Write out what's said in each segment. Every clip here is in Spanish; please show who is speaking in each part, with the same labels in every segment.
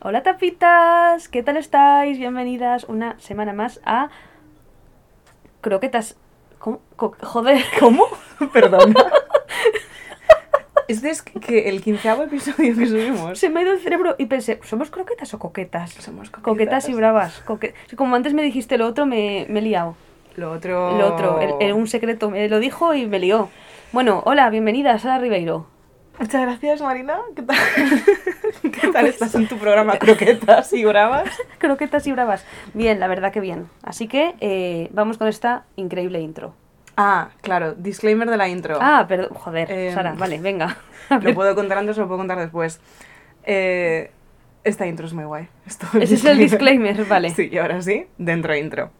Speaker 1: Hola tapitas, ¿qué tal estáis? Bienvenidas una semana más a Croquetas... ¿Cómo? Co- joder, ¿cómo?
Speaker 2: Perdona. este es que el quinceavo episodio que subimos.
Speaker 1: Se me ha ido el cerebro y pensé, ¿somos croquetas o coquetas?
Speaker 2: Somos coquetas.
Speaker 1: Coquetas y bravas. coque- Como antes me dijiste lo otro, me, me he liado.
Speaker 2: Lo otro.
Speaker 1: El otro,
Speaker 2: Oh.
Speaker 1: el- el- un secreto, me lo dijo y me lió. Bueno, hola, bienvenida Sara Ribeiro.
Speaker 2: Muchas gracias, Marina. ¿Qué tal? ¿Qué tal
Speaker 1: Pues
Speaker 2: estás en tu programa Croquetas y Bravas?
Speaker 1: Croquetas y bravas. Bien, la verdad que bien. Así que eh, vamos con esta increíble intro.
Speaker 2: Ah, claro, disclaimer de la intro.
Speaker 1: Ah, perdón, joder,
Speaker 2: Em,
Speaker 1: Sara, vale, venga.
Speaker 2: Lo puedo contar antes o lo puedo contar después. Eh, esta intro es muy guay. Es todo
Speaker 1: Ese es el disclaimer, vale.
Speaker 2: Sí, y ahora sí, dentro intro.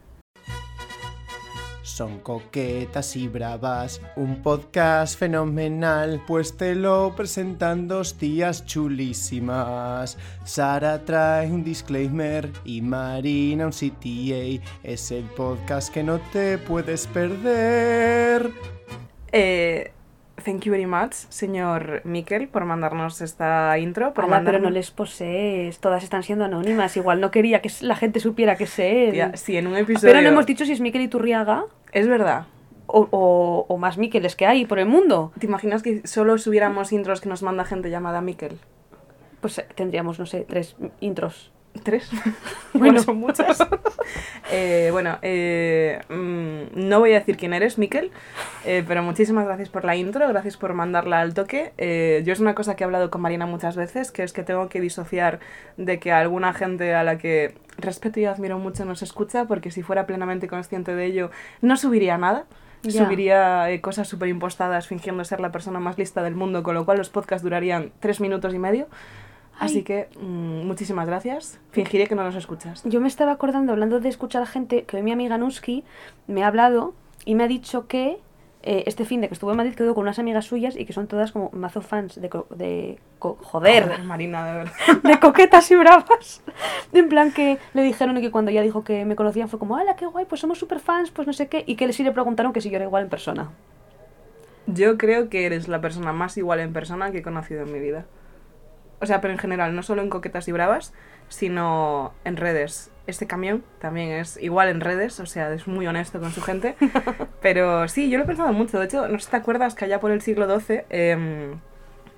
Speaker 3: Son coquetas y bravas, un podcast fenomenal, pues te lo presentan dos tías chulísimas. Sara trae un disclaimer y Marina un CTA. Es el podcast que no te puedes perder.
Speaker 2: Eh, thank you very much, señor Miquel, por mandarnos esta intro. Por
Speaker 1: Ala, pero
Speaker 2: mandarnos-
Speaker 1: no les posees, todas están siendo anónimas. Igual no quería que la gente supiera que es él.
Speaker 2: Tía, si en un episodio.
Speaker 1: pero no hemos dicho si es Miquel Iturriaga
Speaker 2: Es verdad.
Speaker 1: o, o, o más Miqueles que hay por el mundo.
Speaker 2: ¿Te imaginas que solo subiéramos intros que nos manda gente llamada Miquel?
Speaker 1: Pues eh, tendríamos, no sé, tres intros.
Speaker 2: ¿Tres?
Speaker 1: Bueno.
Speaker 2: Bueno, son muchas. Eh, bueno, eh, mm, no voy a decir quién eres, Miquel, eh, pero muchísimas gracias por la intro, gracias por mandarla al toque. Eh, yo es una cosa que he hablado con Marina muchas veces, que es que tengo que disociar de que alguna gente a la que respeto y admiro mucho nos escucha, porque si fuera plenamente consciente de ello, no subiría nada.
Speaker 1: Ya.
Speaker 2: Subiría eh, cosas súper impostadas fingiendo ser la persona más lista del mundo, con lo cual los podcasts durarían tres minutos y medio.
Speaker 1: Ay.
Speaker 2: Así que mm, muchísimas gracias. Fingiré que no nos escuchas.
Speaker 1: Yo me estaba acordando, hablando de escuchar gente, que hoy mi amiga Nuski me ha hablado y me ha dicho que eh, este fin de que estuve en Madrid quedó con unas amigas suyas y que son todas como mazo fans de... co- de co- joder.
Speaker 2: Joder, Marina, de verdad.
Speaker 1: de coquetas y bravas. En plan que le dijeron y que cuando ella dijo que me conocían fue como, ¡hala, qué guay! Pues somos super fans, pues no sé qué. Y que le- sí le preguntaron que si yo era igual en persona.
Speaker 2: Yo creo que eres la persona más igual en persona que he conocido en mi vida. O sea, pero en general, no solo en Coquetas y Bravas, sino en redes. Este camión también es igual en redes, o sea, es muy honesto con su gente. Pero sí, yo lo he pensado mucho. De hecho, no sé si te acuerdas que allá por el siglo XII em,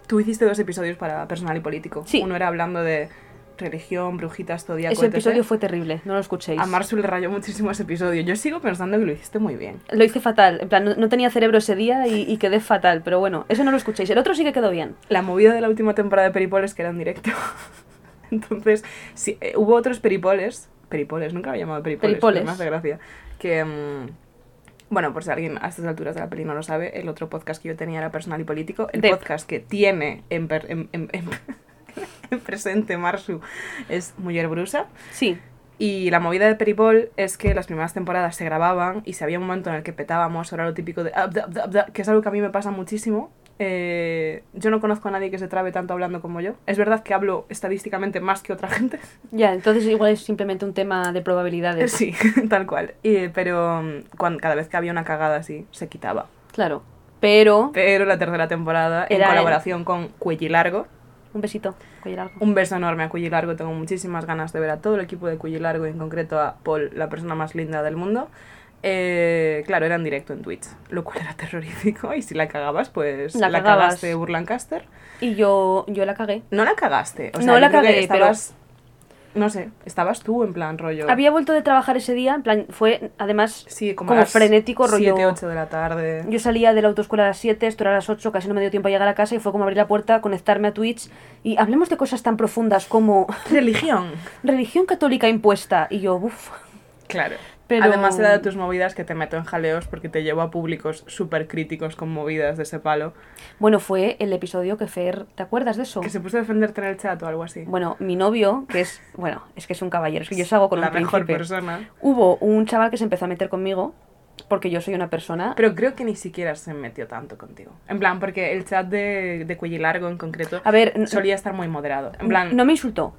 Speaker 2: tú hiciste dos episodios para personal y político.
Speaker 1: Sí.
Speaker 2: Uno era hablando de religión, brujitas, zodiaco,
Speaker 1: Ese
Speaker 2: etc..
Speaker 1: episodio fue terrible, no lo escuchéis.
Speaker 2: A Marsu le rayó muchísimo ese episodio. Yo sigo pensando que lo hiciste muy bien.
Speaker 1: Lo hice fatal, en plan, no, no tenía cerebro ese día y, y quedé fatal, pero bueno, eso no lo escuchéis. El otro sí que quedó bien.
Speaker 2: La movida de la última temporada de Peripoles que era en directo. Entonces, sí, eh, hubo otros Peripoles. Peripoles, nunca lo he llamado Peripoles.
Speaker 1: Peripoles.
Speaker 2: Más de gracia. Que. mm, bueno, por si alguien a estas alturas de la peli no lo sabe, el otro podcast que yo tenía era personal y político. El
Speaker 1: Dep.
Speaker 2: podcast que tiene en, per- en- en- en- en presente Marsu es Mujer Brusa.
Speaker 1: Sí,
Speaker 2: Y la movida de Peripol es que las primeras temporadas se grababan y si había un momento en el que petábamos, ahora lo típico de... "Ah, bda, bda, bda", que es algo que a mí me pasa muchísimo. Eh, yo no conozco a nadie que se trabe tanto hablando como yo. Es verdad que hablo estadísticamente más que otra gente.
Speaker 1: ya, entonces igual es simplemente un tema de probabilidades.
Speaker 2: Sí, tal cual. Y, pero mm, cuan- cada vez que había una cagada así, se quitaba.
Speaker 1: Claro, pero...
Speaker 2: Pero la tercera temporada,
Speaker 1: Era
Speaker 2: en
Speaker 1: el-
Speaker 2: colaboración con Cuelli Largo,
Speaker 1: Un besito, cuello largo.
Speaker 2: Un beso enorme a Cuello Largo, tengo muchísimas ganas de ver a todo el equipo de Cuello Largo, en concreto a Paul, la persona más linda del mundo. Eh, claro, era en directo en Twitch, lo cual era terrorífico y si la cagabas, pues
Speaker 1: La
Speaker 2: la,
Speaker 1: cagabas.
Speaker 2: cagaste Burlancaster.
Speaker 1: Y yo, yo la cagué.
Speaker 2: No la cagaste, o sea,
Speaker 1: No
Speaker 2: yo
Speaker 1: la
Speaker 2: creo que
Speaker 1: cagué, pero-
Speaker 2: estabas, No sé, estabas tú en plan rollo...
Speaker 1: Había vuelto de trabajar ese día, en plan, fue además
Speaker 2: sí, como,
Speaker 1: como
Speaker 2: a las
Speaker 1: frenético, rollo-
Speaker 2: 7, 8 de la tarde.
Speaker 1: Yo salía de la autoescuela a las 7, esto era a las 8, casi no me dio tiempo a llegar a casa y fue como abrir la puerta, conectarme a Twitch y hablemos de cosas tan profundas como
Speaker 2: Religión.
Speaker 1: religión católica impuesta. Y yo, uff,
Speaker 2: Claro.
Speaker 1: Pero-
Speaker 2: Además era de tus movidas que te meto en jaleos porque te llevo a públicos súper críticos con movidas de ese palo.
Speaker 1: bueno, fue el episodio que Fer, ¿te acuerdas de eso?
Speaker 2: Que se puso a defenderte en el chat o algo así.
Speaker 1: Bueno, mi novio, que es, bueno, es que es un caballero, es que yo salgo con
Speaker 2: la
Speaker 1: un
Speaker 2: mejor
Speaker 1: príncipe.
Speaker 2: persona.
Speaker 1: Hubo un chaval que se empezó a meter conmigo porque yo soy una persona...
Speaker 2: Pero creo que ni siquiera se metió tanto contigo. En plan, porque el chat de, de Cuello Largo en concreto
Speaker 1: a ver, n-
Speaker 2: solía estar muy moderado. En plan,
Speaker 1: no me insultó.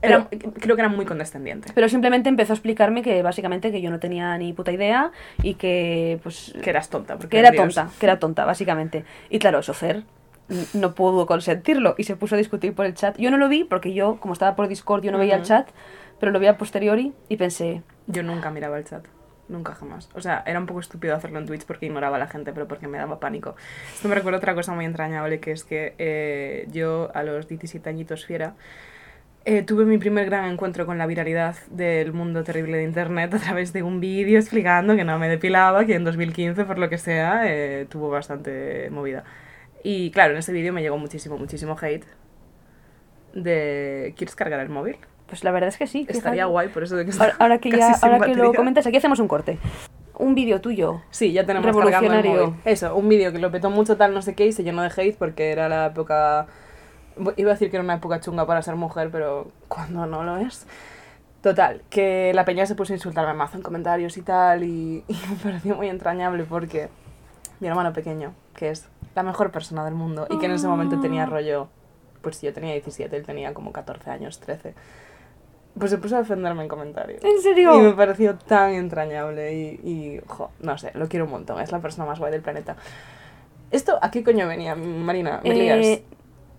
Speaker 2: era- creo que era muy condescendiente.
Speaker 1: Pero simplemente empezó a explicarme que básicamente que yo no tenía ni puta idea y que pues
Speaker 2: que eras tonta. Porque
Speaker 1: Que era
Speaker 2: Dios.
Speaker 1: tonta, que era tonta, básicamente. Y claro, eso Fer n- no pudo consentirlo y se puso a discutir por el chat. Yo no lo vi porque yo, como estaba por Discord, yo no veía el
Speaker 2: Ujú.
Speaker 1: chat, pero lo vi a posteriori y pensé,
Speaker 2: Yo nunca miraba el chat. Nunca jamás. O sea, era un poco estúpido hacerlo en Twitch porque ignoraba a la gente, pero porque me daba pánico. Esto me recuerda otra cosa muy entrañable, que es que eh, yo a los 17 añitos fiera eh, tuve mi primer gran encuentro con la viralidad del mundo terrible de Internet a través de un vídeo explicando que no me depilaba, que en 2015, por lo que sea, eh, tuvo bastante movida. Y claro, en ese vídeo me llegó muchísimo, muchísimo hate de... ¿Quieres cargar el móvil?
Speaker 1: pues la verdad es que sí. fíjate.
Speaker 2: Estaría guay, por eso de que está
Speaker 1: Ahora, ahora que ya,
Speaker 2: casi sin
Speaker 1: ahora que lo
Speaker 2: batería.
Speaker 1: comentas, aquí hacemos un corte. Un vídeo tuyo.
Speaker 2: Sí, ya tenemos cargando el
Speaker 1: Revolucionario.
Speaker 2: móvil. Eso, un vídeo que lo petó mucho tal no sé qué y se llenó de hate porque era la época... bu- Iba a decir que era una época chunga para ser mujer, pero cuando no lo es. Total, que la peña se puso a insultarme mazo en comentarios y tal y, y me pareció muy entrañable porque mi hermano pequeño, que es la mejor persona del mundo y que en ese momento tenía rollo... Pues yo tenía 17, él tenía como 14 años, 13. Pues se puso a defenderme en comentarios.
Speaker 1: ¿En serio? Eh,
Speaker 2: Y me pareció tan entrañable y, y, jo, no sé, lo quiero un montón. Es la persona más guay del planeta. ¿Esto a qué coño venía, Marina? ¿Me lías?
Speaker 1: Eh,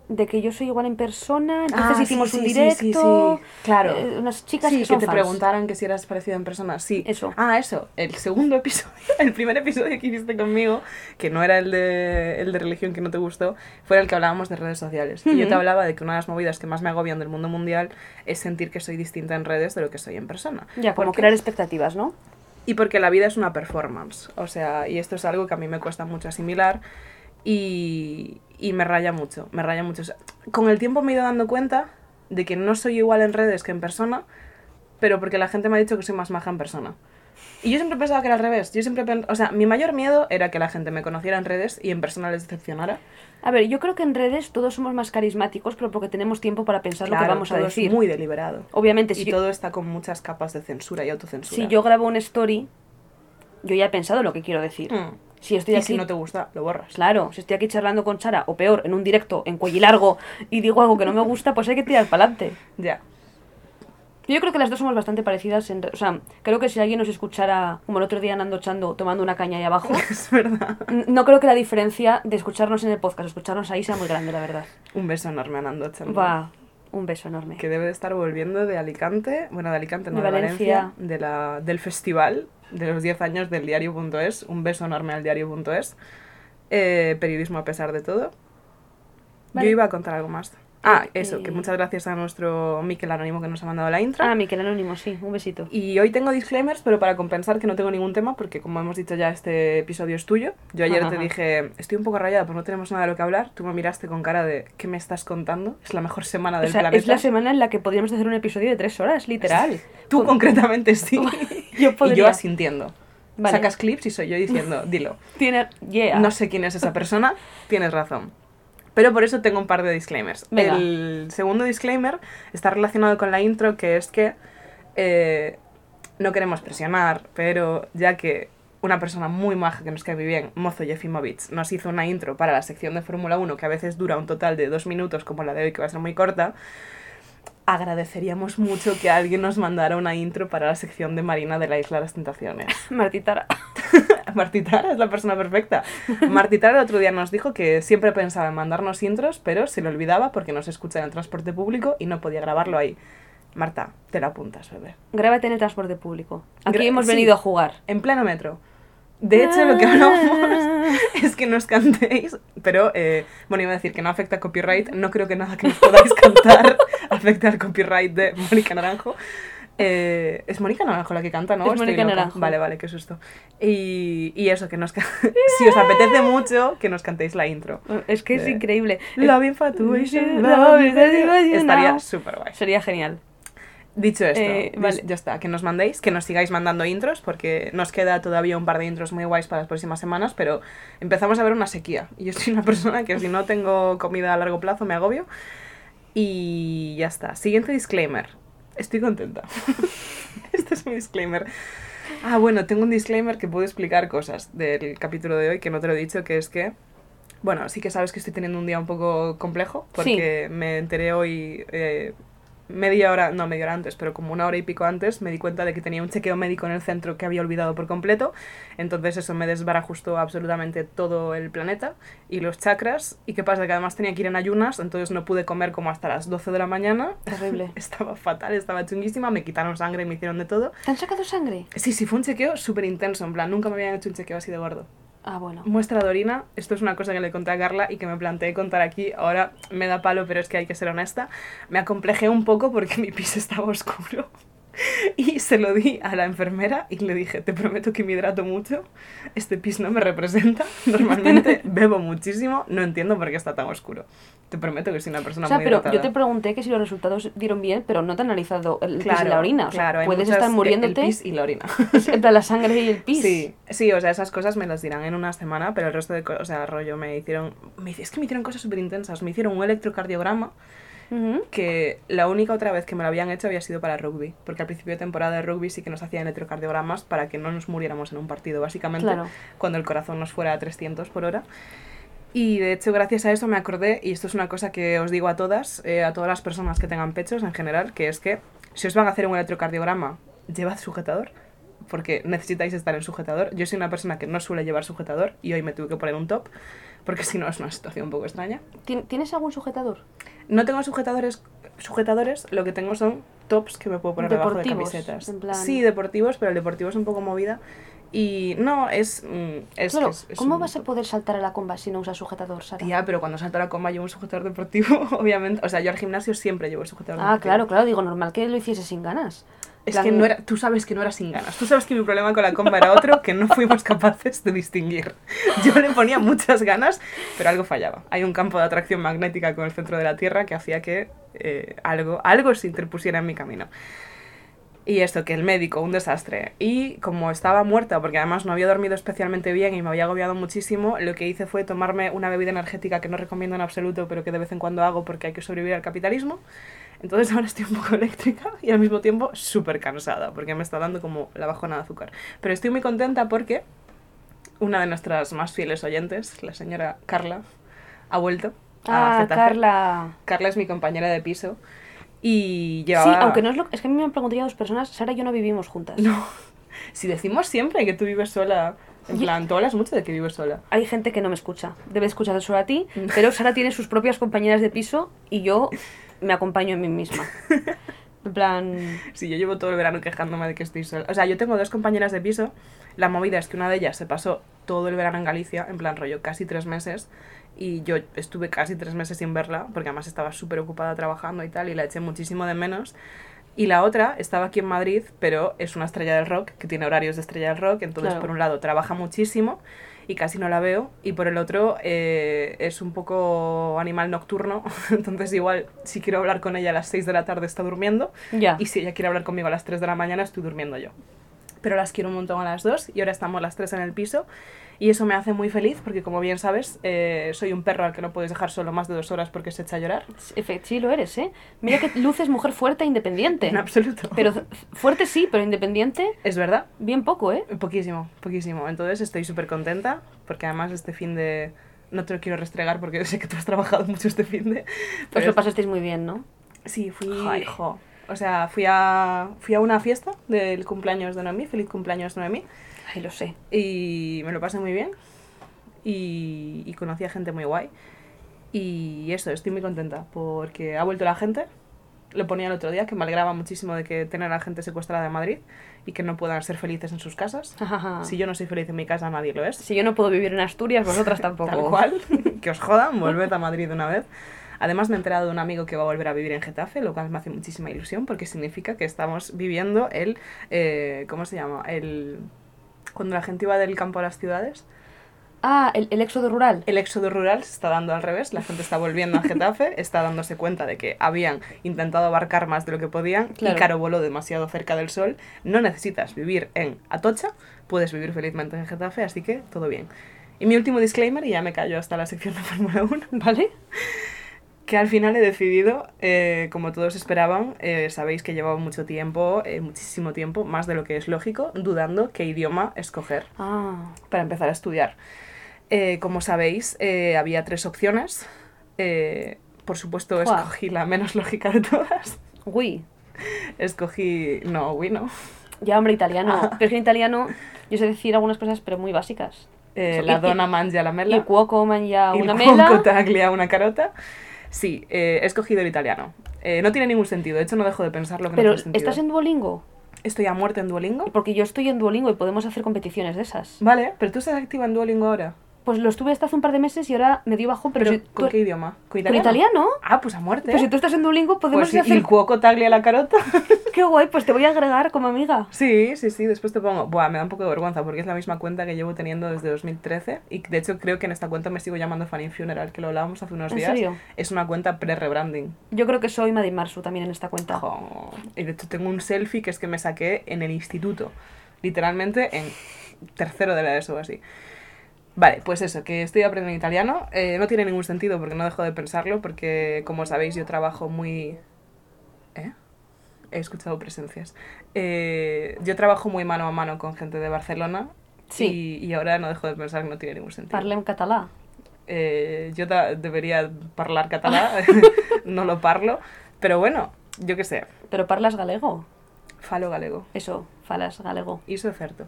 Speaker 1: de que yo soy igual en persona,
Speaker 2: Ah,
Speaker 1: entonces
Speaker 2: sí,
Speaker 1: hicimos
Speaker 2: sí,
Speaker 1: un
Speaker 2: sí,
Speaker 1: directo.
Speaker 2: sí, sí. Claro.
Speaker 1: eh, unas chicas
Speaker 2: sí,
Speaker 1: que son
Speaker 2: te
Speaker 1: fans.
Speaker 2: preguntaran que si eras parecida en persona. Sí.
Speaker 1: Eso.
Speaker 2: Ah, eso. El segundo episodio, el primer episodio que hiciste conmigo, que no era el de, el de religión que no te gustó, fue el que hablábamos de redes sociales. Y yo
Speaker 1: Ujú.
Speaker 2: te hablaba de que una de las movidas que más me agobian del mundo mundial es sentir que soy distinta en redes de lo que soy en persona.
Speaker 1: Ya, como
Speaker 2: Porque-
Speaker 1: crear expectativas, ¿no?
Speaker 2: y porque la vida es una performance. O sea, y esto es algo que a mí me cuesta mucho asimilar y, y me raya mucho, me raya mucho. O sea, con el tiempo me he ido dando cuenta de que no soy igual en redes que en persona, pero porque la gente me ha dicho que soy más maja en persona. Y yo siempre pensaba que era al revés. Yo siempre, pen- o sea, mi mayor miedo era que la gente me conociera en redes y en persona les decepcionara.
Speaker 1: A ver, yo creo que en redes todos somos más carismáticos, pero porque tenemos tiempo para pensar lo que
Speaker 2: Claro,
Speaker 1: vamos a
Speaker 2: todo
Speaker 1: decir.
Speaker 2: Es muy deliberado.
Speaker 1: Obviamente,
Speaker 2: Y
Speaker 1: si, yo,
Speaker 2: todo está con muchas capas de censura y autocensura.
Speaker 1: si yo grabo una story, yo ya he pensado lo que quiero decir.
Speaker 2: Mm.
Speaker 1: Si estoy
Speaker 2: Y
Speaker 1: aquí,
Speaker 2: si no te gusta, lo borras.
Speaker 1: claro, si estoy aquí charlando con Sara, o peor, en un directo, en cuello largo, y digo algo que no me gusta, pues hay que tirar para adelante.
Speaker 2: Ya.
Speaker 1: Yo creo que las dos somos bastante parecidas. En, re- o sea, creo que si alguien nos escuchara, como el otro día Nando Chando tomando una caña ahí abajo,
Speaker 2: Es verdad.
Speaker 1: n- no creo que la diferencia de escucharnos en el podcast, escucharnos ahí, sea muy grande, la verdad.
Speaker 2: Un beso enorme a Nando Chano,
Speaker 1: Va, un beso enorme.
Speaker 2: Que debe de estar volviendo de Alicante, bueno, de Alicante, no
Speaker 1: De
Speaker 2: de Valencia,
Speaker 1: Valencia.
Speaker 2: de la, del festival de los 10 años del diario.es. Un beso enorme al diario.es. Eh, periodismo a pesar de todo.
Speaker 1: Vale.
Speaker 2: Yo iba a contar algo más. Ah, eso,
Speaker 1: eh.
Speaker 2: que muchas gracias a nuestro Miquel Anónimo que nos ha mandado la intro.
Speaker 1: Ah, Miquel Anónimo, sí, un besito.
Speaker 2: Y hoy tengo disclaimers, pero para compensar que no tengo ningún tema, porque como hemos dicho ya, este episodio es tuyo. Yo ayer
Speaker 1: Ajá,
Speaker 2: te
Speaker 1: ajá.
Speaker 2: dije, estoy un poco rayada, pues no tenemos nada de lo que hablar. Tú me miraste con cara de, ¿qué me estás contando? Es la mejor semana
Speaker 1: O
Speaker 2: del
Speaker 1: sea,
Speaker 2: planeta.
Speaker 1: es la semana en la que podríamos hacer un episodio de tres horas, literal.
Speaker 2: Tú
Speaker 1: Con-
Speaker 2: concretamente sí.
Speaker 1: Yo
Speaker 2: Y yo
Speaker 1: podría.
Speaker 2: asintiendo.
Speaker 1: Vale.
Speaker 2: Sacas clips y soy yo diciendo, dilo.
Speaker 1: Tiene. Yeah.
Speaker 2: No sé quién es esa persona, tienes razón. Pero por eso tengo un par de disclaimers.
Speaker 1: Venga.
Speaker 2: El segundo disclaimer está relacionado con la intro, que es que eh, no queremos presionar, pero ya que una persona muy maja que nos cae muy bien, Mozo Jefimovic, nos hizo una intro para la sección de Fórmula 1 que a veces dura un total de dos minutos, como la de hoy, que va a ser muy corta, agradeceríamos mucho que alguien nos mandara una intro para la sección de Marina de la Isla de las Tentaciones.
Speaker 1: Martitara.
Speaker 2: Martitara es la persona perfecta. Martitara el otro día nos dijo que siempre pensaba en mandarnos intros, pero se le olvidaba porque nos escucha en el transporte público y no podía grabarlo ahí. Marta, te la apuntas, bebé.
Speaker 1: Grábate en el transporte público. Aquí
Speaker 2: Gra-
Speaker 1: hemos
Speaker 2: sí.
Speaker 1: venido a jugar.
Speaker 2: En pleno metro. De hecho, lo que hablamos es que nos cantéis, pero eh, bueno, iba a decir que no afecta a copyright. No creo que nada que nos podáis cantar afecte al copyright de Mónica Naranjo. Eh, es Mónica Naranjo la que canta, ¿no?
Speaker 1: Es
Speaker 2: Estoy
Speaker 1: Mónica
Speaker 2: loca.
Speaker 1: Naranjo.
Speaker 2: Vale, vale, qué susto. Y, y eso, que nos ca- si os apetece mucho, que nos cantéis la intro.
Speaker 1: Es que es
Speaker 2: Eh,
Speaker 1: increíble.
Speaker 2: Love infatuation, love infatuation. Estaría súper guay.
Speaker 1: Sería genial.
Speaker 2: Dicho esto,
Speaker 1: Eh,
Speaker 2: dis-
Speaker 1: vale.
Speaker 2: ya está, que nos mandéis, que nos sigáis mandando intros, porque nos queda todavía un par de intros muy guays para las próximas semanas, pero empezamos a ver una sequía. Y yo soy una persona que si no tengo comida a largo plazo me agobio. Y ya está. Siguiente disclaimer. Estoy contenta. este es mi disclaimer. Ah, bueno, tengo un disclaimer que puedo explicar cosas del capítulo de hoy que no te lo he dicho, que es que... Bueno, sí que sabes que estoy teniendo un día un poco complejo, porque me enteré hoy eh, media hora, no media hora antes, pero como una hora y pico antes, me di cuenta de que tenía un chequeo médico en el centro que había olvidado por completo. Entonces eso me desbarajustó absolutamente todo el planeta y los chakras. ¿Y qué pasa? Que además tenía que ir en ayunas, entonces no pude comer como hasta las 12 de la mañana.
Speaker 1: Terrible.
Speaker 2: Estaba fatal, estaba chunguísima, me quitaron sangre, me hicieron de todo.
Speaker 1: ¿Te han sacado sangre?
Speaker 2: Sí, sí, fue un chequeo súper intenso, en plan, nunca me habían hecho un chequeo así de gordo.
Speaker 1: Ah, bueno.
Speaker 2: Muestra de orina, esto es una cosa que le conté a Carla y que me planteé contar aquí, ahora me da palo, pero es que hay que ser honesta. Me acomplejé un poco porque mi piso estaba oscuro y se lo di a la enfermera y le dije, te prometo que me hidrato mucho, este pis no me representa, normalmente bebo muchísimo, no entiendo por qué está tan oscuro. Te prometo que soy una persona
Speaker 1: o sea,
Speaker 2: muy
Speaker 1: pero
Speaker 2: hidratada.
Speaker 1: yo te pregunté que si los resultados dieron bien, pero no te han analizado el pis y
Speaker 2: Claro,
Speaker 1: Pues la orina. O sea,
Speaker 2: claro, hay
Speaker 1: puedes
Speaker 2: muchas-
Speaker 1: estar muriéndote.
Speaker 2: El pis y la orina.
Speaker 1: En plan, la sangre y el pis.
Speaker 2: Sí, sí, o sea, esas cosas me las dirán en una semana, pero el resto de cosas, o sea, rollo, me hicieron, me, hici- es que me hicieron cosas súper intensas, me hicieron un electrocardiograma,
Speaker 1: Ujú.
Speaker 2: que la única otra vez que me lo habían hecho había sido para rugby, porque al principio de temporada de rugby sí que nos hacían electrocardiogramas para que no nos muriéramos en un partido, básicamente,
Speaker 1: Claro.
Speaker 2: cuando el corazón nos fuera a 300 por hora. Y de hecho, gracias a eso me acordé, y esto es una cosa que os digo a todas, eh, a todas las personas que tengan pechos en general, que es que si os van a hacer un electrocardiograma, llevad sujetador, porque necesitáis estar en sujetador. Yo soy una persona que no suele llevar sujetador y hoy me tuve que poner un top, porque si no es una situación un poco extraña.
Speaker 1: ¿Tien- ¿Tienes algún sujetador?
Speaker 2: No tengo sujetadores, sujetadores, lo que tengo son tops que me puedo poner debajo de
Speaker 1: Deportivos,
Speaker 2: camisetas.
Speaker 1: en plan-
Speaker 2: Sí, deportivos, pero el deportivo es un poco movida. Y no, es. mm, es
Speaker 1: claro,
Speaker 2: es- es
Speaker 1: ¿cómo
Speaker 2: un
Speaker 1: vas a
Speaker 2: top.
Speaker 1: poder saltar a la comba si no usas sujetador, Sara?
Speaker 2: Tía, pero cuando salto a la coma llevo un sujetador deportivo, obviamente. O sea, yo al gimnasio siempre llevo el sujetador
Speaker 1: ah,
Speaker 2: deportivo.
Speaker 1: claro, claro, digo, normal que lo hiciese sin ganas.
Speaker 2: Es
Speaker 1: Plan-
Speaker 2: que no era, tú sabes que no era sin ganas. Tú sabes que mi problema con la comba era otro que no fuimos capaces de distinguir. Yo le ponía muchas ganas, pero algo fallaba. Hay un campo de atracción magnética con el centro de la Tierra que hacía que eh, algo, algo se interpusiera en mi camino. Y esto, que el médico, un desastre. Y como estaba muerta, porque además no había dormido especialmente bien y me había agobiado muchísimo, lo que hice fue tomarme una bebida energética que no recomiendo en absoluto, pero que de vez en cuando hago porque hay que sobrevivir al capitalismo. Entonces ahora estoy un poco eléctrica y al mismo tiempo súper cansada, porque me está dando como la bajona de azúcar. Pero estoy muy contenta porque una de nuestras más fieles oyentes, la señora Carla, ha vuelto. a
Speaker 1: Ah,
Speaker 2: ZZ.
Speaker 1: Carla.
Speaker 2: Carla es mi compañera de piso y llevaba...
Speaker 1: Sí, aunque no es lo... Es que a mí me han preguntado ya dos personas, Sara y yo no vivimos juntas.
Speaker 2: No. Si decimos siempre que tú vives sola, en
Speaker 1: Yo-
Speaker 2: plan, tú hablas mucho de que vives sola.
Speaker 1: Hay gente que no me escucha. Debe escuchar solo a ti, pero Sara tiene sus propias compañeras de piso y yo me acompaño en mí misma. En plan...
Speaker 2: Si yo llevo todo el verano quejándome de que estoy sola. O sea, yo tengo dos compañeras de piso. La movida es que una de ellas se pasó todo el verano en Galicia, en plan rollo, casi tres meses. Y yo estuve casi tres meses sin verla, porque además estaba súper ocupada trabajando y tal, y la eché muchísimo de menos. Y la otra estaba aquí en Madrid, pero es una estrella del rock, que tiene horarios de estrella del rock, entonces
Speaker 1: Claro.
Speaker 2: por un lado trabaja muchísimo y casi no la veo, y por el otro eh, es un poco animal nocturno, entonces igual si quiero hablar con ella a las 6 de la tarde está durmiendo,
Speaker 1: Ya.
Speaker 2: y si ella quiere hablar conmigo a las 3 de la mañana, estoy durmiendo yo. Pero las quiero un montón a las dos y ahora estamos las tres en el piso. Y eso me hace muy feliz porque, como bien sabes, eh, soy un perro al que no puedes dejar solo más de dos horas porque se echa a llorar.
Speaker 1: Efe- Sí, lo eres, ¿eh? Mira que luces mujer fuerte e independiente.
Speaker 2: En absoluto.
Speaker 1: Pero f- fuerte sí, pero independiente,
Speaker 2: es verdad,
Speaker 1: bien poco, ¿eh?
Speaker 2: poquísimo, poquísimo. Entonces estoy súper contenta porque, además, este fin de. No te lo quiero restregar porque sé que tú has trabajado mucho este fin de.
Speaker 1: Os Pues lo pasasteis muy bien, ¿no?
Speaker 2: Sí, fui.
Speaker 1: Joder.
Speaker 2: jo. O sea, fui a, fui a una fiesta del cumpleaños de Noemí. Feliz cumpleaños, Noemí.
Speaker 1: Ay, lo sé.
Speaker 2: Y me lo pasé muy bien. Y, y conocí a gente muy guay. Y eso, estoy muy contenta porque ha vuelto la gente. Lo ponía el otro día, que me alegraba muchísimo de que tener a la gente secuestrada de Madrid y que no puedan ser felices en sus casas.
Speaker 1: Ajaja.
Speaker 2: Si yo no soy feliz en mi casa, nadie lo es.
Speaker 1: Si yo no puedo vivir en Asturias, vosotras tampoco.
Speaker 2: Tal cual. que os jodan, volved a Madrid de una vez. Además, me he enterado de un amigo que va a volver a vivir en Getafe, lo cual me hace muchísima ilusión porque significa que estamos viviendo el. eh, ¿Cómo se llama? El. Cuando la gente iba del campo a las ciudades,
Speaker 1: Ah, el, el éxodo rural.
Speaker 2: el éxodo rural se está dando al revés, la gente está volviendo a Getafe, está dándose cuenta de que habían intentado abarcar más de lo que podían
Speaker 1: Claro.
Speaker 2: y Caro voló demasiado cerca del sol. No necesitas vivir en Atocha, puedes vivir felizmente en Getafe, así que todo bien. Y mi último disclaimer, y ya me callo hasta la sección de Fórmula 1,
Speaker 1: ¿Vale?
Speaker 2: que al final he decidido, eh, como todos esperaban, eh, sabéis que llevaba mucho tiempo, eh, muchísimo tiempo, más de lo que es lógico, dudando qué idioma escoger
Speaker 1: Ah,
Speaker 2: para empezar a estudiar. Eh, como sabéis, eh, había tres opciones. Eh, por supuesto,
Speaker 1: Guau.
Speaker 2: escogí la menos lógica de todas.
Speaker 1: Wii.
Speaker 2: Escogí. No, Wii no.
Speaker 1: Ya, hombre, italiano.
Speaker 2: Ah.
Speaker 1: Pero es que en italiano yo sé decir algunas cosas, pero muy básicas.
Speaker 2: Eh,
Speaker 1: Eso,
Speaker 2: la
Speaker 1: y-
Speaker 2: dona mangia la merla.
Speaker 1: El cuoco, mangia,
Speaker 2: Il
Speaker 1: una
Speaker 2: cuoco
Speaker 1: mela.
Speaker 2: taglia una carota. Sí, eh, he escogido el italiano. Eh, no tiene ningún sentido, de hecho no dejo de pensarlo. Que
Speaker 1: Pero,
Speaker 2: no tiene
Speaker 1: ¿estás
Speaker 2: sentido.
Speaker 1: en Duolingo?
Speaker 2: Estoy a muerte en Duolingo.
Speaker 1: Porque yo estoy en Duolingo y podemos hacer competiciones de esas.
Speaker 2: Vale, pero tú estás activa en Duolingo ahora.
Speaker 1: Pues lo estuve hasta hace un par de meses y ahora me dio bajo, pero,
Speaker 2: ¿Pero
Speaker 1: si tú-
Speaker 2: con qué idioma? ¿Con
Speaker 1: ¿Con
Speaker 2: italiano?
Speaker 1: italiano?
Speaker 2: Ah, pues a muerte.
Speaker 1: Pues si tú estás en Duolingo podemos
Speaker 2: Pues sí,
Speaker 1: hacer...
Speaker 2: il cuoco taglia la carota.
Speaker 1: ¡Qué guay! Pues te voy a agregar como amiga.
Speaker 2: Sí, sí, sí, después te pongo. Buah, me da un poco de vergüenza porque es la misma cuenta que llevo teniendo desde 2013 y de hecho creo que en esta cuenta me sigo llamando Fanny Funeral, que lo hablábamos hace unos
Speaker 1: ¿En
Speaker 2: días.
Speaker 1: serio?
Speaker 2: Es una cuenta pre-rebranding.
Speaker 1: Yo creo que soy Maddy Marsu también en esta cuenta.
Speaker 2: Jo. Y de hecho tengo un selfie que es que me saqué en el instituto, literalmente en tercero de la ESO o así. Vale, pues eso, que estoy aprendiendo italiano. Eh, no tiene ningún sentido porque no dejo de pensarlo, porque como sabéis yo trabajo muy... ¿Eh? He escuchado presencias. Eh, yo trabajo muy mano a mano con gente de Barcelona
Speaker 1: Sí.
Speaker 2: y, y ahora no dejo de pensar que no tiene ningún sentido.
Speaker 1: Parlem catalá.
Speaker 2: Eh, yo ta- debería hablar catalán, no lo parlo, pero bueno, yo qué sé,
Speaker 1: Pero parlas galego.
Speaker 2: falo galego.
Speaker 1: Eso, falas galego.
Speaker 2: Iso é certo.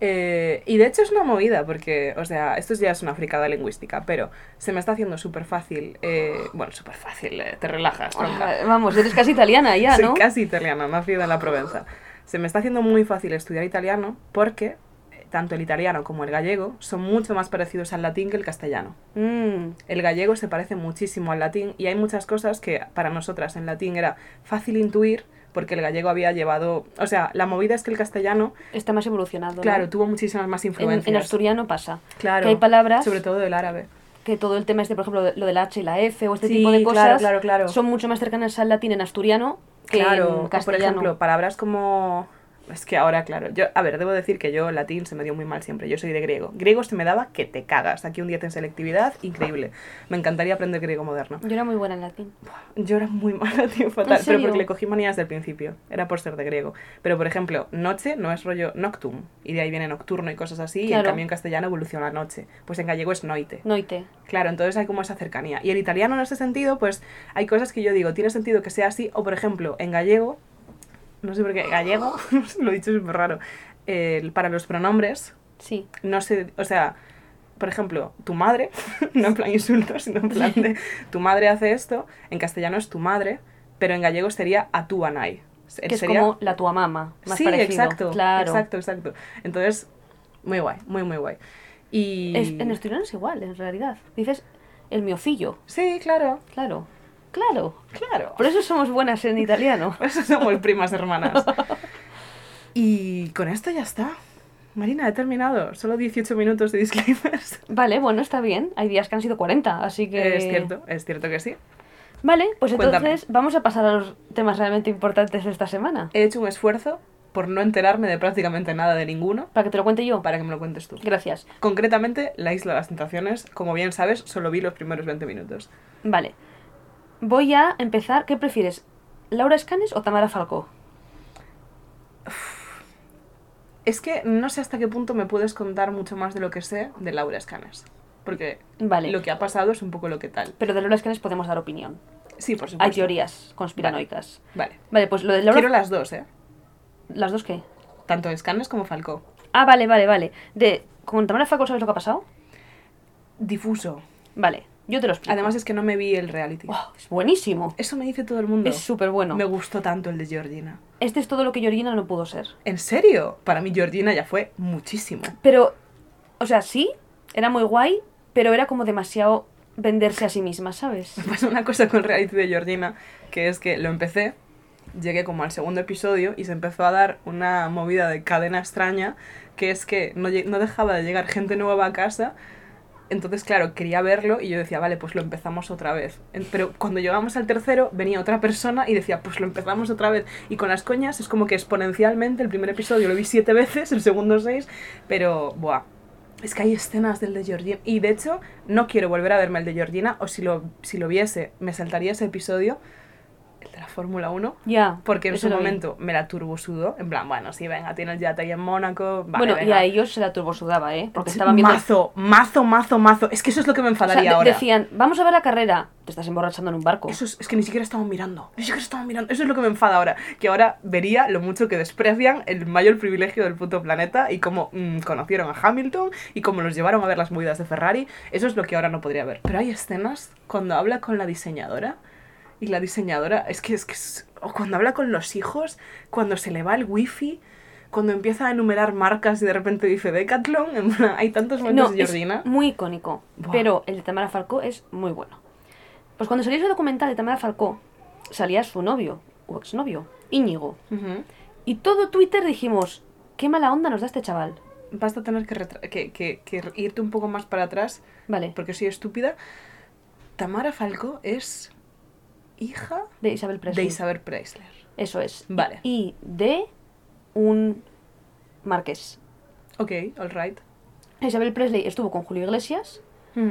Speaker 2: Eh, y de hecho es una movida, porque, o sea, esto ya es una fricada lingüística, pero se me está haciendo súper fácil, eh, bueno, súper fácil, eh, te relajas, tronca.
Speaker 1: Ah, Vamos, eres casi italiana ya,
Speaker 2: Soy
Speaker 1: ¿no?
Speaker 2: casi italiana, nacida en la Provenza. Se me está haciendo muy fácil estudiar italiano porque eh, tanto el italiano como el gallego son mucho más parecidos al latín que el castellano.
Speaker 1: Mm,
Speaker 2: El gallego se parece muchísimo al latín y hay muchas cosas que para nosotras en latín era fácil intuir porque el gallego había llevado, o sea, la movida es que el castellano
Speaker 1: está más evolucionado. ¿no?
Speaker 2: Claro, tuvo muchísimas más
Speaker 1: En,
Speaker 2: influencias.
Speaker 1: en asturiano pasa.
Speaker 2: claro,
Speaker 1: que hay palabras-
Speaker 2: Sobre todo del árabe.
Speaker 1: Que todo el tema este, por ejemplo, de- lo del H y la F o este
Speaker 2: Sí,
Speaker 1: tipo de
Speaker 2: claro,
Speaker 1: cosas
Speaker 2: claro, claro.
Speaker 1: son mucho más cercanas al latín en asturiano que
Speaker 2: claro,
Speaker 1: en
Speaker 2: o por
Speaker 1: castellano.
Speaker 2: ejemplo, palabras como. Es que ahora, claro, yo, a ver, debo decir que yo latín se me dio muy mal siempre, yo soy de griego. Griego se me daba que te cagas, aquí un 10 en selectividad, increíble. Me encantaría aprender griego moderno.
Speaker 1: Yo era muy buena en latín.
Speaker 2: Yo era muy mala, tío, fatal, pero
Speaker 1: serio?
Speaker 2: porque le cogí manías del principio, era por ser de griego. Pero, por ejemplo, noche no es rollo noctum, y de ahí viene nocturno y cosas así, y en
Speaker 1: Claro.
Speaker 2: cambio en castellano evoluciona noche, pues en gallego es noite.
Speaker 1: Noite.
Speaker 2: Claro, entonces hay como esa cercanía. Y el italiano en ese sentido, pues hay cosas que yo digo, tiene sentido que sea así, o por ejemplo, en gallego, no sé por qué, gallego, lo he dicho súper raro, el- para los pronombres,
Speaker 1: Sí.
Speaker 2: no sé, o sea, por ejemplo, tu madre, no en plan insulto, sino en plan de, tu madre hace esto, en castellano es tu madre, pero en gallego sería a tu anai.
Speaker 1: Que es
Speaker 2: Sería-
Speaker 1: como la tua mama. Más
Speaker 2: sí,
Speaker 1: parecido.
Speaker 2: exacto,
Speaker 1: Claro.
Speaker 2: exacto, exacto. Entonces, muy guay, muy, muy guay. Y...
Speaker 1: Es- en asturiano es igual, en realidad. Dices el miocillo.
Speaker 2: Sí, claro,
Speaker 1: Claro. Claro.
Speaker 2: claro.
Speaker 1: Por eso somos buenas en italiano.
Speaker 2: Por eso Pues somos primas hermanas. Y con esto ya está. Marina, he terminado. Solo 18 minutos de disclaimers.
Speaker 1: Vale, bueno, está bien. Hay días que han sido 40, así que...
Speaker 2: Es cierto, es cierto que sí.
Speaker 1: Vale, pues
Speaker 2: Cuéntame.
Speaker 1: entonces vamos a pasar a los temas realmente importantes de esta semana.
Speaker 2: He hecho un esfuerzo por no enterarme de prácticamente nada de ninguno
Speaker 1: Para que te lo cuente yo.
Speaker 2: para que me lo cuentes tú.
Speaker 1: Gracias.
Speaker 2: Concretamente, la isla de las tentaciones, como bien sabes, solo vi los primeros 20 minutos.
Speaker 1: Vale. Voy a empezar. ¿Qué prefieres? ¿Laura Escanes o Tamara Falcó?
Speaker 2: Es que no sé hasta qué punto me puedes contar mucho más de lo que sé de Laura Escanes. Porque
Speaker 1: Vale.
Speaker 2: lo que ha pasado es un poco lo que tal.
Speaker 1: Pero de Laura Escanes podemos dar opinión.
Speaker 2: Sí, por supuesto.
Speaker 1: Hay teorías conspiranoicas.
Speaker 2: Vale.
Speaker 1: Vale, pues lo de Laura...
Speaker 2: Quiero las dos, ¿eh?
Speaker 1: ¿Las dos qué?
Speaker 2: Tanto Escanes como Falcó.
Speaker 1: Ah, vale, vale, vale. De... ¿Con Tamara Falcó sabes lo que ha pasado?
Speaker 2: Difuso.
Speaker 1: Vale, yo te lo explico.
Speaker 2: Además es que no me vi el reality.
Speaker 1: Oh, es buenísimo.
Speaker 2: Eso me dice todo el mundo.
Speaker 1: Es súper bueno.
Speaker 2: Me gustó tanto el de Georgina.
Speaker 1: Este es todo lo que Georgina no pudo ser.
Speaker 2: ¿En serio? Para mí Georgina ya fue muchísimo.
Speaker 1: Pero, o sea, sí, era muy guay, pero era como demasiado venderse a sí misma, ¿sabes?
Speaker 2: Me pasó una cosa con el reality de Georgina, que es que lo empecé, llegué como al segundo episodio y se empezó a dar una movida de cadena extraña, que es que no, lle- no dejaba de llegar gente nueva a casa. Entonces, claro, quería verlo y yo decía, vale, pues lo empezamos otra vez. En- Pero cuando llegamos al tercero, venía otra persona y decía, pues lo empezamos otra vez. Y con las coñas es como que exponencialmente el primer episodio lo vi siete veces, el segundo seis, pero, buah. Es que hay escenas del de Georgina. Y de hecho, no quiero volver a verme el de Georgina, o si lo, si lo viese, me saltaría ese episodio. el de la Fórmula 1.
Speaker 1: Ya.
Speaker 2: Porque en
Speaker 1: eso
Speaker 2: su
Speaker 1: lo vi.
Speaker 2: momento me la turbosudó. En plan, bueno, sí, venga, tiene el yate ahí en Mónaco. Vale,
Speaker 1: bueno, y
Speaker 2: venga.
Speaker 1: a ellos se la turbosudaba, ¿eh? Porque estaban viendo.
Speaker 2: Mazo, mazo, mazo, mazo. Es que eso es lo que me
Speaker 1: O sea,
Speaker 2: enfadaría
Speaker 1: de-
Speaker 2: ahora.
Speaker 1: decían, vamos a ver la carrera. Te estás emborrachando en un barco.
Speaker 2: Eso es, es que ni siquiera estaban mirando. Ni siquiera estaban mirando. Eso es lo que me enfada ahora. Que ahora vería lo mucho que desprecian el mayor privilegio del puto planeta y cómo mm, conocieron a Hamilton y cómo los llevaron a ver las movidas de Ferrari. Eso es lo que ahora no podría ver. Pero hay escenas cuando habla con la diseñadora y la diseñadora es que es que es- o cuando habla con los hijos, cuando se le va el wifi. Cuando empieza a enumerar marcas y de repente dice Decathlon, en plan, hay tantos momentos
Speaker 1: No,
Speaker 2: de Georgina.
Speaker 1: es muy icónico.
Speaker 2: Buah.
Speaker 1: Pero el de Tamara Falcó es muy bueno. Pues cuando salió ese documental de Tamara Falcó, salía su novio, o exnovio, Íñigo.
Speaker 2: Ujú.
Speaker 1: Y todo Twitter dijimos, qué mala onda nos da este chaval.
Speaker 2: vas a tener que, retra- que- que- que irte un poco más para atrás,
Speaker 1: Vale,
Speaker 2: porque soy estúpida. Tamara Falco es hija
Speaker 1: de Isabel Presley.
Speaker 2: de Isabel Preisler.
Speaker 1: Eso es.
Speaker 2: Vale.
Speaker 1: Y de un marqués.
Speaker 2: Ok, all right.
Speaker 1: Isabel Presley estuvo con Julio Iglesias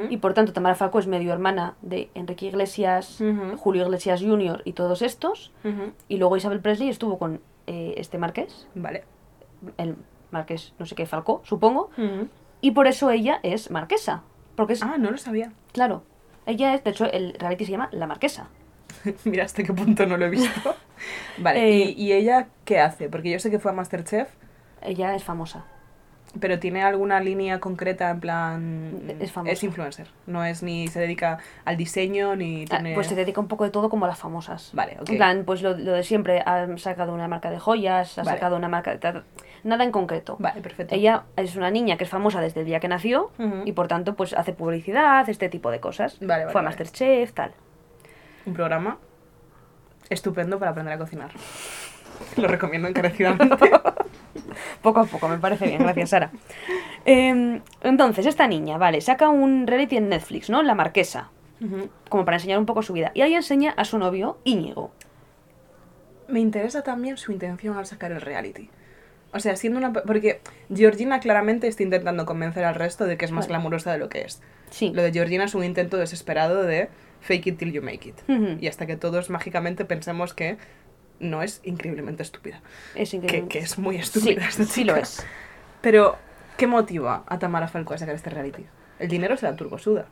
Speaker 1: y por tanto Tamara Falcó es medio hermana de Enrique Iglesias,
Speaker 2: Ujú.
Speaker 1: Julio Iglesias Jr. y todos estos.
Speaker 2: Ujú.
Speaker 1: Y luego Isabel Presley estuvo con eh, este marqués,
Speaker 2: Vale.
Speaker 1: el marqués no sé qué Falcó, supongo.
Speaker 2: Ujú.
Speaker 1: Y por eso ella es marquesa. Porque es,
Speaker 2: Ah, no lo sabía.
Speaker 1: claro, ella es, de hecho, el reality se llama La Marquesa.
Speaker 2: Mira hasta qué punto no lo he visto. Vale,
Speaker 1: Eh.
Speaker 2: ¿Y, y ella qué hace? Porque yo sé que fue a Masterchef,
Speaker 1: Ella es famosa.
Speaker 2: pero ¿tiene alguna línea concreta en plan...
Speaker 1: Es famosa.
Speaker 2: influencer, no es ni se dedica al diseño, ni
Speaker 1: Ah,
Speaker 2: tiene...
Speaker 1: Pues se dedica un poco de todo como a las famosas.
Speaker 2: Vale, ok.
Speaker 1: En plan, pues lo, lo de siempre, ha sacado una marca de joyas, ha
Speaker 2: Vale.
Speaker 1: sacado una marca de... ta- ta- Nada en concreto.
Speaker 2: Vale, perfecto.
Speaker 1: Ella es una niña que es famosa desde el día que nació
Speaker 2: Ujú.
Speaker 1: y por tanto pues hace publicidad, este tipo de cosas.
Speaker 2: Vale, vale,
Speaker 1: Fue a
Speaker 2: vale.
Speaker 1: Masterchef, tal.
Speaker 2: un programa estupendo para aprender a cocinar. Lo recomiendo encarecidamente.
Speaker 1: Poco a poco, me parece bien, gracias Sara. Em, entonces, esta niña, vale, saca un reality en Netflix, ¿no? La Marquesa, como para enseñar un poco su vida. Y ahí enseña a su novio, Íñigo.
Speaker 2: Me interesa también su intención al sacar el reality. O sea, siendo una... pe- Porque Georgina claramente está intentando convencer al resto de que es más
Speaker 1: Vale.
Speaker 2: glamurosa de lo que es.
Speaker 1: Sí.
Speaker 2: Lo de Georgina es un intento desesperado de fake it till you make it.
Speaker 1: Ujú.
Speaker 2: Y hasta que todos mágicamente pensemos que no es increíblemente estúpida.
Speaker 1: Es increíble.
Speaker 2: Que, que es muy
Speaker 1: Sí,
Speaker 2: estúpida esta
Speaker 1: sí lo
Speaker 2: chica.
Speaker 1: es.
Speaker 2: Pero, ¿qué motiva a Tamara Falco a sacar este reality? El dinero se la turbosuda.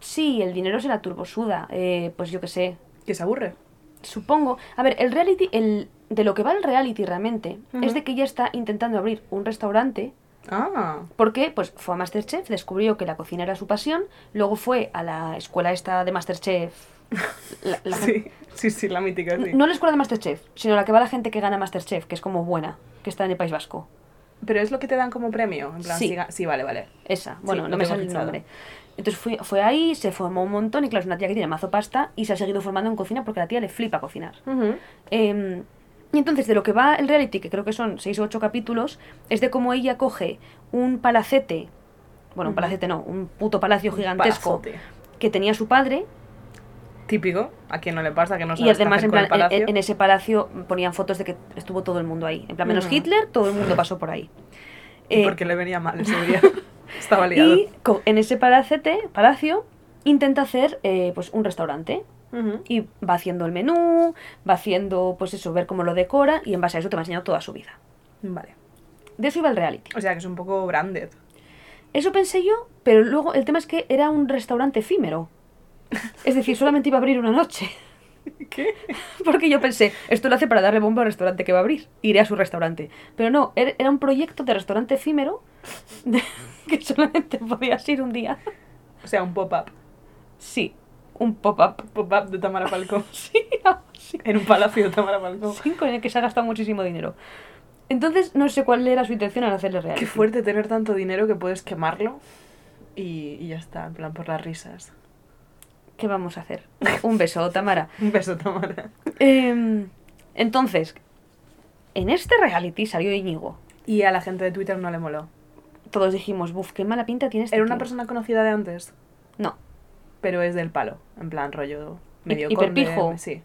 Speaker 1: Sí, el dinero se la turbosuda. eh, pues yo qué sé.
Speaker 2: Que se aburre.
Speaker 1: Supongo. A ver, el reality, el de lo que va el reality realmente,
Speaker 2: Ujú.
Speaker 1: es de que ella está intentando abrir un restaurante.
Speaker 2: Ah,
Speaker 1: Porque, pues, fue a Masterchef, descubrió que la cocina era su pasión, luego fue a la escuela esta de Masterchef. la- la gen-
Speaker 2: sí, sí, sí, la mítica, sí.
Speaker 1: No la escuela de Masterchef, sino la que va la gente que gana Masterchef, que es como buena, que está en el País Vasco.
Speaker 2: Pero es lo que te dan como premio, en plan,
Speaker 1: Sí.
Speaker 2: sí, sí vale, vale.
Speaker 1: Esa,
Speaker 2: Sí,
Speaker 1: bueno,
Speaker 2: lo
Speaker 1: no me
Speaker 2: tengo
Speaker 1: sale el
Speaker 2: fichado.
Speaker 1: nombre. Entonces fui- fue ahí, se formó un montón y claro, es una tía que tiene mazo pasta y se ha seguido formando en cocina porque a la tía le flipa cocinar. Eh, y entonces de lo que va el reality, que creo que son seis o ocho capítulos, es de cómo ella coge un palacete, bueno, un
Speaker 2: Ujú.
Speaker 1: palacete no, un puto palacio gigantesco
Speaker 2: Palazote.
Speaker 1: que tenía su padre
Speaker 2: Típico, a quien no le pasa, que no
Speaker 1: y
Speaker 2: sabes
Speaker 1: además
Speaker 2: qué
Speaker 1: en,
Speaker 2: hacer con
Speaker 1: plan, eh,
Speaker 2: el palacio.
Speaker 1: en, en ese palacio ponían fotos de que estuvo todo el mundo ahí. En plan, menos
Speaker 2: Ujú.
Speaker 1: Hitler, todo el mundo pasó por ahí.
Speaker 2: Mm. Y
Speaker 1: Eh,
Speaker 2: Porque le venía mal ese día. Estaba liado.
Speaker 1: y co- en ese palacete, palacio intenta hacer eh, pues un restaurante
Speaker 2: Ujú.
Speaker 1: y va haciendo el menú, va haciendo pues eso, ver cómo lo decora y en base a eso te va enseñando toda su vida.
Speaker 2: Vale.
Speaker 1: De eso iba el reality.
Speaker 2: O sea, que es un poco branded.
Speaker 1: Eso pensé yo, pero luego el tema es que era un restaurante efímero. Es decir, solamente iba a abrir una noche.
Speaker 2: ¿Qué?
Speaker 1: Porque yo pensé, esto lo hace para darle bombo al restaurante que va a abrir. Iré a su restaurante. Pero no, er- era un proyecto de restaurante efímero de- que solamente podías ir un día.
Speaker 2: O sea, un pop-up.
Speaker 1: Sí, un pop-up.
Speaker 2: Pop-up de Tamara Falcón.
Speaker 1: Sí, algo así.
Speaker 2: en un palacio de Tamara Falcón.
Speaker 1: Cinco en el que se ha gastado muchísimo dinero. Entonces, no sé cuál era su intención al hacerle reality.
Speaker 2: Qué fuerte tener tanto dinero que puedes quemarlo. Y, y ya está, en plan, por las risas.
Speaker 1: ¿Qué vamos a hacer? Un beso, Tamara.
Speaker 2: Un beso, Tamara.
Speaker 1: Em, entonces, en este reality salió Íñigo.
Speaker 2: Y a la gente de Twitter no le moló.
Speaker 1: Todos dijimos, buf, qué mala pinta tienes.
Speaker 2: Era una persona conocida de antes.
Speaker 1: No,
Speaker 2: pero es del palo, en plan rollo medio
Speaker 1: Hi-
Speaker 2: conde, em,
Speaker 1: hiperpijo.
Speaker 2: Sí,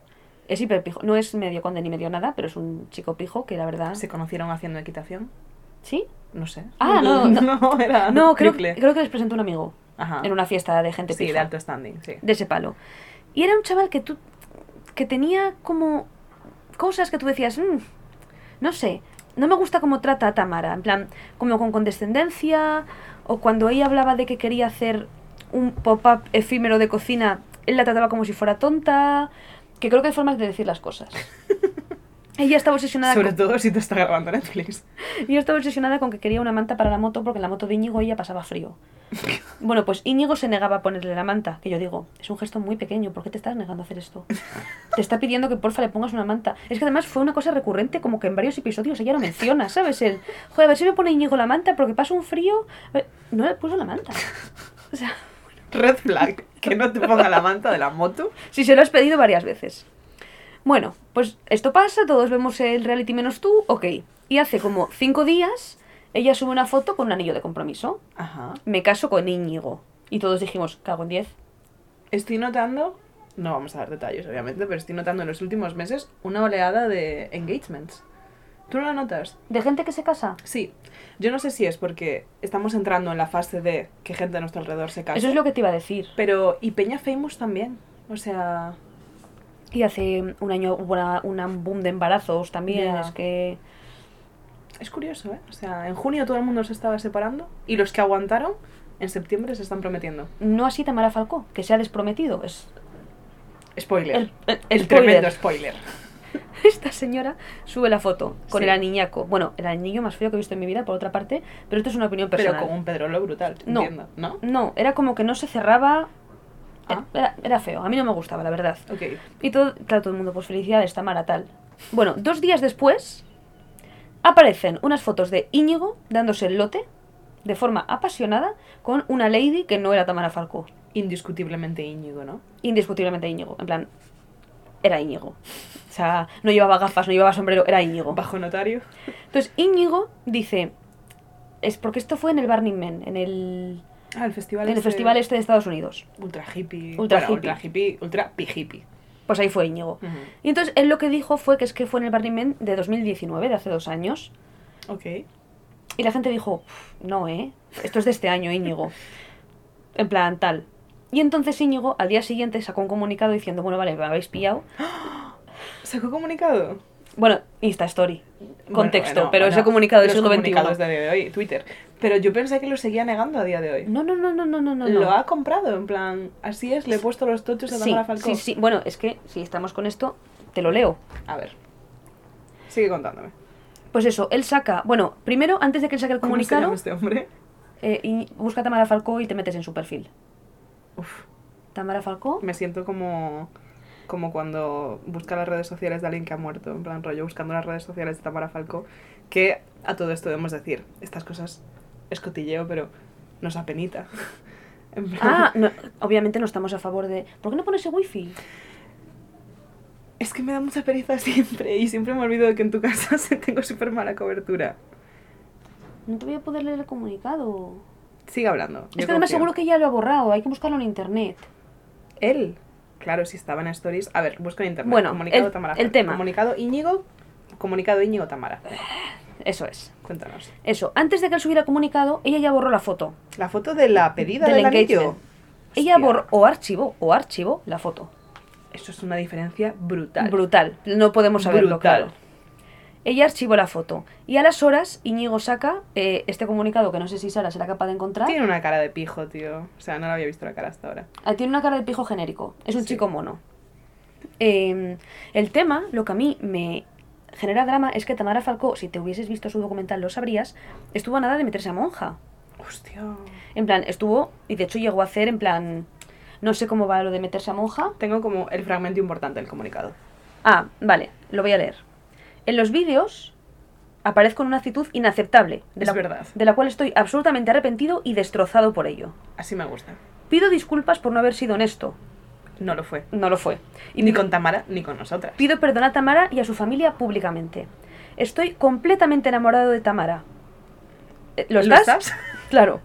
Speaker 1: es hiperpijo. No es medio conde ni medio nada, pero es un chico pijo que la verdad.
Speaker 2: se conocieron haciendo equitación,
Speaker 1: ¿Sí?
Speaker 2: no sé.
Speaker 1: Ah, no, no.
Speaker 2: era
Speaker 1: No, creo,
Speaker 2: Ah, triple.
Speaker 1: creo que les presentó un amigo
Speaker 2: Ajá.
Speaker 1: en una fiesta de gente
Speaker 2: sí, de
Speaker 1: pija.
Speaker 2: alto standing, sí.
Speaker 1: de ese palo. Y era un chaval que tú que tenía como cosas que tú decías, "Mm, no sé, no me gusta cómo trata a Tamara, en plan, como con condescendencia, o cuando ella hablaba de que quería hacer un pop-up efímero de cocina, él la trataba como si fuera tonta, que creo que hay formas de decir las cosas. ella estaba obsesionada
Speaker 2: Sobre
Speaker 1: con-
Speaker 2: todo si te está grabando Netflix.
Speaker 1: yo estaba obsesionada con que quería una manta para la moto porque en la moto de Íñigo ella pasaba frío. Bueno, pues Íñigo se negaba a ponerle la manta, que yo digo, es un gesto muy pequeño, ¿por qué te estás negando a hacer esto? Te está pidiendo que porfa le pongas una manta. Es que además fue una cosa recurrente, como que en varios episodios ella lo menciona, ¿sabes? El, joder, a ver si me pone Íñigo la manta porque pasa un frío. Eh, No le puso la manta. O sea,
Speaker 2: Red flag. Que no te ponga la manta de la moto.
Speaker 1: si se lo has pedido varias veces. Bueno, pues esto pasa, todos vemos el reality menos tú, ok. Y hace como cinco días ella sube una foto con un anillo de compromiso.
Speaker 2: Ajá.
Speaker 1: me caso con Íñigo. Y todos dijimos, cago en 10.
Speaker 2: Estoy notando, no vamos a dar detalles obviamente, pero estoy notando en los últimos meses una oleada de engagements. ¿Tú no la notas?
Speaker 1: ¿De gente que se casa?
Speaker 2: Sí. Yo no sé si es porque estamos entrando en la fase de que gente a nuestro alrededor se casa.
Speaker 1: Eso es lo que te iba a decir.
Speaker 2: Pero, y Peña Famous también. O sea,
Speaker 1: Y hace un año hubo una, una- un boom de embarazos también.
Speaker 2: Ya.
Speaker 1: Es que.
Speaker 2: es curioso, ¿eh? O sea, en junio todo el mundo se estaba separando y los que aguantaron, en septiembre se están prometiendo.
Speaker 1: No así Tamara Falcó, que se ha desprometido. Es,
Speaker 2: Spoiler.
Speaker 1: El- el- spoiler.
Speaker 2: tremendo spoiler.
Speaker 1: esta señora sube la foto con
Speaker 2: Sí.
Speaker 1: el aniñaco. Bueno, el aniño más feo que he visto en mi vida, por otra parte, pero esto es una opinión personal.
Speaker 2: Pero con un pedrolo brutal,
Speaker 1: No.
Speaker 2: entiendo, ¿no?
Speaker 1: No, era como que no se cerraba.
Speaker 2: Ah.
Speaker 1: Era, era feo, a mí no me gustaba, la verdad.
Speaker 2: Ok.
Speaker 1: Y todo, claro, todo el mundo, pues felicidades, Tamara, tal. Bueno, dos días después aparecen unas fotos de Íñigo dándose el lote de forma apasionada con una lady que no era Tamara Falcó.
Speaker 2: Indiscutiblemente Íñigo, ¿no?
Speaker 1: Indiscutiblemente Íñigo, en plan, era Íñigo. O sea, no llevaba gafas, no llevaba sombrero, era Íñigo.
Speaker 2: Bajo notario.
Speaker 1: Entonces Íñigo dice, es porque esto fue en el Burning Man, en el,
Speaker 2: Ah, el festival
Speaker 1: en el
Speaker 2: este-
Speaker 1: festival este de Estados Unidos.
Speaker 2: Ultra hippie.
Speaker 1: Ultra
Speaker 2: Bueno,
Speaker 1: hippie.
Speaker 2: Ultra hippie, ultra pi hippie.
Speaker 1: Pues ahí fue Íñigo.
Speaker 2: Mm.
Speaker 1: Y entonces él lo que dijo fue que es que fue en el Burning Man de 2019, de hace dos años.
Speaker 2: Ok.
Speaker 1: Y la gente dijo, "Pf, no, ¿eh? Esto es de este año, Íñigo. En plan, tal. Y entonces Íñigo al día siguiente sacó un comunicado diciendo, bueno, vale, me habéis pillado.
Speaker 2: ¿Sacó comunicado?
Speaker 1: Bueno, Insta Story. Contexto,
Speaker 2: Bueno, bueno,
Speaker 1: pero
Speaker 2: bueno,
Speaker 1: ese comunicado del
Speaker 2: los
Speaker 1: siglo XXI.
Speaker 2: comunicados de a día de hoy, Twitter. Pero yo pensé que lo seguía negando a día de hoy.
Speaker 1: No, no, no, no, no, no, no.
Speaker 2: Lo
Speaker 1: no.
Speaker 2: ha comprado, en plan, así es, le he puesto los tochos a
Speaker 1: Sí,
Speaker 2: Tamara Falcó.
Speaker 1: sí, sí. Bueno, es que si estamos con esto, te lo leo.
Speaker 2: A ver. Sigue contándome.
Speaker 1: Pues eso, él saca. Bueno, primero, antes de que él saque el
Speaker 2: ¿Cómo se
Speaker 1: comunicado,
Speaker 2: llama este hombre?
Speaker 1: eh, Iñ- busca a Tamara Falcó y te metes en su perfil.
Speaker 2: Uf,
Speaker 1: Tamara Falcó.
Speaker 2: me siento como como cuando busca las redes sociales de alguien que ha muerto, en plan rollo buscando las redes sociales de Tamara Falcó, que a todo esto debemos decir, estas cosas es cotilleo, pero nos apenita. En plan,
Speaker 1: Ah, no, obviamente no estamos a favor de. ¿Por qué no pones el wifi?
Speaker 2: es que me da mucha pereza siempre y siempre me olvido de que en tu casa se- tengo súper mala cobertura.
Speaker 1: No te voy a poder leer el comunicado.
Speaker 2: Sigue hablando.
Speaker 1: es que además seguro
Speaker 2: que...
Speaker 1: que ya lo ha borrado, hay que buscarlo en internet.
Speaker 2: Él, claro, si estaba en stories... A ver, busca en internet.
Speaker 1: Bueno,
Speaker 2: comunicado
Speaker 1: el-
Speaker 2: Tamara
Speaker 1: el
Speaker 2: Falcó.
Speaker 1: tema.
Speaker 2: Comunicado Íñigo, comunicado Íñigo Tamara.
Speaker 1: Eso es.
Speaker 2: Cuéntanos.
Speaker 1: Eso, antes de que él subiera el comunicado, ella ya borró la foto.
Speaker 2: La foto de la pedida del, anillo.
Speaker 1: engagement. Ella
Speaker 2: Hostia.
Speaker 1: borró, o archivo, o archivo, la foto.
Speaker 2: Eso es una diferencia brutal.
Speaker 1: Brutal, no podemos saberlo,
Speaker 2: Brutal.
Speaker 1: claro. Ella archivó la foto. Y a las horas, Iñigo saca eh, este comunicado que no sé si Sara será capaz de encontrar.
Speaker 2: Tiene una cara de pijo, tío. O sea, no la había visto la cara hasta ahora.
Speaker 1: Ah, Tiene una cara de pijo genérico. Es un
Speaker 2: Sí.
Speaker 1: chico mono. Eh, el tema, lo que a mí me genera drama es que Tamara Falcó, si te hubieses visto su documental lo sabrías, estuvo a nada de meterse a monja.
Speaker 2: Hostia.
Speaker 1: En plan, estuvo, y de hecho llegó a hacer en plan, no sé cómo va lo de meterse a monja.
Speaker 2: Tengo como el fragmento importante del comunicado.
Speaker 1: Ah, vale, lo voy a leer. En los vídeos aparezco en una actitud inaceptable, de,
Speaker 2: Es
Speaker 1: la,
Speaker 2: verdad.
Speaker 1: de la cual estoy absolutamente arrepentido y destrozado por ello.
Speaker 2: Así me gusta.
Speaker 1: Pido disculpas por no haber sido honesto.
Speaker 2: No lo fue.
Speaker 1: No lo fue.
Speaker 2: Y ni con Tamara ni con nosotras.
Speaker 1: Pido perdón a Tamara y a su familia públicamente. Estoy completamente enamorado de Tamara. Eh, ¿Lo
Speaker 2: ¿Lo
Speaker 1: estás?
Speaker 2: estás?
Speaker 1: Claro.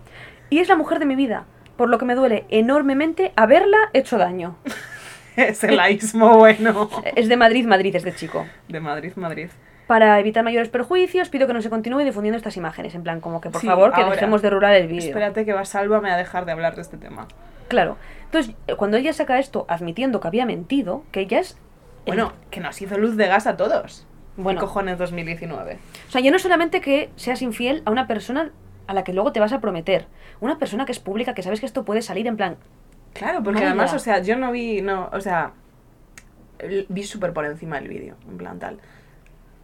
Speaker 1: Y es la mujer de mi vida, por lo que me duele enormemente haberla hecho daño.
Speaker 2: es el aísmo bueno.
Speaker 1: Eh, Es de Madrid, Madrid, es de chico.
Speaker 2: De Madrid, Madrid.
Speaker 1: Para evitar mayores perjuicios, pido que no se continúe difundiendo estas imágenes. En plan, como que por
Speaker 2: Sí,
Speaker 1: favor, que
Speaker 2: ahora.
Speaker 1: dejemos de rural el vídeo.
Speaker 2: Espérate que va Sálvame a dejar de hablar de este tema.
Speaker 1: Claro. Entonces, eh, cuando ella saca esto admitiendo que había mentido, que ella es
Speaker 2: Bueno, que nos hizo luz de gas a todos.
Speaker 1: Bueno.
Speaker 2: ¿Qué cojones 2019?
Speaker 1: O sea, ya no solamente que seas infiel a una persona a la que luego te vas a prometer, una persona que es pública, que sabes que esto puede salir en plan,
Speaker 2: Claro, porque
Speaker 1: Mala.
Speaker 2: además, o sea, yo no vi, no, o sea, l- vi súper por encima el vídeo, en plan tal.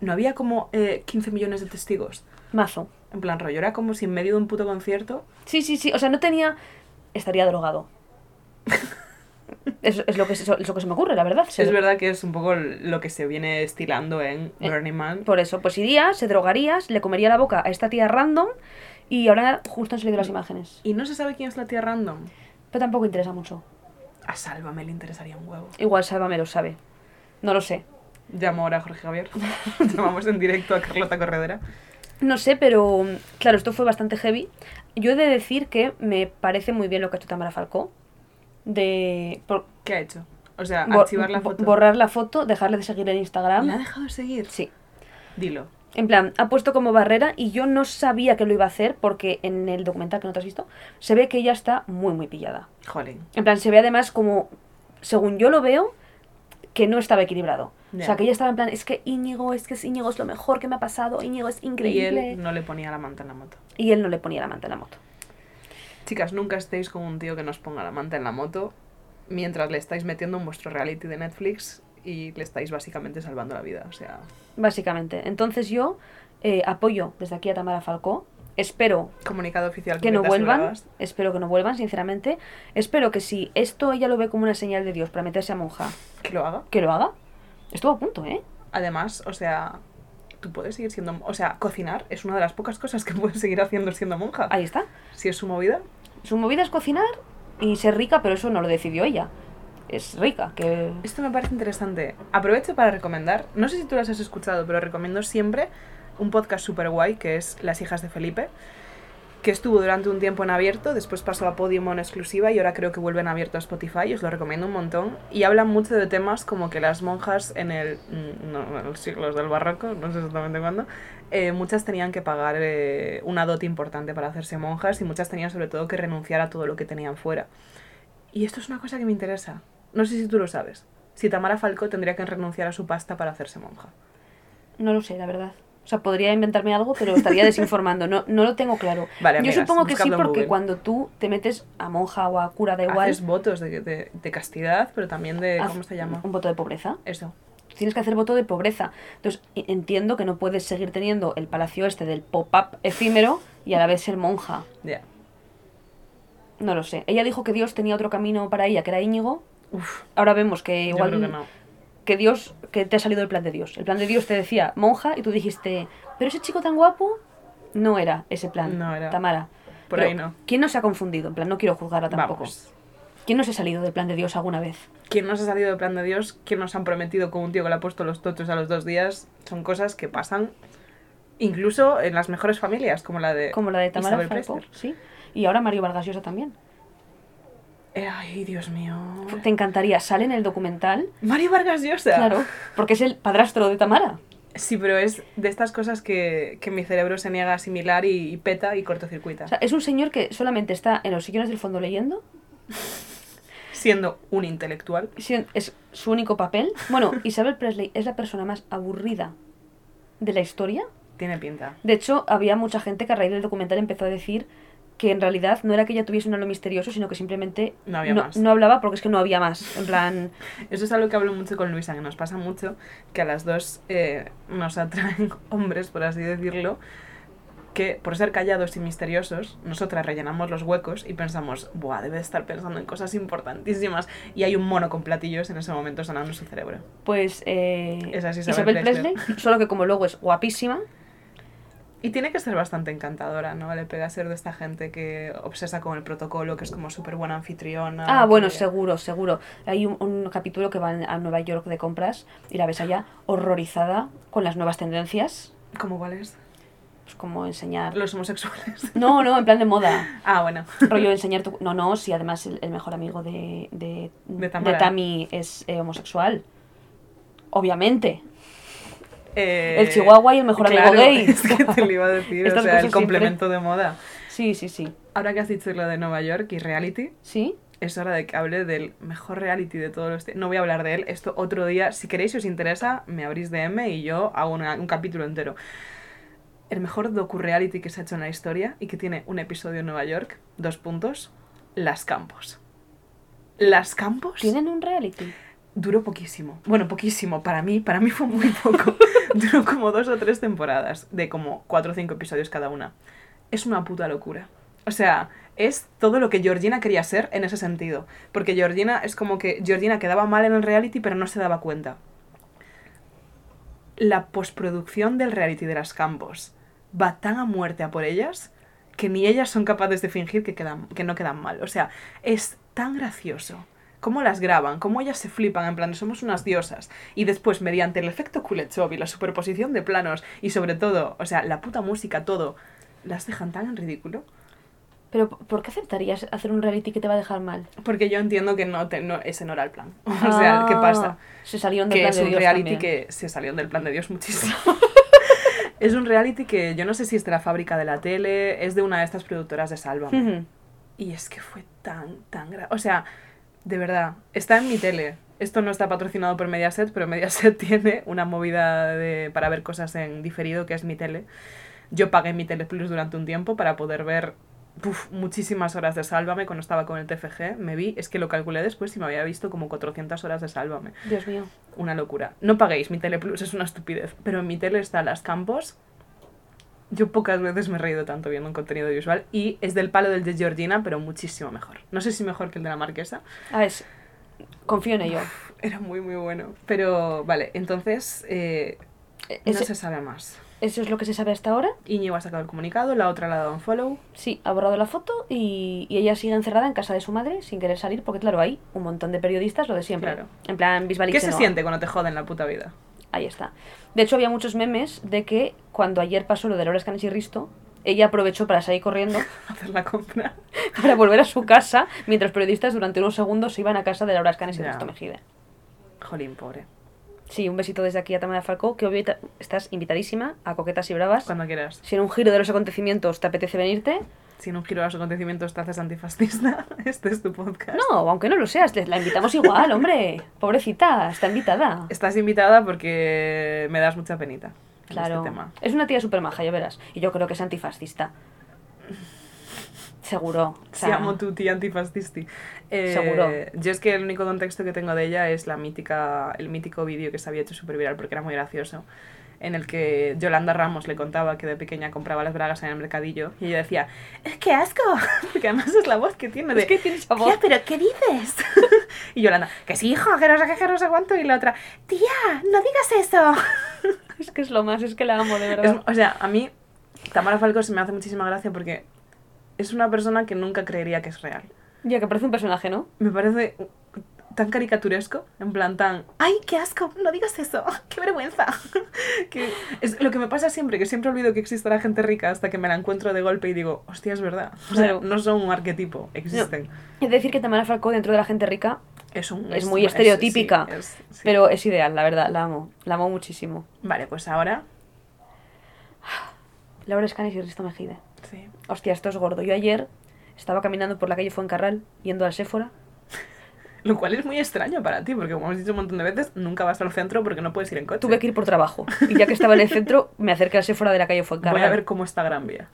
Speaker 2: No había como eh, 15 millones de testigos,
Speaker 1: mazo.
Speaker 2: en plan rollo, era como si en medio de un puto concierto,
Speaker 1: Sí, sí, sí, o sea, no tenía... Estaría drogado. es, es lo que, se- es lo que se me ocurre, la verdad. Se-
Speaker 2: es verdad que es un poco lo que se viene estilando en
Speaker 1: Eh,
Speaker 2: Burning Man.
Speaker 1: Por eso, pues iría, se drogaría, se le comería la boca a esta tía random y ahora justo han salido las imágenes.
Speaker 2: Y no se sabe quién es la tía random.
Speaker 1: Pero tampoco interesa mucho.
Speaker 2: A Sálvame le interesaría un huevo.
Speaker 1: Igual Sálvame lo sabe. No lo sé.
Speaker 2: Llamo ahora a Jorge Javier. Llamamos en directo a Carlota Corredera.
Speaker 1: No sé, pero claro, esto fue bastante heavy. Yo he de decir que me parece muy bien lo que ha hecho Tamara Falcó. De por-
Speaker 2: ¿Qué ha hecho? O sea,
Speaker 1: bo-
Speaker 2: archivar la
Speaker 1: bo-
Speaker 2: foto.
Speaker 1: borrar la foto, dejarle de seguir en Instagram.
Speaker 2: ¿La ha dejado de seguir?
Speaker 1: Sí.
Speaker 2: Dilo.
Speaker 1: En plan, ha puesto como barrera y yo no sabía que lo iba a hacer porque en el documental que no te has visto se ve que ella está muy, muy pillada.
Speaker 2: Jolín.
Speaker 1: En plan, se ve además como, según yo lo veo, que no estaba equilibrado.
Speaker 2: Ya.
Speaker 1: O sea, que ella estaba en plan, es que Íñigo, es que es Íñigo es lo mejor que me ha pasado, Íñigo es
Speaker 2: Y
Speaker 1: increíble.
Speaker 2: él no le ponía la manta en la moto.
Speaker 1: Y él no le ponía la manta en la moto.
Speaker 2: Chicas, nunca estéis con un tío que nos ponga la manta en la moto mientras le estáis metiendo en vuestro reality de Netflix y le estáis básicamente salvando la vida. O sea,
Speaker 1: Básicamente. Entonces yo eh, apoyo desde aquí a Tamara Falcó. Espero
Speaker 2: comunicado oficial.
Speaker 1: que no
Speaker 2: Cubetas
Speaker 1: vuelvan.
Speaker 2: Bravas.
Speaker 1: Espero que no vuelvan, sinceramente. Espero que si esto ella lo ve como una señal de Dios para meterse a monja,
Speaker 2: Que lo haga.
Speaker 1: que lo haga. Estuvo a punto, ¿eh?
Speaker 2: Además, o sea, tú puedes seguir siendo... O sea, cocinar es una de las pocas cosas que puedes seguir haciendo siendo monja.
Speaker 1: Ahí está.
Speaker 2: Si es su movida,
Speaker 1: Su movida es cocinar y ser rica, pero eso no lo decidió ella. Es rica, que...
Speaker 2: Esto me parece interesante. Aprovecho para recomendar, no sé si tú las has escuchado, pero recomiendo siempre un podcast super guay que es Las hijas de Felipe, que estuvo durante un tiempo en abierto, después pasó a Podium en exclusiva y ahora creo que vuelve en abierto a Spotify, os lo recomiendo un montón. Y hablan mucho de temas como que las monjas en el mm, no, en los siglos del barroco, no sé exactamente cuándo, eh, muchas tenían que pagar eh, una dote importante para hacerse monjas y muchas tenían sobre todo que renunciar a todo lo que tenían fuera. Y esto es una cosa que me interesa. No sé si tú lo sabes. Si Tamara Falco tendría que renunciar a su pasta para hacerse monja.
Speaker 1: No lo sé, la verdad. O sea, podría inventarme algo, pero estaría desinformando. No, no lo tengo claro.
Speaker 2: Vale,
Speaker 1: Yo
Speaker 2: amigas,
Speaker 1: supongo que sí,
Speaker 2: buscadlo en
Speaker 1: porque
Speaker 2: Google.
Speaker 1: cuando tú te metes a monja o a cura, da igual. Ah.
Speaker 2: Haces votos de, de- de castidad, pero también de...
Speaker 1: haz
Speaker 2: ¿Cómo se llama?
Speaker 1: Un voto de pobreza.
Speaker 2: Eso.
Speaker 1: Tienes que hacer voto de pobreza. Entonces, e- entiendo que no puedes seguir teniendo el palacio este del pop-up efímero y a la vez ser monja.
Speaker 2: Ya.
Speaker 1: No lo sé. Ella dijo que Dios tenía otro camino para ella, que era Íñigo.
Speaker 2: Uf,
Speaker 1: Ahora vemos que
Speaker 2: yo
Speaker 1: igual
Speaker 2: creo que no.
Speaker 1: que Dios, que te ha salido el plan de Dios. El plan de Dios te decía monja y tú dijiste, pero ese chico tan guapo no era ese plan,
Speaker 2: No era.
Speaker 1: Tamara.
Speaker 2: Por
Speaker 1: Pero,
Speaker 2: ahí no.
Speaker 1: ¿Quién no se ha confundido? En plan, no quiero juzgarla tampoco.
Speaker 2: Vamos.
Speaker 1: ¿Quién no se ha salido del plan de Dios alguna vez?
Speaker 2: ¿Quién nos ha salido del plan de Dios? ¿Quién nos han prometido con un tío que le ha puesto los tochos a los dos días? Son cosas que pasan incluso en las mejores familias, como la de...
Speaker 1: Como la de Tamara
Speaker 2: Eh, Isabel
Speaker 1: Falcó,
Speaker 2: Prester.
Speaker 1: sí. Y ahora Mario Vargas Llosa también.
Speaker 2: Eh, Ay, Dios mío.
Speaker 1: Te encantaría. Sale en el documental,
Speaker 2: Mario Vargas Llosa.
Speaker 1: claro, porque es el padrastro de Tamara.
Speaker 2: Sí, pero es de estas cosas que, que mi cerebro se niega a asimilar y, y peta y cortocircuita.
Speaker 1: O sea, es un señor que solamente está en los sillones del fondo leyendo.
Speaker 2: Siendo un intelectual.
Speaker 1: si- Es su único papel. Bueno, Isabel Presley es la persona más aburrida de la historia.
Speaker 2: Tiene pinta.
Speaker 1: De hecho, había mucha gente que a raíz del documental empezó a decir que en realidad no era que ella tuviese un halo misterioso, sino que simplemente
Speaker 2: No había más.
Speaker 1: no hablaba porque es que no había más. En plan,
Speaker 2: Eso es algo que hablo mucho con Luisa, que nos pasa mucho, que a las dos eh, nos atraen hombres, por así decirlo, que por ser callados y misteriosos, nosotras rellenamos los huecos y pensamos, buah, debe de estar pensando en cosas importantísimas. Y hay un mono con platillos en ese momento sonando en su cerebro.
Speaker 1: pues eh,
Speaker 2: Esa es
Speaker 1: Isabel
Speaker 2: Isabel
Speaker 1: Presley, solo que como luego es guapísima,
Speaker 2: Y tiene que ser bastante encantadora, ¿no? Le pega ser de esta gente que obsesa con el protocolo, que es como súper buena anfitriona.
Speaker 1: Ah, bueno,
Speaker 2: que-
Speaker 1: seguro, seguro. Hay un, un capítulo que van a Nueva York de compras y la ves allá horrorizada con las nuevas tendencias,
Speaker 2: ¿Cómo cuáles?
Speaker 1: pues como enseñar...
Speaker 2: Los homosexuales.
Speaker 1: No, no, en plan de moda.
Speaker 2: Ah, bueno.
Speaker 1: Rollo enseñar tu... No, no, si además el, el mejor amigo de, de,
Speaker 2: De Tamara.
Speaker 1: Tami es eh, homosexual. Obviamente.
Speaker 2: Eh,
Speaker 1: El chihuahua y el mejor amigo
Speaker 2: claro,
Speaker 1: gay.
Speaker 2: Es que te lo iba a decir, o
Speaker 1: Estas
Speaker 2: sea, el
Speaker 1: cosas
Speaker 2: complemento de moda.
Speaker 1: Sí, sí, sí.
Speaker 2: Ahora que has dicho lo de Nueva York y reality,
Speaker 1: ¿Sí?
Speaker 2: es hora de que hable del mejor reality de todos los tiempos. No voy a hablar de él, esto otro día. Si queréis, si os interesa, me abrís DM y yo hago una- un capítulo entero. El mejor docu-reality que se ha hecho en la historia y que tiene un episodio en Nueva York, dos puntos, Las Campos. Las Campos
Speaker 1: ¿Tienen un reality?
Speaker 2: duró poquísimo. Bueno, poquísimo, para mí, para mí fue muy poco. duró como dos o tres temporadas, de como cuatro o cinco episodios cada una. Es una puta locura. O sea, es todo lo que Georgina quería ser en ese sentido. Porque Georgina es como que Georgina quedaba mal en el reality, pero no se daba cuenta. La postproducción del reality de las campos va tan a muerte a por ellas que ni ellas son capaces de fingir que, quedan, que no quedan mal. O sea, es tan gracioso. Cómo las graban, cómo ellas se flipan, en plan, somos unas diosas. Y después, mediante el efecto Kuleshov y la superposición de planos, y sobre todo, o sea, la puta música, todo, las dejan tan en ridículo.
Speaker 1: ¿Pero p- por qué aceptarías hacer un reality que te va a dejar mal?
Speaker 2: Porque yo entiendo que no, te- no- ese no era el plan. O sea, ¿qué pasa?
Speaker 1: Ah, Se salieron del
Speaker 2: que
Speaker 1: plan
Speaker 2: es
Speaker 1: de
Speaker 2: un
Speaker 1: Dios
Speaker 2: reality
Speaker 1: también.
Speaker 2: que se salió del plan de Dios muchísimo. es un reality que yo no sé si es de la fábrica de la tele, es de una de estas productoras de Salva.
Speaker 1: Ujú.
Speaker 2: Y es que fue tan, tan grave. O sea, de verdad, está en mi tele. Esto no está patrocinado por Mediaset, pero Mediaset tiene una movida de- para ver cosas en diferido, que es mi tele. Yo pagué mi Tele Plus durante un tiempo para poder ver puf, muchísimas horas de Sálvame cuando estaba con el TFG. Me vi, es que lo calculé después y me había visto como 400 horas de Sálvame
Speaker 1: Dios mío.
Speaker 2: una locura. No paguéis mi Tele Plus, es una estupidez. Pero en mi tele está Las Campos. Yo pocas veces me he reído tanto viendo un contenido visual. Y es del palo del de Georgina, pero muchísimo mejor. No sé si mejor que el de la marquesa.
Speaker 1: A ver, confío en ello.
Speaker 2: Era muy, muy bueno. Pero vale, entonces eh, no
Speaker 1: Ese-
Speaker 2: se sabe más.
Speaker 1: Eso es lo que se sabe hasta ahora.
Speaker 2: Íñigo ha sacado el comunicado, la otra le ha dado un follow.
Speaker 1: Sí, ha borrado la foto y, y ella sigue encerrada en casa de su madre sin querer salir porque, claro, hay un montón de periodistas, lo de siempre.
Speaker 2: Claro.
Speaker 1: En plan, Bisbal y
Speaker 2: ¿Qué se
Speaker 1: Chenoa.
Speaker 2: siente cuando te joden la puta vida?
Speaker 1: Ahí está. De hecho, había muchos memes de que cuando ayer pasó lo de Lola Escanes y Risto, ella aprovechó para salir corriendo
Speaker 2: Hacer la compra.
Speaker 1: para volver a su casa mientras los periodistas durante unos segundos se iban a casa de Laura Escanes y
Speaker 2: Ya.
Speaker 1: Risto Mejide.
Speaker 2: Jolín, pobre.
Speaker 1: Sí, un besito desde aquí a Tamara Falcó, que obvio ta- estás invitadísima a Coquetas y Bravas.
Speaker 2: Cuando quieras.
Speaker 1: Si en un giro de los acontecimientos te apetece venirte,
Speaker 2: Si en un giro de los acontecimientos te haces antifascista, este es tu podcast.
Speaker 1: no, aunque no lo seas, les- la invitamos igual, hombre. Pobrecita, está invitada.
Speaker 2: Estás invitada porque me das mucha penita. en
Speaker 1: Claro.
Speaker 2: Este tema.
Speaker 1: Es una tía súper maja, ya verás. Y yo creo que es antifascista. Seguro. o
Speaker 2: Si
Speaker 1: sea,
Speaker 2: amo tu tía antifascisti. Eh,
Speaker 1: Seguro.
Speaker 2: Yo es que el único contexto que tengo de ella es la mítica, el mítico vídeo que se había hecho súper viral porque era muy gracioso. En el que Yolanda Ramos le contaba que de pequeña compraba las bragas en el mercadillo y ella decía, ¡es que asco! Porque además es la voz que tiene de.
Speaker 1: Es que tienes amor.
Speaker 2: Tía, ¿pero qué dices? y Yolanda, que sí, hijo, que no sé qué, que no sé cuánto. Y la otra, tía, no digas eso.
Speaker 1: Es que es lo más, es que la amo, de
Speaker 2: Es-
Speaker 1: verdad.
Speaker 2: o sea, a mí Tamara Falco se me hace muchísima gracia porque es una persona que nunca creería que es real.
Speaker 1: Ya que parece un personaje, ¿no?
Speaker 2: Me parece tan caricaturesco, en plan tan, ¡ay, qué asco! No digas eso, qué vergüenza. que es lo que me pasa siempre, que siempre olvido que existe la gente rica hasta que me la encuentro de golpe y digo, hostia, es verdad. O sea,
Speaker 1: Claro.
Speaker 2: no son un arquetipo, existen.
Speaker 1: Es decir, que Tamara Falcó dentro de la gente rica,
Speaker 2: Es, un,
Speaker 1: Es muy
Speaker 2: sí,
Speaker 1: estereotípica,
Speaker 2: es- sí.
Speaker 1: pero es ideal, la verdad, la amo. La amo muchísimo.
Speaker 2: Vale, pues ahora...
Speaker 1: Laura Escanes y Risto Mejide.
Speaker 2: Sí.
Speaker 1: Hostia, esto es gordo. Yo ayer estaba caminando por la calle Fuencarral, yendo al Sephora.
Speaker 2: Lo cual es muy extraño para ti, porque como hemos dicho un montón de veces, nunca vas al centro porque no puedes ir en coche.
Speaker 1: Tuve que ir por trabajo. Y ya que estaba en el centro, me acerqué al Sephora de la calle Fuencarral.
Speaker 2: Voy a ver cómo está Gran Vía.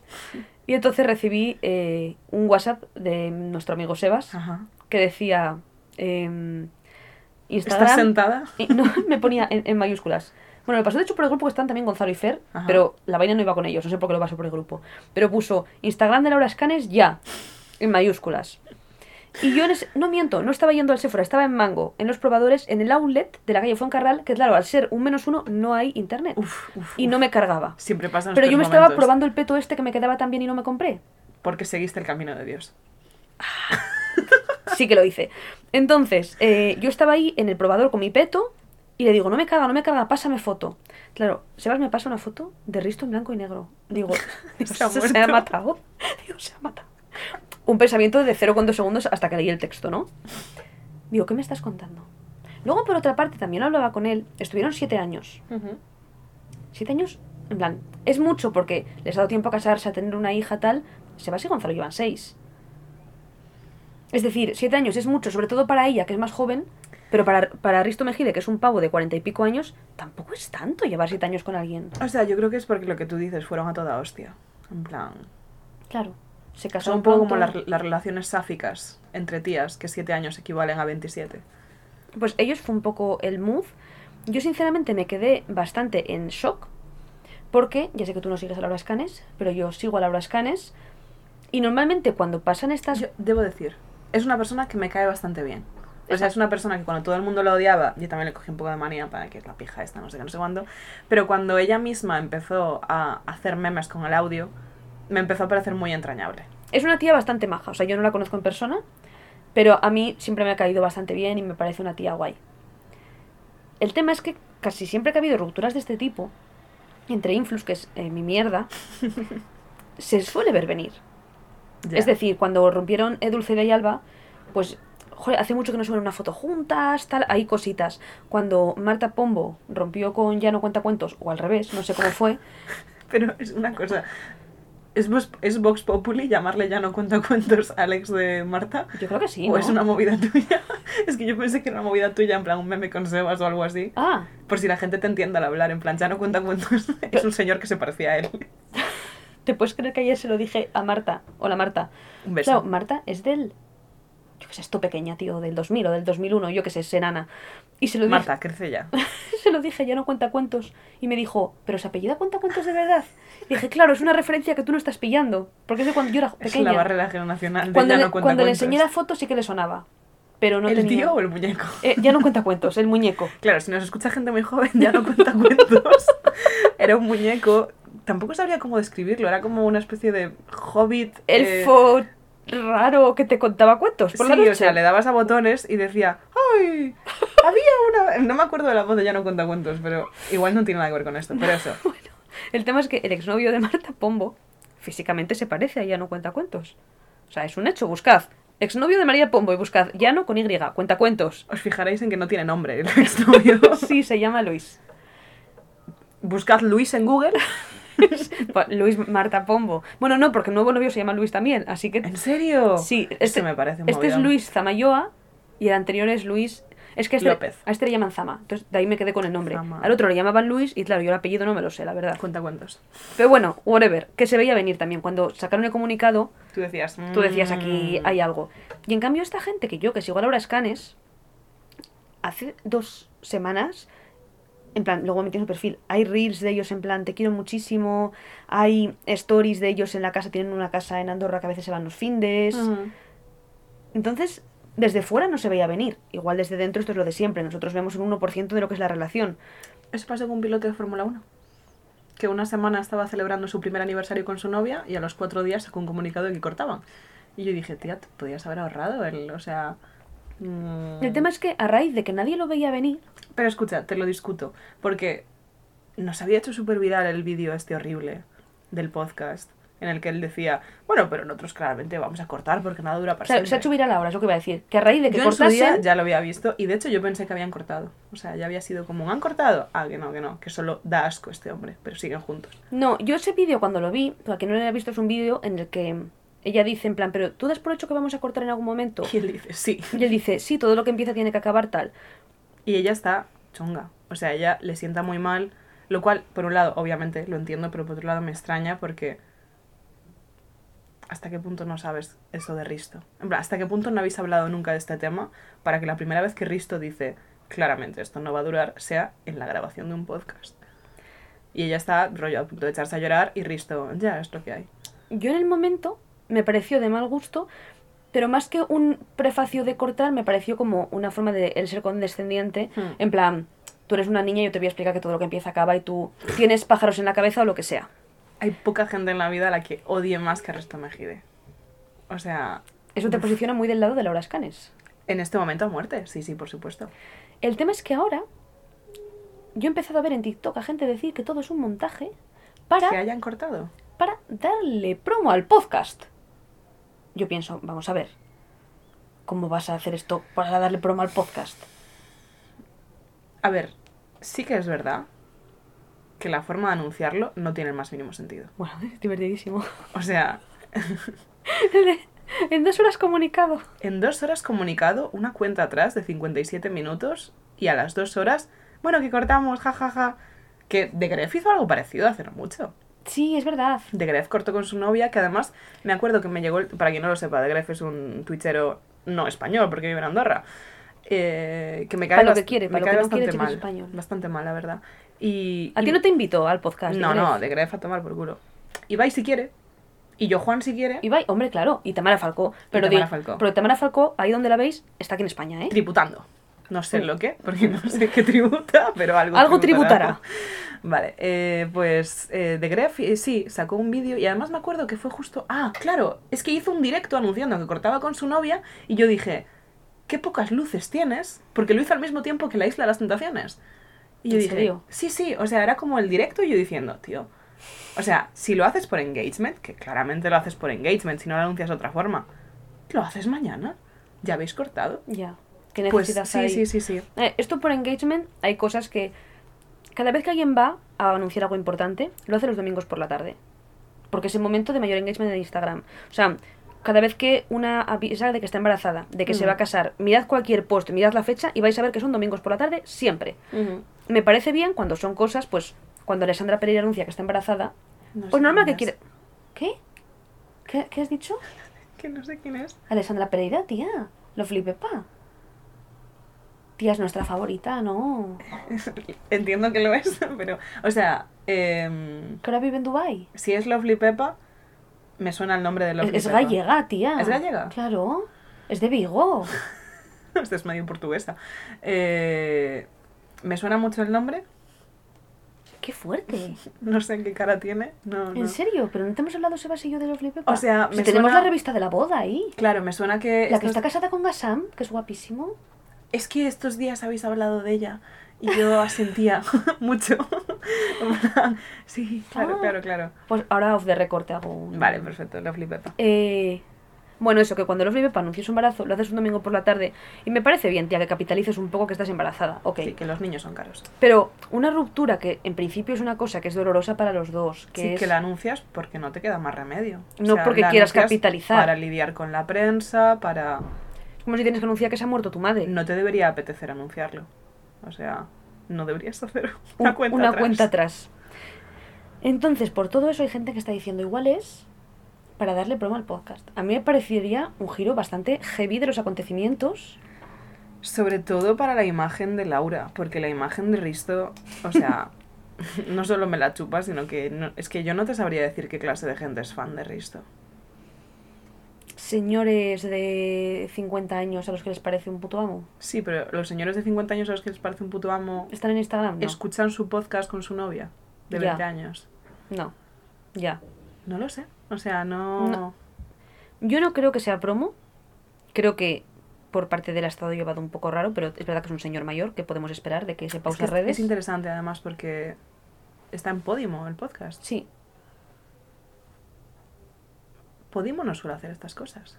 Speaker 1: Y entonces recibí eh, un WhatsApp de nuestro amigo Sebas
Speaker 2: Ajá.
Speaker 1: que decía em, Instagram.
Speaker 2: ¿Estás sentada?
Speaker 1: y no, me ponía en, en mayúsculas. Bueno, me pasó de hecho por el grupo que están también Gonzalo y Fer,
Speaker 2: Ajá.
Speaker 1: pero la vaina no iba con ellos, no sé por qué lo pasó por el grupo. Pero puso Instagram de Laura Escanes ya, en mayúsculas. Y yo en ese- no miento, no estaba yendo al Sephora, estaba en Mango, en los probadores, en el outlet de la calle Fuencarral, que claro, al ser un menos uno no hay internet.
Speaker 2: Uf, uf,
Speaker 1: y
Speaker 2: uf.
Speaker 1: no me cargaba.
Speaker 2: Siempre pasan
Speaker 1: Pero yo me
Speaker 2: estos
Speaker 1: estaba
Speaker 2: momentos
Speaker 1: probando el peto este que me quedaba tan bien y no me compré.
Speaker 2: Porque seguiste el camino de Dios.
Speaker 1: Sí que lo hice. Entonces, eh, yo estaba ahí en el probador con mi peto y le digo, no me carga, no me carga, pásame foto. Claro, Sebas me pasa una foto de Risto en blanco y negro. Digo, Dios,
Speaker 2: Se ha
Speaker 1: se, ha
Speaker 2: muerto.
Speaker 1: matado. Dios, se ha matado. Un pensamiento de 0,2 segundos hasta que leí el texto, ¿no? Digo, ¿qué me estás contando? Luego, por otra parte, también hablaba con él. Estuvieron siete años. Siete años, en plan, es mucho porque les ha dado tiempo a casarse, a tener una hija, tal. Sebas y Gonzalo llevan seis. Es decir, siete años es mucho, sobre todo para ella, que es más joven, pero para, para Risto Mejide, que es un pavo de cuarenta y pico años, tampoco es tanto llevar siete años con alguien.
Speaker 2: O sea, yo creo que es porque lo que tú dices fueron a toda hostia. En plan.
Speaker 1: Claro. Se casó
Speaker 2: Son un poco como
Speaker 1: pronto.
Speaker 2: las, las relaciones sáficas entre tías, que 7 años equivalen a 27.
Speaker 1: Pues ellos fue un poco el move. Yo sinceramente me quedé bastante en shock porque ya sé que tú no sigues a Laura Escanes, pero yo sigo a Laura Escanes y normalmente cuando pasan estas
Speaker 2: Yo debo decir, es una persona que me cae bastante bien. O sea, es una persona que cuando todo el mundo la odiaba, yo también le cogí un poco de manía para que es la pija esta, no sé qué, no sé cuándo. Pero cuando ella misma empezó a hacer memes con el audio, me empezó a parecer muy entrañable.
Speaker 1: es una tía bastante maja, o sea, yo no la conozco en persona, pero a mí siempre me ha caído bastante bien y me parece una tía guay. El tema es que casi siempre que ha habido rupturas de este tipo entre influx, que es eh, mi mierda, se suele ver venir.
Speaker 2: Ya.
Speaker 1: Es decir, cuando rompieron eh, Dulceida y Alba, pues joder, hace mucho que no suben una foto juntas, tal, hay cositas. Cuando Marta Pombo rompió con Ya no cuenta cuentos, o al revés, no sé cómo fue,
Speaker 2: Pero es una cosa. ¿Es, vos- es Vox Populi llamarle ya no cuenta cuentos Alex de Marta?
Speaker 1: yo creo que sí.
Speaker 2: ¿O
Speaker 1: ¿no?
Speaker 2: es una movida tuya? es que yo pensé que era una movida tuya, en plan un meme con Sebas o algo así.
Speaker 1: Ah,
Speaker 2: Por si la gente te entienda al hablar, en plan ya no cuenta cuentos. es un señor que se parecía a él.
Speaker 1: ¿te puedes creer que ayer se lo dije a Marta? Hola Marta.
Speaker 2: Un beso.
Speaker 1: Claro, Marta es del. Yo qué sé, esto pequeña, tío, del 2000 o del 2001, yo qué sé, es enana. Y se lo dije.
Speaker 2: Marta, crece ya.
Speaker 1: se lo dije, ya no cuenta cuentos. Y me dijo, ¿pero se apellida cuenta cuentos de verdad? Y dije, claro, es una referencia que tú no estás pillando. Porque es de cuando yo era
Speaker 2: Es
Speaker 1: pequeña.
Speaker 2: la barrera generacional de
Speaker 1: cuando
Speaker 2: ya
Speaker 1: le,
Speaker 2: no cuenta
Speaker 1: cuando le
Speaker 2: cuentos.
Speaker 1: enseñé la foto sí que le sonaba. Pero no
Speaker 2: ¿El
Speaker 1: tenía...
Speaker 2: tío o el muñeco?
Speaker 1: Eh, ya no cuenta cuentos, el muñeco.
Speaker 2: Claro, si nos escucha gente muy joven, ya no cuenta cuentos. Era un muñeco. Tampoco sabría cómo describirlo. Era como una especie de hobbit. eh,
Speaker 1: Elfo raro que te contaba cuentos. Por la
Speaker 2: Sí, o
Speaker 1: noche.
Speaker 2: sea, le dabas a botones y decía, ¡ay! Había una. No me acuerdo de la voz de ya no cuenta cuentos, pero igual no tiene nada que ver con esto. Pero eso.
Speaker 1: El tema es que el exnovio de Marta Pombo físicamente se parece a Ya no cuenta cuentos. O sea, es un hecho, buscad. Exnovio de María Pombo y buscad Llano con Y, cuenta cuentos.
Speaker 2: Os fijaréis en que no tiene nombre el exnovio.
Speaker 1: Sí, se llama Luis.
Speaker 2: Buscad Luis en Google.
Speaker 1: Pa- Luis Marta Pombo. Bueno, no, porque el nuevo novio se llama Luis también, así que...
Speaker 2: ¿En serio?
Speaker 1: Sí,
Speaker 2: Este,
Speaker 1: este,
Speaker 2: me parece un
Speaker 1: Este es
Speaker 2: movidón.
Speaker 1: Luis Zamayoa y el anterior es Luis. Es que a este,
Speaker 2: López.
Speaker 1: a este le llaman Zama, entonces de ahí me quedé con el nombre.
Speaker 2: Zama.
Speaker 1: Al otro le llamaban Luis y claro, yo el apellido no me lo sé, la verdad.
Speaker 2: Cuenta cuentos.
Speaker 1: Pero bueno, whatever, que se veía venir también. Cuando sacaron el comunicado,
Speaker 2: Tú decías.
Speaker 1: tú decías aquí
Speaker 2: "Mm".
Speaker 1: hay algo. Y en cambio esta gente que yo, que sigo a Laura Escanes, hace dos semanas, en plan, luego metí en su perfil, hay reels de ellos en plan, te quiero muchísimo, hay stories de ellos en la casa, tienen una casa en Andorra que a veces se van los findes.
Speaker 2: Ujú.
Speaker 1: Entonces, desde fuera no se veía venir. Igual desde dentro esto es lo de siempre. Nosotros vemos un 1% de lo que es la relación.
Speaker 2: Eso pasó con un piloto de Fórmula 1. Que una semana estaba celebrando su primer aniversario con su novia y a los cuatro días sacó un comunicado de que cortaban. Y yo dije, tía, te podías haber ahorrado el. O sea. mm".
Speaker 1: El tema es que a raíz de que nadie lo veía venir,
Speaker 2: Pero escucha, te lo discuto. Porque nos había hecho súper viral el vídeo este horrible del podcast. En el que él decía, bueno, pero nosotros claramente vamos a cortar porque nada dura para
Speaker 1: claro, se ha
Speaker 2: siempre".
Speaker 1: hecho viral ahora, es lo que iba a decir. Que a raíz de que
Speaker 2: yo en su día
Speaker 1: cortasen,
Speaker 2: ya lo había visto y de hecho yo pensé que habían cortado. O sea, ya había sido como, ¿han cortado? Ah, que no, que no, que solo da asco este hombre, pero siguen juntos.
Speaker 1: No, yo ese vídeo cuando lo vi, para quien no lo haya visto, es un vídeo en el que ella dice en plan, pero tú das por hecho que vamos a cortar en algún momento.
Speaker 2: Y él dice, sí.
Speaker 1: Y él dice, sí, todo lo que empieza tiene que acabar tal.
Speaker 2: Y ella está chunga. O sea, ella le sienta muy mal. Lo cual, por un lado, obviamente lo entiendo, pero por otro lado me extraña porque. ¿Hasta qué punto no sabes eso de Risto? En plan, ¿hasta qué punto no habéis hablado nunca de este tema para que la primera vez que Risto dice claramente esto no va a durar sea en la grabación de un podcast? Y ella está rollo a punto de echarse a llorar y Risto, ya es lo que hay.
Speaker 1: Yo en el momento me pareció de mal gusto, pero más que un prefacio de cortar, me pareció como una forma de él ser condescendiente,
Speaker 2: Hmm.
Speaker 1: en plan, tú eres una niña y yo te voy a explicar que todo lo que empieza acaba y tú tienes pájaros en la cabeza o lo que sea.
Speaker 2: Hay poca gente en la vida a la que odie más que a Risto Mejide. O sea,
Speaker 1: Eso te posiciona muy del lado de Laura Escanes.
Speaker 2: en este momento a muerte, sí, sí, por supuesto.
Speaker 1: El tema es que ahora yo he empezado a ver en TikTok a gente decir que todo es un montaje para...
Speaker 2: que hayan cortado.
Speaker 1: para darle promo al podcast. Yo pienso, vamos a ver, ¿cómo vas a hacer esto para darle promo al podcast?
Speaker 2: A ver, sí que es verdad que la forma de anunciarlo no tiene el más mínimo sentido.
Speaker 1: Bueno, es divertidísimo.
Speaker 2: O sea,
Speaker 1: En dos horas comunicado.
Speaker 2: En dos horas comunicado, una cuenta atrás de 57 minutos y a las dos horas, bueno, que cortamos, jajaja. Ja, ja. Que de Gref hizo algo parecido hace no mucho.
Speaker 1: Sí, es verdad.
Speaker 2: De Gref cortó con su novia, que además me acuerdo que me llegó, el- para quien no lo sepa, De Gref es un twitchero no español, porque vive en Andorra. eh, que me cae,
Speaker 1: Para lo
Speaker 2: bast-
Speaker 1: que quiere, para
Speaker 2: me
Speaker 1: lo
Speaker 2: cae
Speaker 1: que no
Speaker 2: bastante
Speaker 1: quiere, chico, es
Speaker 2: mal.
Speaker 1: español.
Speaker 2: Bastante mal, la verdad. Y,
Speaker 1: A
Speaker 2: y-
Speaker 1: ti no te invito al podcast.
Speaker 2: No, no,
Speaker 1: De...
Speaker 2: de Gref a tomar por culo. Ibai si quiere. Y yo Juan si quiere.
Speaker 1: Ibai, hombre, claro. Y Tamara Falcó. Pero
Speaker 2: Tamara
Speaker 1: digo-
Speaker 2: Falcó.
Speaker 1: Pero Tamara Falcó, ahí donde la veis, está aquí en España, ¿eh?
Speaker 2: tributando. No sé lo que, porque no sé qué tributa, pero algo,
Speaker 1: Algo tributará.
Speaker 2: Vale, eh, pues eh, The Gref, eh, sí, sacó un vídeo y además me acuerdo que fue justo... Ah, claro, es que hizo un directo anunciando que cortaba con su novia y yo dije, qué pocas luces tienes, porque lo hizo al mismo tiempo que la Isla de las Tentaciones. Y yo
Speaker 1: ¿En
Speaker 2: dije,
Speaker 1: serio?
Speaker 2: sí, sí, o sea, era como el directo y yo diciendo, tío, o sea, si lo haces por engagement, que claramente lo haces por engagement, si no lo anuncias de otra forma, lo haces mañana, ya habéis cortado.
Speaker 1: Ya. ¿Qué
Speaker 2: Pues
Speaker 1: necesitas
Speaker 2: sí,
Speaker 1: ahí?
Speaker 2: sí, sí, sí.
Speaker 1: Eh, esto por engagement, hay cosas que cada vez que alguien va a anunciar algo importante, lo hace los domingos por la tarde. Porque es el momento de mayor engagement en Instagram. O sea, cada vez que una avisa de que está embarazada, de que se
Speaker 2: Mm.
Speaker 1: va a casar, mirad cualquier post, mirad la fecha y vais a ver que son domingos por la tarde siempre. Me parece bien cuando son cosas, pues, cuando Alessandra Pereira anuncia que está embarazada,
Speaker 2: No sé
Speaker 1: pues normal que
Speaker 2: quién es.
Speaker 1: quiere... ¿Qué? ¿Qué, qué has dicho?
Speaker 2: Que no sé quién es.
Speaker 1: Alessandra Pereira, tía. Lo flipé, pa. Tía, es nuestra favorita, ¿no?
Speaker 2: Entiendo que lo es, pero. O sea, em,
Speaker 1: Que ahora vive en Dubai.
Speaker 2: si es Lovely Pepa, me suena el nombre de
Speaker 1: Es,
Speaker 2: Lovely
Speaker 1: es
Speaker 2: Pepa.
Speaker 1: gallega, tía.
Speaker 2: ¿Es gallega?
Speaker 1: Claro. Es de Vigo.
Speaker 2: Esta Este es medio portuguesa. Eh, me suena mucho el nombre,
Speaker 1: Qué fuerte.
Speaker 2: no sé qué cara tiene. No, no.
Speaker 1: En serio, pero no te hemos hablado, Sebas y yo, de los Pepa.
Speaker 2: O sea,
Speaker 1: Si
Speaker 2: me
Speaker 1: tenemos
Speaker 2: suena-
Speaker 1: la revista de la boda ahí.
Speaker 2: Claro, me suena que.
Speaker 1: La que
Speaker 2: estos-
Speaker 1: está casada con Gassam, que es guapísimo.
Speaker 2: Es que estos días habéis hablado de ella y yo asentía mucho. sí, claro,
Speaker 1: Ah.
Speaker 2: claro, claro.
Speaker 1: Pues ahora off the record te hago un...
Speaker 2: Vale, perfecto, Lovely Pepa.
Speaker 1: Eh, bueno, eso, que cuando los Pepa anunció su embarazo, lo haces un domingo por la tarde. Y me parece bien, tía, que capitalices un poco que estás embarazada. Ok.
Speaker 2: Sí, que los niños son caros.
Speaker 1: Pero una ruptura que en principio es una cosa que es dolorosa para los dos, que
Speaker 2: sí,
Speaker 1: es...
Speaker 2: que la anuncias porque no te queda más remedio.
Speaker 1: No porque
Speaker 2: la
Speaker 1: quieras
Speaker 2: anuncias
Speaker 1: capitalizar.
Speaker 2: Para lidiar con la prensa, para...
Speaker 1: es como si tienes que anunciar que se ha muerto tu madre.
Speaker 2: No te debería apetecer anunciarlo. O sea, no deberías hacer
Speaker 1: un-
Speaker 2: una cuenta atrás.
Speaker 1: cuenta atrás. Entonces, por todo eso hay gente que está diciendo igual es para darle promo al podcast. A mí me parecería un giro bastante heavy de los acontecimientos.
Speaker 2: Sobre todo para la imagen de Laura, porque la imagen de Risto, o sea, no solo me la chupa, sino que no- es que yo no te sabría decir qué clase de gente es fan de Risto.
Speaker 1: Señores de 50 años a los que les parece un puto amo.
Speaker 2: Sí, pero los señores de 50 años a los que les parece un puto amo
Speaker 1: ¿Están en Instagram? No.
Speaker 2: escuchan su podcast con su novia de
Speaker 1: Ya.
Speaker 2: 20 años.
Speaker 1: No. Ya.
Speaker 2: No lo sé. O sea,
Speaker 1: No. Yo no creo que sea promo. Creo que por parte del Estado llevado un poco raro, pero es verdad que es un señor mayor que podemos esperar de que se
Speaker 2: Es que
Speaker 1: pausa
Speaker 2: es-
Speaker 1: redes.
Speaker 2: Es interesante además porque está en Podimo el podcast.
Speaker 1: sí.
Speaker 2: Podimo no suele hacer estas cosas.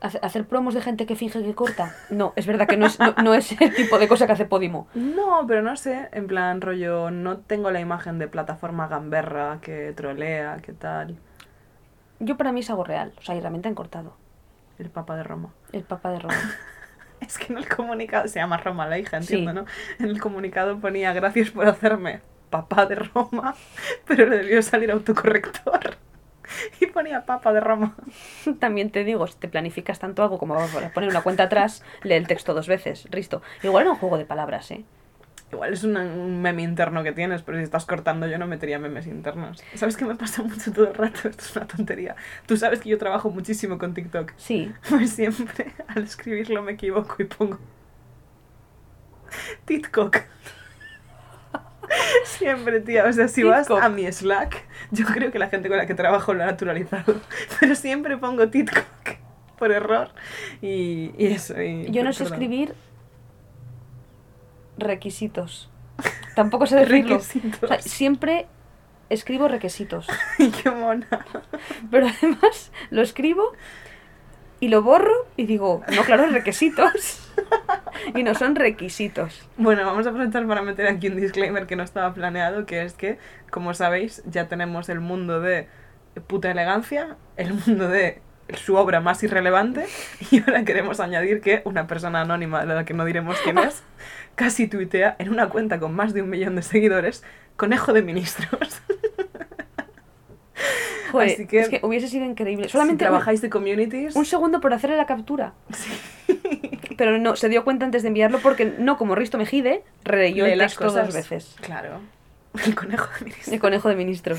Speaker 1: Hace- Hacer promos de gente que finge que corta. No, es verdad que no es, no, no es el tipo de cosa que hace Podimo.
Speaker 2: No, pero no sé, en plan rollo, no tengo la imagen de plataforma gamberra que trolea, que tal,
Speaker 1: Yo para mí es algo real. O sea, y realmente han cortado.
Speaker 2: el Papa de Roma.
Speaker 1: El Papa de Roma.
Speaker 2: Es que en el comunicado, se llama Roma la hija,
Speaker 1: Sí.
Speaker 2: entiendo, ¿no? En el comunicado ponía gracias por hacerme papá de Roma, pero le debió salir autocorrector. Y ponía papa de Roma.
Speaker 1: También te digo, si te planificas tanto algo como para poner una cuenta atrás, lee el texto dos veces. Risto. Igual era un juego de palabras, ¿eh?
Speaker 2: Igual es una- un meme interno que tienes, pero si estás cortando yo no metería memes internos. ¿Sabes qué me pasa mucho todo el rato? Esto es una tontería. Tú sabes que yo trabajo muchísimo con TikTok.
Speaker 1: Sí.
Speaker 2: Pues siempre al escribirlo me equivoco y pongo... TikTok. Siempre, tía. O sea, si vas
Speaker 1: Titcock.
Speaker 2: a mi Slack, yo creo que la gente con la que trabajo lo ha naturalizado. Pero siempre pongo TikTok por error. Y, y eso. y-
Speaker 1: Yo no sé
Speaker 2: perdón.
Speaker 1: escribir requisitos. Tampoco sé decirlo.
Speaker 2: Requisitos.
Speaker 1: O sea, siempre escribo requisitos.
Speaker 2: Ay, qué mona.
Speaker 1: Pero además lo escribo y lo borro y digo, no, claro, requisitos. y no son requisitos.
Speaker 2: Bueno, vamos a aprovechar para meter aquí un disclaimer que no estaba planeado, que es que, como sabéis, ya tenemos el mundo de puta elegancia, el mundo de su obra más irrelevante y ahora queremos añadir que una persona anónima, de la que no diremos quién es, casi tuitea en una cuenta con más de un millón de seguidores, conejo de ministros.
Speaker 1: Joder,
Speaker 2: Así que-
Speaker 1: es que hubiese sido increíble.
Speaker 2: Si
Speaker 1: Eh, Solamente un-
Speaker 2: trabajáis de communities,
Speaker 1: un segundo por hacerle la captura. Pero no, se dio cuenta antes de enviarlo porque no, como Risto Mejide, releyó
Speaker 2: lee
Speaker 1: el
Speaker 2: las
Speaker 1: texto
Speaker 2: cosas
Speaker 1: dos veces.
Speaker 2: Claro, el conejo de ministros.
Speaker 1: El conejo de ministros.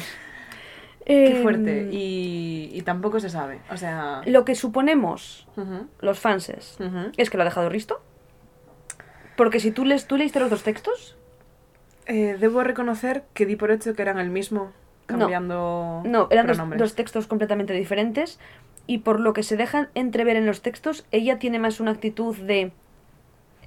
Speaker 2: Qué
Speaker 1: Em,
Speaker 2: fuerte. Y, y tampoco se sabe. O sea.
Speaker 1: Lo que suponemos
Speaker 2: ujú,
Speaker 1: los fanses
Speaker 2: ujú.
Speaker 1: es que lo ha dejado Risto. Porque si tú lees, tú leíste los dos textos,
Speaker 2: Eh, debo reconocer que di por hecho que eran el mismo,
Speaker 1: No.
Speaker 2: cambiando.
Speaker 1: no, eran dos,
Speaker 2: pronombres.
Speaker 1: dos textos completamente diferentes. Y por lo que se dejan entrever en los textos, ella tiene más una actitud de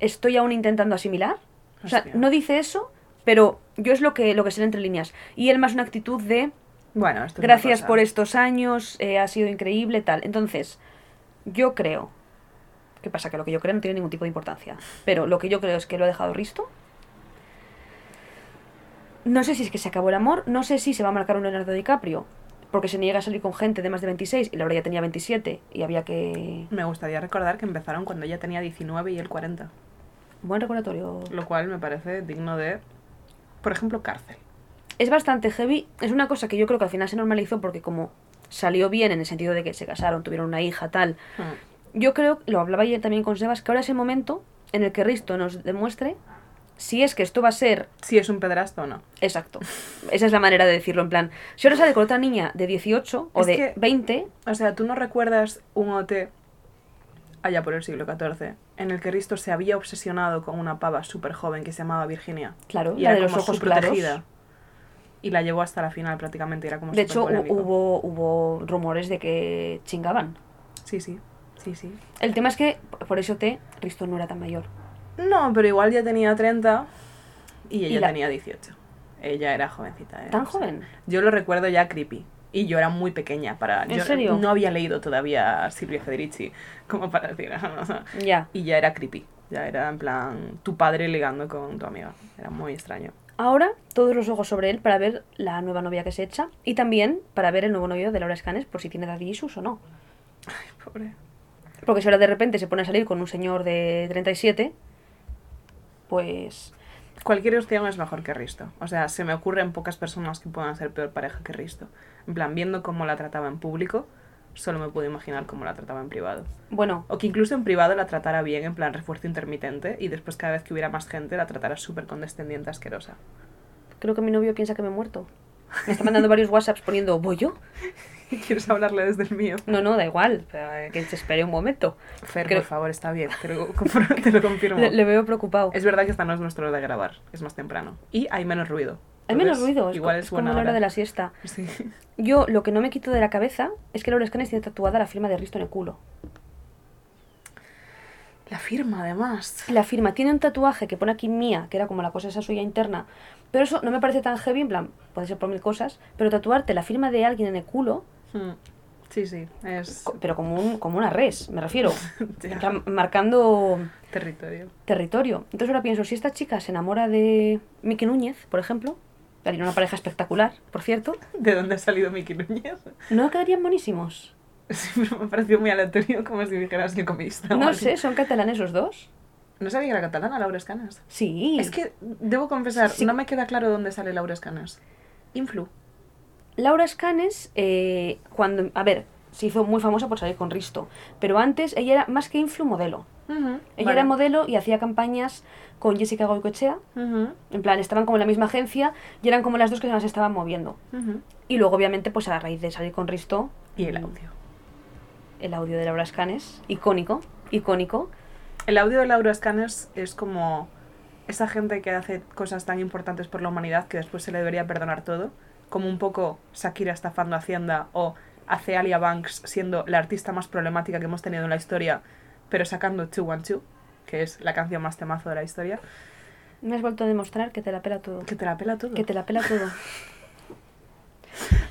Speaker 1: estoy aún intentando asimilar. O sea,
Speaker 2: Hostia.
Speaker 1: no dice eso, pero yo es lo que, lo que se lee entre líneas. Y él más una actitud de
Speaker 2: Bueno, esto es una
Speaker 1: gracias
Speaker 2: cosa.
Speaker 1: por estos años, eh, ha sido increíble, tal. Entonces, yo creo. ¿Qué pasa? Que lo que yo creo no tiene ningún tipo de importancia. Pero lo que yo creo es que lo ha dejado Risto. No sé si es que se acabó el amor, no sé si se va a marcar un Leonardo DiCaprio, porque se niega a salir con gente de más de 26 y Laura ya tenía 27 y había que. Mm.
Speaker 2: Me gustaría recordar que empezaron cuando ella tenía 19 y él 40,
Speaker 1: Buen recordatorio.
Speaker 2: lo cual me parece digno de, por ejemplo, cárcel.
Speaker 1: Es bastante heavy, es una cosa que yo creo que al final se normalizó porque, como salió bien en el sentido de que se casaron, tuvieron una hija, tal, yo creo, lo hablaba ayer también con Sebas, que ahora es el momento en el que Risto nos demuestre si es que esto va a ser
Speaker 2: Si es un pedrasto o no.
Speaker 1: exacto. Esa es la manera de decirlo, en plan, si ahora sale con otra niña de 18 o
Speaker 2: Es
Speaker 1: de
Speaker 2: que-
Speaker 1: 20,
Speaker 2: O sea, ¿tú no recuerdas un OT allá por el siglo XIV en el que Risto se había obsesionado con una pava súper joven que se llamaba Virginia?
Speaker 1: claro,
Speaker 2: Y
Speaker 1: la
Speaker 2: era
Speaker 1: de los
Speaker 2: como
Speaker 1: ojos
Speaker 2: su protegida.
Speaker 1: claros.
Speaker 2: Y la llevó hasta la final prácticamente, era como
Speaker 1: De hecho, hu-
Speaker 2: superpolémico.
Speaker 1: hubo, hubo rumores de que chingaban.
Speaker 2: Sí, sí, sí, sí.
Speaker 1: El tema es que, por eso te, Risto no era tan mayor.
Speaker 2: No, pero igual ya tenía 30 y ella
Speaker 1: la-
Speaker 2: tenía 18. Ella era jovencita. ¿eh?
Speaker 1: ¿Tan
Speaker 2: O sea,
Speaker 1: joven?
Speaker 2: Yo lo recuerdo ya creepy. Y yo era muy pequeña para...
Speaker 1: ¿En
Speaker 2: yo
Speaker 1: serio?
Speaker 2: No había leído todavía a Silvia Federici como para decir... "Ah, no".
Speaker 1: Ya.
Speaker 2: y ya era creepy. Ya era en plan tu padre ligando con tu amiga. Era muy extraño.
Speaker 1: Ahora, todos los ojos sobre él para ver la nueva novia que se echa y también para ver el nuevo novio de Laura Escanes por si tiene daddy issues o no.
Speaker 2: Ay, pobre.
Speaker 1: Porque si ahora de repente se pone a salir con un señor de 37, pues
Speaker 2: Cualquier opción es mejor que Risto. O sea, se me ocurren pocas personas que puedan ser peor pareja que Risto. En plan, viendo cómo la trataba en público, solo me puedo imaginar cómo la trataba en privado.
Speaker 1: bueno,
Speaker 2: O que incluso en privado la tratara bien, en plan refuerzo intermitente, y después cada vez que hubiera más gente la tratara súper condescendiente, asquerosa.
Speaker 1: creo que mi novio piensa que me he muerto. Me está mandando varios WhatsApps poniendo, ¿voy yo?
Speaker 2: ¿Quieres hablarle desde el mío?
Speaker 1: No, no, da igual, pero eh, que se espere un momento.
Speaker 2: Fer,
Speaker 1: Creo-
Speaker 2: por favor, está bien, te lo, compro- te lo confirmo.
Speaker 1: Le, le veo preocupado.
Speaker 2: Es verdad que esta no es nuestra hora de grabar, es más temprano. Y hay menos ruido.
Speaker 1: Hay menos
Speaker 2: Entonces,
Speaker 1: ruido, es,
Speaker 2: Igual
Speaker 1: co-
Speaker 2: es,
Speaker 1: es como
Speaker 2: buena
Speaker 1: la hora
Speaker 2: hora
Speaker 1: de la siesta.
Speaker 2: Sí.
Speaker 1: Yo lo que no me quito de la cabeza es que Laura Escanes tiene tatuada la firma de Risto en el culo.
Speaker 2: La firma, además.
Speaker 1: La firma tiene un tatuaje que pone aquí mía, que era como la cosa esa suya interna. Pero eso no me parece tan heavy, en plan, puede ser por mil cosas, pero tatuarte la firma de alguien en el culo,
Speaker 2: Mm. Sí, sí, es
Speaker 1: co- pero como, un, como una res, me refiero.
Speaker 2: Ya.
Speaker 1: O sea, marcando
Speaker 2: territorio.
Speaker 1: territorio. Entonces ahora pienso, si esta chica se enamora de Miki Núñez, por ejemplo, que tiene una pareja espectacular, por cierto,
Speaker 2: ¿De dónde ha salido Miki Núñez?
Speaker 1: ¿no quedarían buenísimos?
Speaker 2: Siempre me pareció muy aleatorio, como si dijeras que comiste. o
Speaker 1: No
Speaker 2: algo.
Speaker 1: sé, ¿son catalanes los dos?
Speaker 2: ¿No sabía que era catalana Laura Escanas?
Speaker 1: Sí.
Speaker 2: Es que, debo confesar,
Speaker 1: Sí.
Speaker 2: no me queda claro dónde sale Laura Escanas. Influ.
Speaker 1: Laura Escanes, eh, cuando, a ver, se hizo muy famosa por salir con Risto, pero antes ella era más que influ modelo. Ella era modelo y hacía campañas con Jessica Goicoechea,
Speaker 2: Ujú,
Speaker 1: en plan, estaban como en la misma agencia y eran como las dos que se las estaban moviendo.
Speaker 2: ujú.
Speaker 1: Y luego, obviamente, pues a raíz de salir con Risto,
Speaker 2: Y el audio.
Speaker 1: el audio de Laura Escanes, icónico, icónico.
Speaker 2: El audio de Laura Escanes es como esa gente que hace cosas tan importantes por la humanidad que después se le debería perdonar todo, como un poco Shakira estafando a Hacienda o hace Alia Banks siendo la artista más problemática que hemos tenido en la historia, pero sacando 212, que es la canción más temazo de la historia,
Speaker 1: Me has vuelto a demostrar que te la pela todo.
Speaker 2: que te la pela todo.
Speaker 1: Que te la pela todo.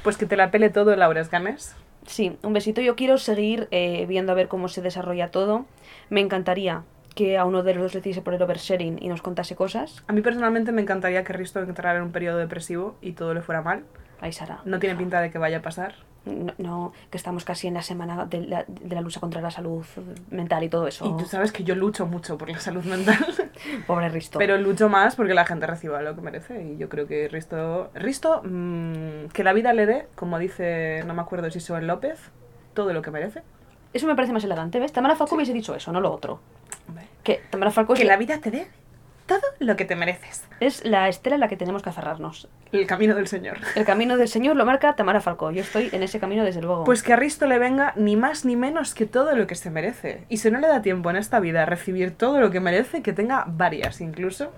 Speaker 2: Pues que te la pele todo Laura Escanes.
Speaker 1: Sí, un besito. Yo quiero seguir eh, viendo a ver cómo se desarrolla todo. Me encantaría que a uno de los dos le hiciese por el oversharing y nos contase cosas.
Speaker 2: A mí personalmente me encantaría que Risto entrara en un periodo depresivo y todo le fuera mal.
Speaker 1: Ahí Sara.
Speaker 2: No tiene pinta de que vaya a pasar.
Speaker 1: no, no, que estamos casi en la semana de la, de la lucha contra la salud mental y todo eso.
Speaker 2: Y tú sabes que yo lucho mucho por la salud mental,
Speaker 1: Pobre Risto.
Speaker 2: pero lucho más porque la gente reciba lo que merece. Y yo creo que Risto, Risto, mm, que la vida le dé, como dice, no me acuerdo si Joel López, todo lo que merece.
Speaker 1: Eso me parece más elegante, ¿ves? Tamara Falco hubiese dicho eso, no lo otro. Que Tamara Falco es
Speaker 2: Que
Speaker 1: la-
Speaker 2: la vida te dé todo lo que te mereces.
Speaker 1: es la estela en la que tenemos que aferrarnos.
Speaker 2: El camino del Señor.
Speaker 1: El camino del Señor lo marca Tamara Falco. Yo estoy en ese camino desde luego.
Speaker 2: Pues que a Risto le venga ni más ni menos que todo lo que se merece. Y si no le da tiempo en esta vida a recibir todo lo que merece, que tenga varias incluso,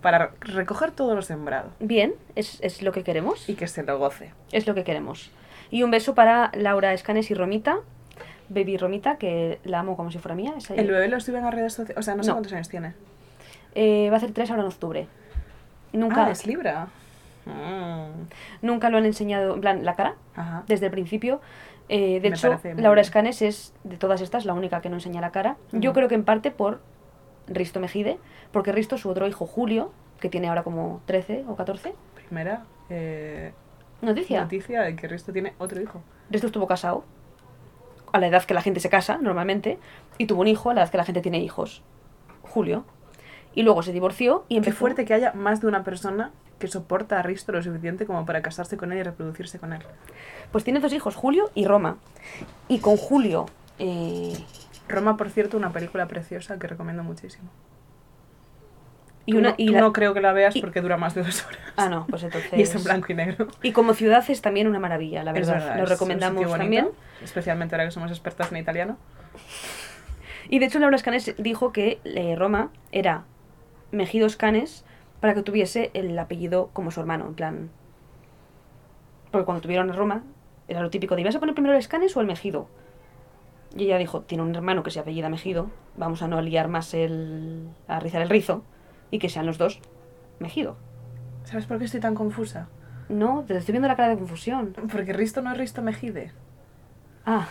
Speaker 2: para recoger todo lo sembrado.
Speaker 1: bien, es, es lo que queremos.
Speaker 2: Y que se lo goce.
Speaker 1: Es lo que queremos. Y un beso para Laura Escanes y Romita, Baby Romita, que la amo como si fuera mía. esa-
Speaker 2: El bebé lo suben a redes sociales. O sea, no sé
Speaker 1: No.
Speaker 2: cuántos años tiene.
Speaker 1: Eh, va a hacer tres ahora en octubre. Nunca,
Speaker 2: Ah, es Libra. Mm.
Speaker 1: nunca lo han enseñado, en plan, la cara,
Speaker 2: Ajá.
Speaker 1: desde el principio. Eh, de
Speaker 2: Me
Speaker 1: hecho,
Speaker 2: parece muy
Speaker 1: Laura
Speaker 2: bien.
Speaker 1: Escanes es, de todas estas, la única que no enseña la cara. Yo
Speaker 2: Ujú.
Speaker 1: creo que en parte por Risto Mejide, porque Risto, su otro hijo Julio, que tiene ahora como 13 o 14,
Speaker 2: Primera eh,
Speaker 1: noticia.
Speaker 2: noticia de que Risto tiene otro hijo.
Speaker 1: Risto estuvo casado a la edad que la gente se casa normalmente y tuvo un hijo a la edad que la gente tiene hijos, Julio. Y luego se divorció y
Speaker 2: Qué
Speaker 1: empezó
Speaker 2: fuerte que haya más de una persona que soporta a Risto lo suficiente como para casarse con él y reproducirse con él.
Speaker 1: Pues tiene dos hijos, Julio y Roma. Y con Julio eh,
Speaker 2: Roma, por cierto, una película preciosa que recomiendo muchísimo.
Speaker 1: y
Speaker 2: Tú
Speaker 1: una
Speaker 2: no,
Speaker 1: y
Speaker 2: tú
Speaker 1: la-
Speaker 2: no creo que la veas
Speaker 1: y-
Speaker 2: porque dura más de dos horas.
Speaker 1: Ah, no, pues entonces.
Speaker 2: Y es en blanco y negro.
Speaker 1: Y como ciudad es también una maravilla, la
Speaker 2: Es
Speaker 1: verdad.
Speaker 2: verdad,
Speaker 1: Lo
Speaker 2: es un
Speaker 1: recomendamos
Speaker 2: sitio bonito,
Speaker 1: también.
Speaker 2: Especialmente ahora que somos expertas en italiano.
Speaker 1: Y de hecho Laura Escanes dijo que eh, Roma era Mejidos Canes para que tuviese el apellido como su hermano, en plan... Porque cuando tuvieron a Roma, era lo típico de, ¿ibas a poner primero el Escanes o el Mejido? Y ella dijo, tiene un hermano que se apellida Mejido, vamos a no liar más el... a rizar el rizo, y que sean los dos Mejido.
Speaker 2: ¿Sabes por qué estoy tan confusa?
Speaker 1: No, te estoy viendo la cara de confusión.
Speaker 2: Porque Risto no es Risto Mejide.
Speaker 1: Ah,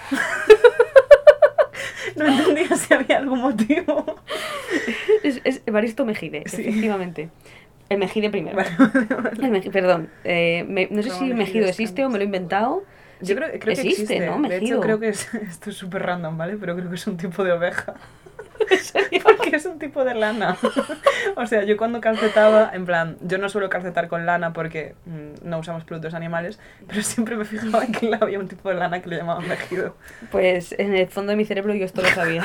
Speaker 2: No entendía si había algún motivo.
Speaker 1: es, es Evaristo Mejide,
Speaker 2: Sí.
Speaker 1: efectivamente. El Mejide primero.
Speaker 2: Vale, vale, vale.
Speaker 1: El meji- perdón, eh, me- no sé
Speaker 2: Roma
Speaker 1: si
Speaker 2: Mejido
Speaker 1: Mejido
Speaker 2: Escanes.
Speaker 1: existe o me lo he inventado. Sí,
Speaker 2: Yo creo, creo que existe,
Speaker 1: ¿no?
Speaker 2: De hecho,
Speaker 1: Mejido.
Speaker 2: creo que es, esto es súper random, ¿vale? Pero creo que es un tipo de oveja. Porque es un tipo de lana. o sea, yo cuando calcetaba, en plan, yo no suelo calcetar con lana porque mm, no usamos productos animales, pero siempre me fijaba en que había un tipo de lana que le llamaban mejido.
Speaker 1: Pues en el fondo de mi cerebro yo esto lo sabía.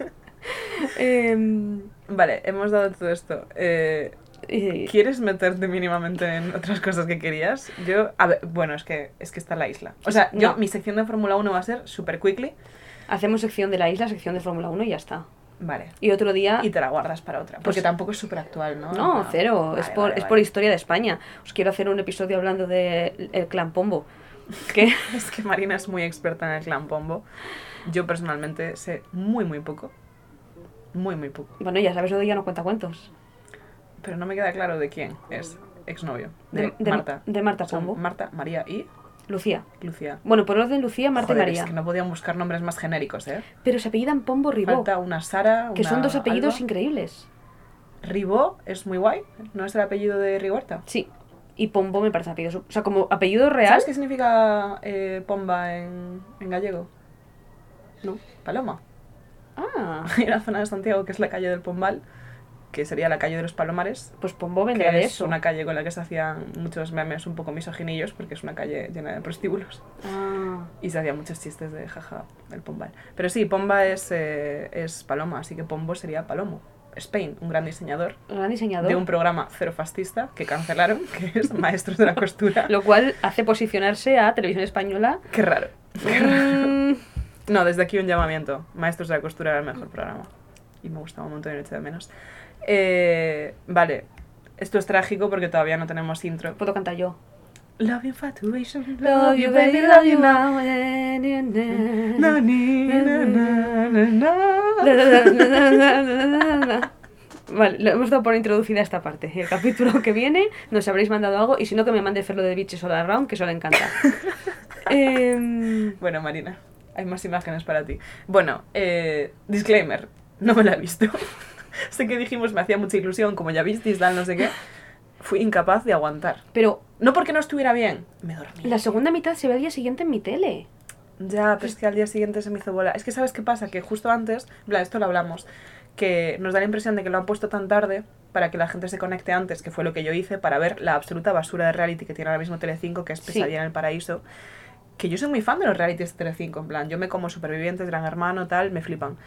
Speaker 1: Em,
Speaker 2: Vale, hemos dado todo esto. Eh,
Speaker 1: y-
Speaker 2: ¿Quieres meterte mínimamente en otras cosas que querías? Yo, a ver, bueno, es que, es que está la isla. O sea, yo,
Speaker 1: No.
Speaker 2: mi sección de Fórmula 1 va a ser super quickly.
Speaker 1: hacemos sección de la isla, sección de Fórmula 1 y ya está.
Speaker 2: Vale.
Speaker 1: Y otro día...
Speaker 2: Y te la guardas para otra. Porque
Speaker 1: Ah. Pues-
Speaker 2: tampoco es súper actual, ¿no?
Speaker 1: no,
Speaker 2: Ah,
Speaker 1: cero,
Speaker 2: vale,
Speaker 1: es, por,
Speaker 2: vale,
Speaker 1: es por
Speaker 2: vale.
Speaker 1: historia de España. Os quiero hacer un episodio hablando del el clan Pombo. Que
Speaker 2: Es que Marina es muy experta en el clan Pombo. Yo personalmente sé muy, muy poco. Muy, muy poco.
Speaker 1: bueno, ya sabes, lo de ya no cuenta cuentos.
Speaker 2: Pero no me queda claro de quién es exnovio. De,
Speaker 1: De- de-
Speaker 2: Marta.
Speaker 1: de Marta
Speaker 2: Son
Speaker 1: Pombo.
Speaker 2: Marta, María y
Speaker 1: Lucía.
Speaker 2: Lucía.
Speaker 1: Bueno, por orden Lucía, Marta
Speaker 2: Joder,
Speaker 1: y María.
Speaker 2: Es que no podían buscar nombres más genéricos, ¿eh?
Speaker 1: Pero se apellidan Pombo Ribó,
Speaker 2: Falta una Sara,
Speaker 1: que son
Speaker 2: una
Speaker 1: dos apellidos
Speaker 2: Alba.
Speaker 1: increíbles.
Speaker 2: Ribó es muy guay, ¿no es el apellido de Rigoberta?
Speaker 1: Sí. Y Pombo me parece un apellido... su- O sea, como apellido real...
Speaker 2: ¿Sabes qué significa eh, pomba en, en gallego? No, paloma.
Speaker 1: Ah,
Speaker 2: Hay una zona de Santiago que es la calle del Pombal, que sería la calle de los Palomares,
Speaker 1: pues Pombo
Speaker 2: que
Speaker 1: vendría de
Speaker 2: es
Speaker 1: eso.
Speaker 2: una calle con la que se hacían muchos memes un poco misoginillos, porque es una calle llena de prostíbulos.
Speaker 1: Ah.
Speaker 2: Y se hacían muchos chistes de jaja, el Pombal. Pero sí, pomba es, eh, es paloma, así que pombo sería palomo. Spain, un gran diseñador
Speaker 1: gran diseñador.
Speaker 2: de un programa cero fascista que cancelaron, que es Maestros de la Costura.
Speaker 1: Lo cual hace posicionarse a televisión española.
Speaker 2: Qué raro.
Speaker 1: Mm,
Speaker 2: No, desde aquí un llamamiento. Maestros de la costura era el mejor programa. Y me gustaba un montón y lo eché de menos. Eh, vale. Esto es trágico porque todavía no tenemos intro.
Speaker 1: puedo cantar yo.
Speaker 2: Love infatuation,
Speaker 1: Love you, baby, love you now. eh, na, na,
Speaker 2: Na, ni, na, na, na, na.
Speaker 1: na, na, na, na. Vale, lo hemos dado por introducida esta parte. El capítulo que viene nos habréis mandado algo y si no que me mande Ferlo de Biches o la Round, que eso le encanta. Em,
Speaker 2: Bueno, Marina, hay más imágenes para ti. Bueno, eh, disclaimer, no me la he visto. sé que dijimos me hacía mucha ilusión, como ya visteis, tal, no sé qué. Fui incapaz de aguantar.
Speaker 1: pero
Speaker 2: No porque no estuviera bien, me dormí.
Speaker 1: La segunda mitad se ve al día siguiente en mi tele.
Speaker 2: Ya, pero es que al día siguiente se me hizo bola. Es que sabes qué pasa, que justo antes, bla, esto lo hablamos, que nos da la impresión de que lo han puesto tan tarde para que la gente se conecte antes, que fue lo que yo hice, para ver la absoluta basura de reality que tiene ahora mismo Telecinco, que es
Speaker 1: Sí.
Speaker 2: Pesadilla en el Paraíso. Que yo soy muy fan de los realities de Telecinco, en plan, yo me como Supervivientes, Gran Hermano, tal, me flipan.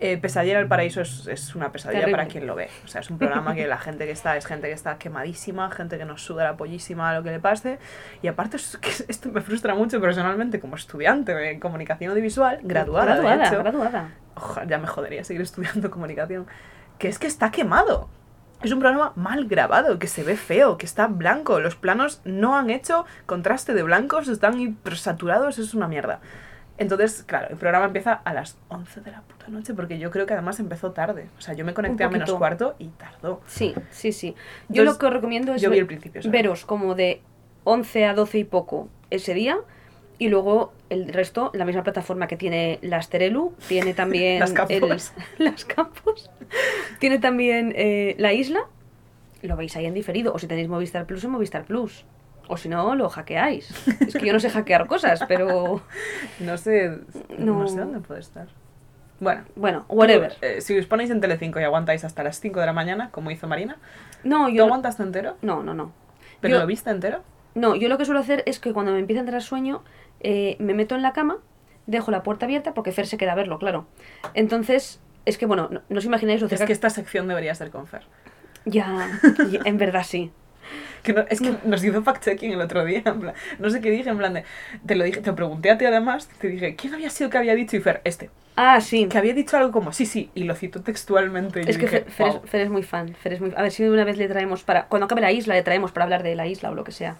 Speaker 2: Eh, pesadilla en el Paraíso es, es una pesadilla
Speaker 1: Terrible.
Speaker 2: para quien lo ve. O sea, es un programa que la gente que está es gente que está quemadísima, gente que nos suda la pollísima, lo que le pase. Y aparte, es que esto me frustra mucho personalmente como estudiante en comunicación audiovisual, graduada,
Speaker 1: graduada,
Speaker 2: de hecho.
Speaker 1: graduada.
Speaker 2: Ojalá, ya me jodería seguir estudiando comunicación. Que es que está quemado. Es un programa mal grabado, que se ve feo, que está blanco. Los planos no han hecho contraste de blancos, están hipersaturados, es una mierda. Entonces, claro, el programa empieza a las 11 de la puta noche, porque yo creo que además empezó tarde. O sea, yo me conecté a menos
Speaker 1: poquito.
Speaker 2: cuarto y tardó.
Speaker 1: Sí, sí, sí. Yo
Speaker 2: Entonces,
Speaker 1: lo que os recomiendo es
Speaker 2: yo vi
Speaker 1: ver-
Speaker 2: el principio, ¿sabes?
Speaker 1: veros como de 11 a 12 y poco ese día y luego el resto, la misma plataforma que tiene las Terelu, tiene también
Speaker 2: Las Capos.
Speaker 1: el- las Capos, tiene también eh, la isla, lo veis ahí en diferido, o si tenéis Movistar Plus en Movistar Plus. O si no, lo hackeáis. Es que yo no sé hackear cosas, pero
Speaker 2: No sé, no,
Speaker 1: No.
Speaker 2: sé dónde puede estar. Bueno,
Speaker 1: bueno, whatever.
Speaker 2: eh, si os ponéis en Telecinco y aguantáis hasta las 5 de la mañana, como hizo Marina,
Speaker 1: No,
Speaker 2: ¿tú
Speaker 1: yo no,
Speaker 2: aguantaste entero?
Speaker 1: no, no. no.
Speaker 2: ¿Pero
Speaker 1: Yo-
Speaker 2: lo viste entero?
Speaker 1: No, yo lo que suelo hacer es que cuando me empieza a entrar sueño, eh, me meto en la cama, dejo la puerta abierta porque Fer se queda a verlo, claro. Entonces, es que bueno, no, no os imagináis lo
Speaker 2: Es
Speaker 1: cerca
Speaker 2: que esta sección debería ser con Fer.
Speaker 1: Ya, ya, en verdad sí.
Speaker 2: Que no- es que nos hizo fact-checking el otro día. en plan- no sé qué dije, en plan de. Te lo dije, te lo pregunté a ti además. Te dije, ¿quién había sido que había dicho? Y Fer, este.
Speaker 1: Ah, sí.
Speaker 2: Que había dicho algo como, sí, sí, y lo citó textualmente. Y
Speaker 1: Es
Speaker 2: yo
Speaker 1: que
Speaker 2: dije,
Speaker 1: Fer, Fer es-
Speaker 2: "Guau".
Speaker 1: Fer es muy fan. Fer es muy... A ver si una vez le traemos para... Cuando acabe la isla, le traemos para hablar de la isla o lo que sea.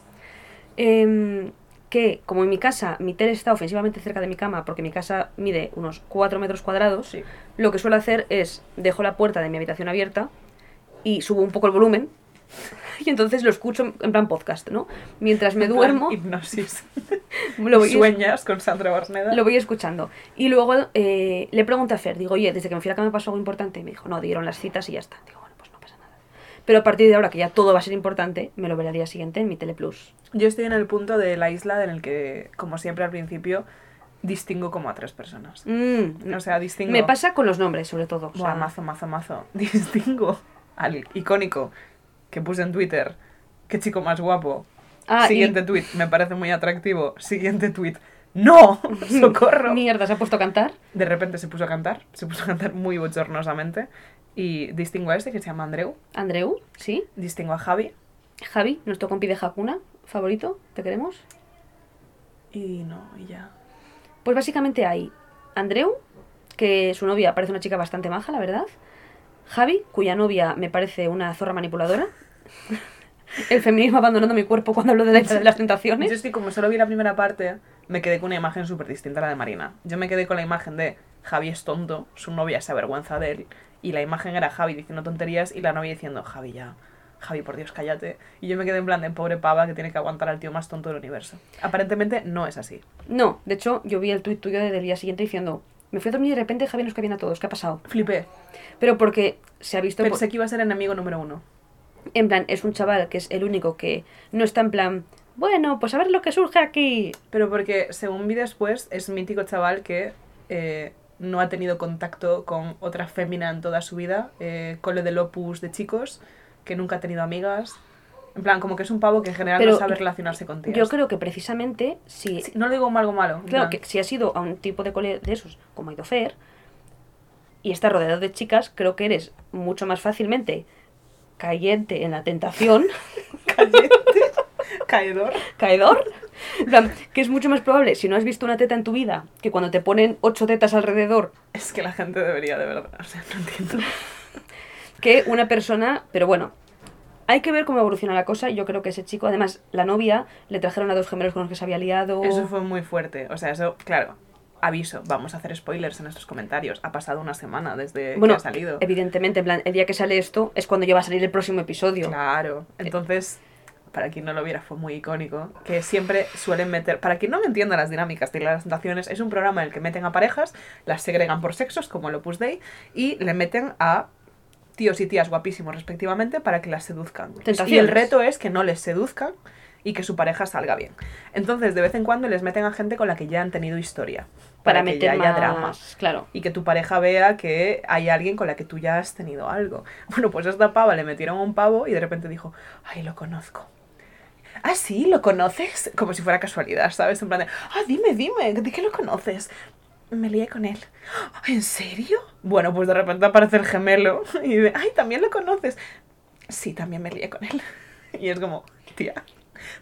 Speaker 1: Em, que, como en mi casa, mi tele está ofensivamente cerca de mi cama porque mi casa mide unos 4 metros cuadrados.
Speaker 2: Sí.
Speaker 1: Lo que suelo hacer es dejo la puerta de mi habitación abierta y subo un poco el volumen y entonces lo escucho en plan podcast, ¿no? Mientras me
Speaker 2: En plan,
Speaker 1: duermo,
Speaker 2: Hipnosis.
Speaker 1: lo voy,
Speaker 2: Sueñas con Sandra Barneda.
Speaker 1: lo voy escuchando. Y luego eh, le pregunto a Fer, digo, oye, desde que me fui a la cama pasó algo importante. Y me dijo, no, dieron las citas y ya está. Digo, bueno, pues no pasa nada. Pero a partir de ahora, que ya todo va a ser importante, me lo veré al día siguiente en mi Teleplus.
Speaker 2: Yo estoy en el punto de la isla en el que, como siempre al principio, distingo como a tres personas.
Speaker 1: Mm,
Speaker 2: O sea, distingo.
Speaker 1: me pasa con los nombres, sobre todo. O sea,
Speaker 2: Buah, mazo, mazo, mazo. Distingo al icónico que puse en Twitter. Qué chico más guapo.
Speaker 1: ah, y-
Speaker 2: Siguiente tweet, me parece muy atractivo. Siguiente tweet, ¡no! ¡Socorro!
Speaker 1: Mierda, se ha puesto a cantar.
Speaker 2: De repente se puso a cantar, se puso a cantar muy bochornosamente. Y distingo a este que se llama Andreu,
Speaker 1: Andreu, ¿sí?
Speaker 2: distingo a Javi
Speaker 1: Javi, nuestro compi de Hakuna, favorito, ¿te queremos?
Speaker 2: y no, y ya.
Speaker 1: Pues básicamente hay Andreu, que su novia parece una chica bastante maja, la verdad. Javi, cuya novia me parece una zorra manipuladora. El feminismo abandonando mi cuerpo cuando hablo de la isla de las tentaciones.
Speaker 2: Yo es que como solo vi la primera parte, me quedé con una imagen súper distinta a la de Marina. Yo me quedé con la imagen de Javi es tonto, su novia se avergüenza de él. Y la imagen era Javi diciendo tonterías y la novia diciendo, Javi ya, Javi por Dios cállate. Y yo me quedé en plan de pobre pava que tiene que aguantar al tío más tonto del universo. Aparentemente no es así.
Speaker 1: No, de hecho, yo vi el tuit tuyo del día siguiente diciendo: Me fui a dormir y de repente Javi nos cae bien a todos, ¿qué ha pasado?
Speaker 2: Flipé.
Speaker 1: Pero porque se ha visto. por-
Speaker 2: Pensé que iba a ser enemigo número uno.
Speaker 1: En plan, es un chaval que es el único que no está en plan. Bueno, pues a ver lo que surge aquí.
Speaker 2: Pero porque, según vi después, es mítico chaval que eh, no ha tenido contacto con otra fémina en toda su vida, eh, cole del opus de chicos, que nunca ha tenido amigas. En plan, como que es un pavo que en general
Speaker 1: Pero
Speaker 2: no sabe relacionarse con tías.
Speaker 1: Yo creo que precisamente si
Speaker 2: Sí, no le digo como algo malo. en
Speaker 1: Claro,
Speaker 2: plan,
Speaker 1: que si has ido a un tipo de cole de esos, como ha ido Fer, y estás rodeado de chicas, creo que eres mucho más fácilmente cayente en la tentación,
Speaker 2: Cayente, caedor.
Speaker 1: caedor. En plan, Que es mucho más probable, si no has visto una teta en tu vida, que cuando te ponen ocho tetas alrededor,
Speaker 2: Es que la gente debería, de verdad. O sea, no entiendo.
Speaker 1: que una persona. Pero bueno, hay que ver cómo evoluciona la cosa. Yo creo que ese chico, además, la novia, le trajeron a dos gemelos con los que se había liado.
Speaker 2: Eso fue muy fuerte. O sea, eso, claro. Aviso, vamos a hacer spoilers en estos comentarios. Ha pasado una semana desde
Speaker 1: bueno,
Speaker 2: que ha salido.
Speaker 1: evidentemente, en plan, el día que sale esto es cuando ya va a salir el próximo episodio.
Speaker 2: Claro.
Speaker 1: Eh,
Speaker 2: Entonces, para quien no lo viera, fue muy icónico. Que siempre suelen meter. Para quien no me entienda las dinámicas de las tentaciones, es un programa en el que meten a parejas, las segregan por sexos, como el Opus Dei, y le meten a tíos y tías guapísimos respectivamente para que las seduzcan. Y el
Speaker 1: Tentaciones.
Speaker 2: reto es que no les seduzcan y que su pareja salga bien. Entonces, de vez en cuando les meten a gente con la que ya han tenido historia.
Speaker 1: Para,
Speaker 2: que
Speaker 1: meter
Speaker 2: ya
Speaker 1: más...
Speaker 2: haya drama.
Speaker 1: Claro.
Speaker 2: Y que tu pareja vea que hay alguien con la que tú ya has tenido algo. Bueno, pues a esta pava le metieron a un pavo y de repente dijo, ay, lo conozco. Ah, sí, ¿lo conoces? Como si fuera casualidad, ¿sabes? En plan de, ah, dime, dime, ¿de qué lo conoces? Me lié con él. "¿Ah, ¿En serio? Bueno, pues de repente aparece el gemelo y de, ay, también lo conoces. Sí, también me lié con él. Y es como, tía,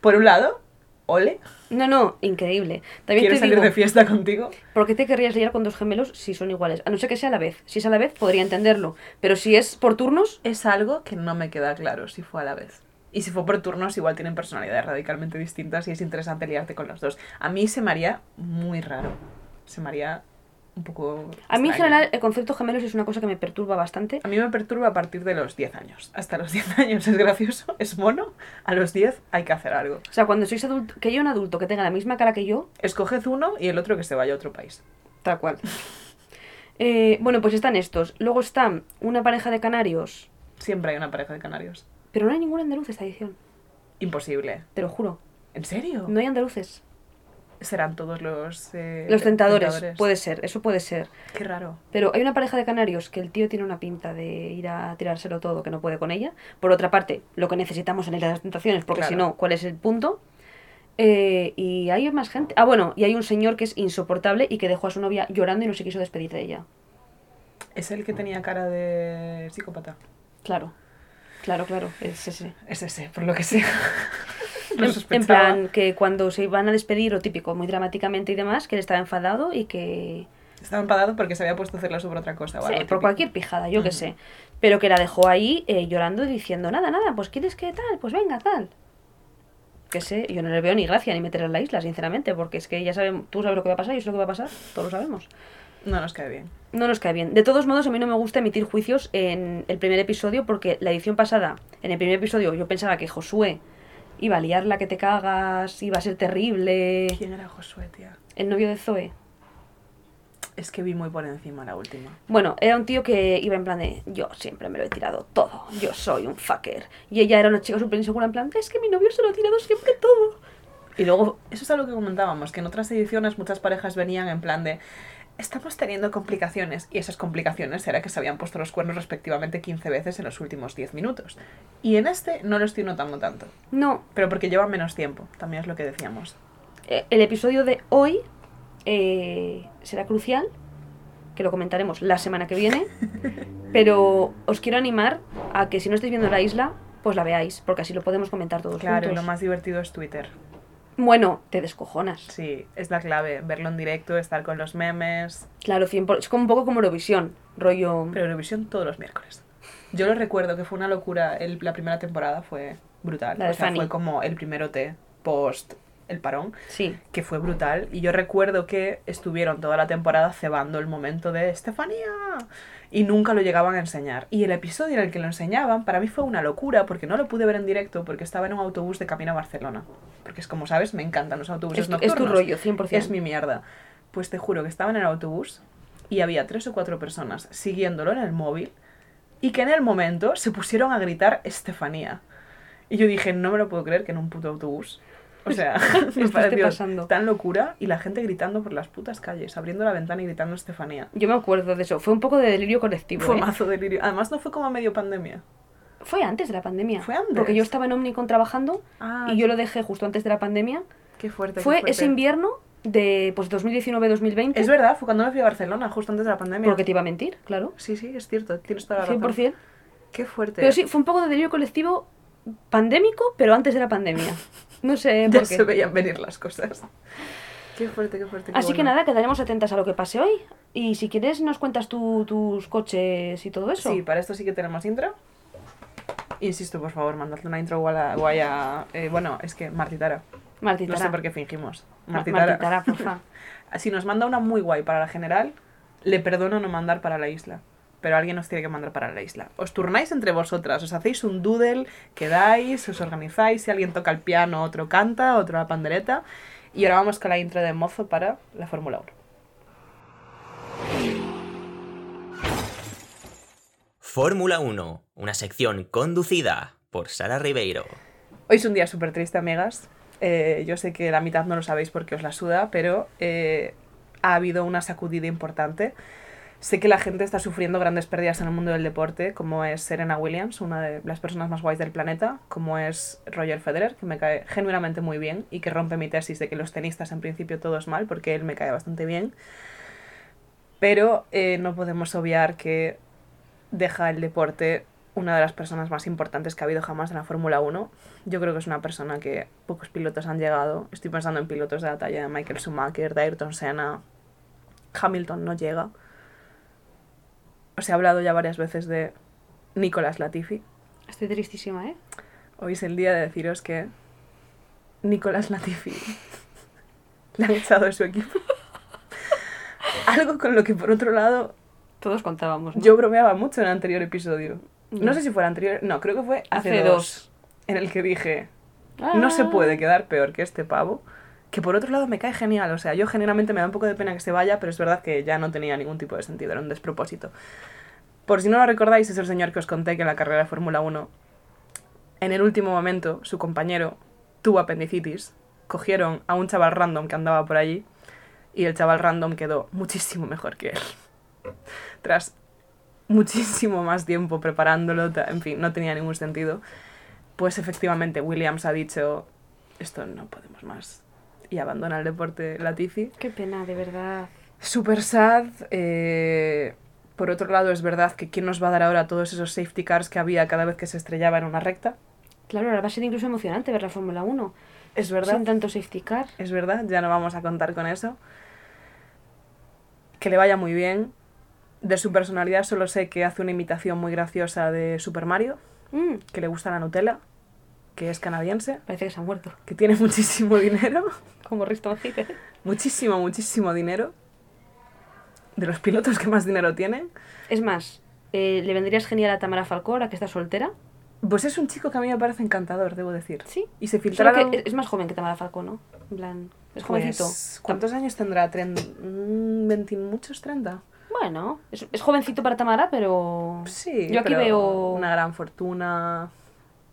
Speaker 2: por un lado, ole,
Speaker 1: No, no, increíble. También
Speaker 2: quiero
Speaker 1: te
Speaker 2: salir
Speaker 1: digo,
Speaker 2: de fiesta contigo.
Speaker 1: ¿por qué te querrías liar con dos gemelos si son iguales? A no ser que sea a la vez. Si es a la vez, podría entenderlo. Pero si es por turnos,
Speaker 2: Es algo que no me queda claro si fue a la vez. Y si fue por turnos, igual tienen personalidades radicalmente distintas y es interesante liarte con los dos. A mí se me haría muy raro. Se me haría un poco.
Speaker 1: a mí en
Speaker 2: extraño.
Speaker 1: general el concepto gemelos es una cosa que me perturba bastante.
Speaker 2: A mí me perturba a partir de los 10 años. Hasta los 10 años es gracioso, es mono. A los 10 hay que hacer algo.
Speaker 1: O sea, cuando sois adulto, que haya un adulto que tenga la misma cara que yo,
Speaker 2: Escoged uno y el otro que se vaya a otro país.
Speaker 1: Tal cual. Eh, bueno, pues están estos. Luego están una pareja de canarios.
Speaker 2: Siempre hay una pareja de canarios.
Speaker 1: Pero no hay ningún andaluz esta edición.
Speaker 2: Imposible.
Speaker 1: Te lo juro.
Speaker 2: ¿En serio?
Speaker 1: No hay andaluces.
Speaker 2: Serán todos los. eh,
Speaker 1: Los tentadores.
Speaker 2: tentadores.
Speaker 1: Puede ser, eso puede ser.
Speaker 2: Qué raro.
Speaker 1: Pero hay una pareja de canarios que el tío tiene una pinta de ir a tirárselo todo, que no puede con ella. Por otra parte, lo que necesitamos en el de las tentaciones, porque si
Speaker 2: Claro.
Speaker 1: no, ¿cuál es el punto? Eh, y hay más gente. Ah, bueno, y hay un señor que es insoportable y que dejó a su novia llorando y no se quiso despedir de ella.
Speaker 2: Es el que tenía cara de psicópata.
Speaker 1: Claro. Claro, claro. Es ese.
Speaker 2: Es ese, por lo que sea.
Speaker 1: En-
Speaker 2: Lo
Speaker 1: en
Speaker 2: sospechaba.
Speaker 1: plan, que cuando se iban a despedir, lo típico, muy dramáticamente y demás, que él estaba enfadado y que...
Speaker 2: Estaba enfadado porque se había puesto a hacer sobre otra cosa. o
Speaker 1: sí,
Speaker 2: algo
Speaker 1: por
Speaker 2: típico.
Speaker 1: cualquier pijada, yo qué
Speaker 2: Ujú.
Speaker 1: sé. Pero que la dejó ahí eh, llorando y diciendo, nada, nada, pues quieres que tal, pues venga, tal. Que sé, yo no le veo ni gracia ni meterla en la isla, sinceramente, porque es que ya sabemos, tú sabes lo que va a pasar, yo sé lo que va a pasar, todos lo sabemos.
Speaker 2: No nos cae bien.
Speaker 1: No nos cae bien. De todos modos, a mí no me gusta emitir juicios en el primer episodio porque la edición pasada, en el primer episodio, yo pensaba que Josué iba a liarla que te cagas, iba a ser terrible.
Speaker 2: ¿Quién era Josué, tía?
Speaker 1: El novio de Zoe.
Speaker 2: Es que vi muy por encima la última.
Speaker 1: Bueno, era un tío que iba en plan de yo siempre me lo he tirado todo, yo soy un fucker. Y ella era una chica súper insegura en plan, es que mi novio se lo ha tirado siempre todo. Y luego,
Speaker 2: Eso es algo que comentábamos, que en otras ediciones muchas parejas venían en plan de estamos teniendo complicaciones y esas complicaciones era que se habían puesto los cuernos respectivamente 15 veces en los últimos 10 minutos. Y en este no lo estoy notando tanto,
Speaker 1: no,
Speaker 2: pero porque lleva menos tiempo, también es lo que decíamos.
Speaker 1: eh, el episodio de hoy eh, será crucial, que lo comentaremos la semana que viene, pero os quiero animar a que si no estáis viendo la isla, pues la veáis, porque así lo podemos comentar todos
Speaker 2: Claro, y
Speaker 1: juntos.
Speaker 2: lo más divertido es Twitter.
Speaker 1: Bueno, te descojonas.
Speaker 2: Sí, es la clave, verlo en directo, estar con los memes,
Speaker 1: Claro, 100%, es como un poco como Eurovisión, rollo...
Speaker 2: Pero Eurovisión todos los miércoles. Yo lo recuerdo que fue una locura. el- la primera temporada fue brutal.
Speaker 1: La de
Speaker 2: o sea,
Speaker 1: Fanny.
Speaker 2: fue como el primero T post el parón,
Speaker 1: Sí.
Speaker 2: que fue brutal. Y yo recuerdo que estuvieron toda la temporada cebando el momento de Estefanía. Y nunca lo llegaban a enseñar. Y el episodio en el que lo enseñaban, para mí fue una locura, porque no lo pude ver en directo, porque estaba en un autobús de camino a Barcelona. Porque es como sabes, me encantan pues los autobuses
Speaker 1: Es, tu- es
Speaker 2: nocturnos.
Speaker 1: tu rollo, 100%.
Speaker 2: Es mi mierda. Pues te juro que estaba en el autobús y había tres o cuatro personas siguiéndolo en el móvil y que en el momento se pusieron a gritar Estefanía. Y yo dije, no me lo puedo creer que en un puto autobús. O sea,
Speaker 1: esté pasando.
Speaker 2: tan locura y la gente gritando por las putas calles, abriendo la ventana y gritando Estefanía.
Speaker 1: Yo me acuerdo de eso. Fue un poco de delirio colectivo.
Speaker 2: Fue
Speaker 1: ¿eh?
Speaker 2: mazo delirio. Además, no fue como a medio pandemia.
Speaker 1: Fue antes de la pandemia.
Speaker 2: Fue antes.
Speaker 1: Porque yo estaba en Omnicon trabajando
Speaker 2: Ah,
Speaker 1: y yo lo dejé justo antes de la pandemia.
Speaker 2: qué fuerte. qué
Speaker 1: Fue
Speaker 2: fuerte.
Speaker 1: ese invierno de pues 2019-2020.
Speaker 2: Es verdad, fue cuando me fui a Barcelona, justo antes de la pandemia.
Speaker 1: Porque te iba a mentir, claro.
Speaker 2: Sí, sí, es cierto, tienes toda la razón.
Speaker 1: 100%.
Speaker 2: Qué fuerte.
Speaker 1: Pero sí, fue un poco de delirio colectivo pandémico, pero antes de la pandemia. No sé
Speaker 2: ya
Speaker 1: por qué.
Speaker 2: se veían venir las cosas. Qué fuerte, qué fuerte. qué
Speaker 1: Así que
Speaker 2: bueno.
Speaker 1: nada, quedaremos atentas a lo que pase hoy. Y si quieres, nos cuentas tú tus coches y todo eso.
Speaker 2: Sí, para esto sí que tenemos intro. Insisto, por favor, mandadle una intro guay a... guay a- eh, bueno, es que Martitara.
Speaker 1: Martitara.
Speaker 2: No sé por qué fingimos.
Speaker 1: Ma-
Speaker 2: Martitara.
Speaker 1: Martitara, porfa.
Speaker 2: si nos manda una muy guay para la general, le perdono no mandar para la isla. Pero alguien os tiene que mandar para la isla. Os turnáis entre vosotras, os hacéis un doodle, quedáis, os organizáis, si alguien toca el piano, otro canta, otro la pandereta. Y ahora vamos con la intro de Mozo para la Fórmula 1.
Speaker 4: Fórmula 1, una sección conducida por Sara Ribeiro.
Speaker 2: Hoy es un día súper triste, amigas. Eh, yo sé que la mitad no lo sabéis porque os la suda, pero eh, ha habido una sacudida importante. Sé que la gente está sufriendo grandes pérdidas en el mundo del deporte, como es Serena Williams, una de las personas más guays del planeta, como es Roger Federer, que me cae genuinamente muy bien y que rompe mi tesis de que los tenistas en principio todo es mal, porque él me cae bastante bien. Pero eh, no podemos obviar que deja el deporte una de las personas más importantes que ha habido jamás en la Fórmula 1. Yo creo que es una persona que pocos pilotos han llegado. Estoy pensando en pilotos de la talla de Michael Schumacher, de Ayrton Senna. Hamilton no llega. Os he hablado ya varias veces de Nicolás Latifi.
Speaker 1: Estoy tristísima, ¿eh?
Speaker 2: Hoy es el día de deciros que Nicolás Latifi le han echado de su equipo. Algo con lo que, por otro lado,
Speaker 1: Todos contábamos, ¿no?
Speaker 2: yo bromeaba mucho en el anterior episodio. No
Speaker 1: Ya.
Speaker 2: sé si fue el anterior, no, creo que fue hace,
Speaker 1: Hace
Speaker 2: dos,
Speaker 1: dos.
Speaker 2: En el que dije, no se
Speaker 1: Ah.
Speaker 2: puede quedar peor que este pavo. Que por otro lado me cae genial, o sea, yo generalmente me da un poco de pena que se vaya, pero es verdad que ya no tenía ningún tipo de sentido, era un despropósito. Por si no lo recordáis, es el señor que os conté que en la carrera de Fórmula 1, en el último momento, su compañero tuvo apendicitis, cogieron a un chaval random que andaba por allí, y el chaval random quedó muchísimo mejor que él. Tras muchísimo más tiempo preparándolo, ta- en fin, no tenía ningún sentido. Pues efectivamente, Williams ha dicho, esto no podemos más. Y abandona el deporte Latifi.
Speaker 1: Qué pena, de verdad.
Speaker 2: Super sad. eh, por otro lado, es verdad que ¿quién nos va a dar ahora todos esos safety cars que había cada vez que se estrellaba en una recta?
Speaker 1: Claro, ahora va a ser incluso emocionante ver la Fórmula 1.
Speaker 2: Es
Speaker 1: Sin tanto safety car.
Speaker 2: Es verdad, ya no vamos a contar con eso. Que le vaya muy bien. De su personalidad solo sé que hace una imitación muy graciosa de Super Mario,
Speaker 1: Mm,
Speaker 2: que le gusta la Nutella, que es canadiense,
Speaker 1: parece que se ha muerto.
Speaker 2: que tiene muchísimo dinero.
Speaker 1: Como Risto Mejide.
Speaker 2: muchísimo, muchísimo dinero. De los pilotos que más dinero tienen.
Speaker 1: Es más, eh, ¿le vendrías genial a Tamara Falcó ahora que está soltera?
Speaker 2: Pues es un chico que a mí me parece encantador, debo decir.
Speaker 1: Sí.
Speaker 2: Y se
Speaker 1: Solo
Speaker 2: filtraron...
Speaker 1: que es- es más joven que Tamara Falcó, ¿no? En plan, es
Speaker 2: Pues,
Speaker 1: jovencito.
Speaker 2: ¿Cuántos años tendrá? ¿Tren- mm, ¿20 muchos? ¿30?
Speaker 1: Bueno, es, es jovencito para Tamara, pero...
Speaker 2: Sí.
Speaker 1: Yo aquí
Speaker 2: pero
Speaker 1: veo...
Speaker 2: Una gran fortuna.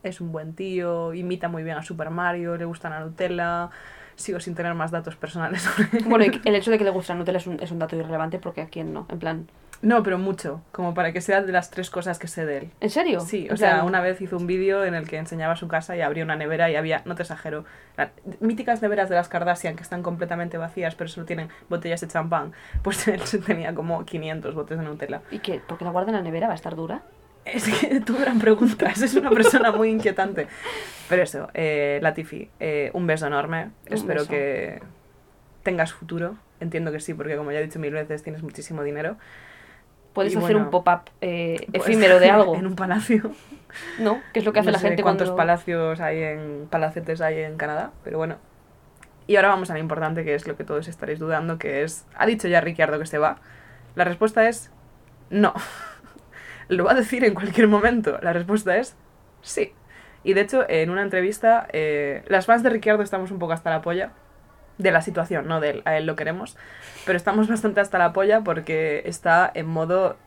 Speaker 2: Es un buen tío. Imita muy bien a Super Mario. Le gusta la Nutella. Sigo sin tener más datos personales sobre él.
Speaker 1: Bueno, y que- el hecho de que le gusta la Nutella es un, es un dato irrelevante porque a quién no. En plan,
Speaker 2: No, pero mucho. Como para que sea de las tres cosas que sé de él.
Speaker 1: ¿en serio?
Speaker 2: Sí, o
Speaker 1: En
Speaker 2: sea,
Speaker 1: plan,
Speaker 2: una vez hizo un vídeo en el que enseñaba su casa y abría una nevera y había, no te exagero, la- míticas neveras de las Kardashian que están completamente vacías pero solo tienen botellas de champán. Pues él tenía como 500 botes de Nutella.
Speaker 1: ¿Y qué? ¿Porque la guarda en la nevera? ¿Va a estar dura?
Speaker 2: Es que tú gran preguntas, es una persona muy inquietante. Pero eso, eh, Latifi, eh, un beso enorme.
Speaker 1: Un
Speaker 2: Espero
Speaker 1: beso.
Speaker 2: que tengas futuro. Entiendo que sí, porque como ya he dicho mil veces, tienes muchísimo dinero.
Speaker 1: Puedes
Speaker 2: Y
Speaker 1: hacer
Speaker 2: bueno,
Speaker 1: un pop-up eh,
Speaker 2: Pues,
Speaker 1: efímero de algo,
Speaker 2: En un palacio.
Speaker 1: ¿no? Que es lo que hace
Speaker 2: no
Speaker 1: la
Speaker 2: sé
Speaker 1: gente
Speaker 2: cuántos
Speaker 1: cuando...
Speaker 2: palacios hay en palacetes hay en Canadá, pero bueno. Y ahora vamos a lo importante que es lo que todos estaréis dudando, que es ha dicho ya Ricciardo que se va. La respuesta es no. lo va a decir en cualquier momento. La respuesta es sí. Y de hecho, en una entrevista, eh, las fans de Ricciardo estamos un poco hasta la polla de la situación, no de él, a él lo queremos, pero estamos bastante hasta la polla porque está en modo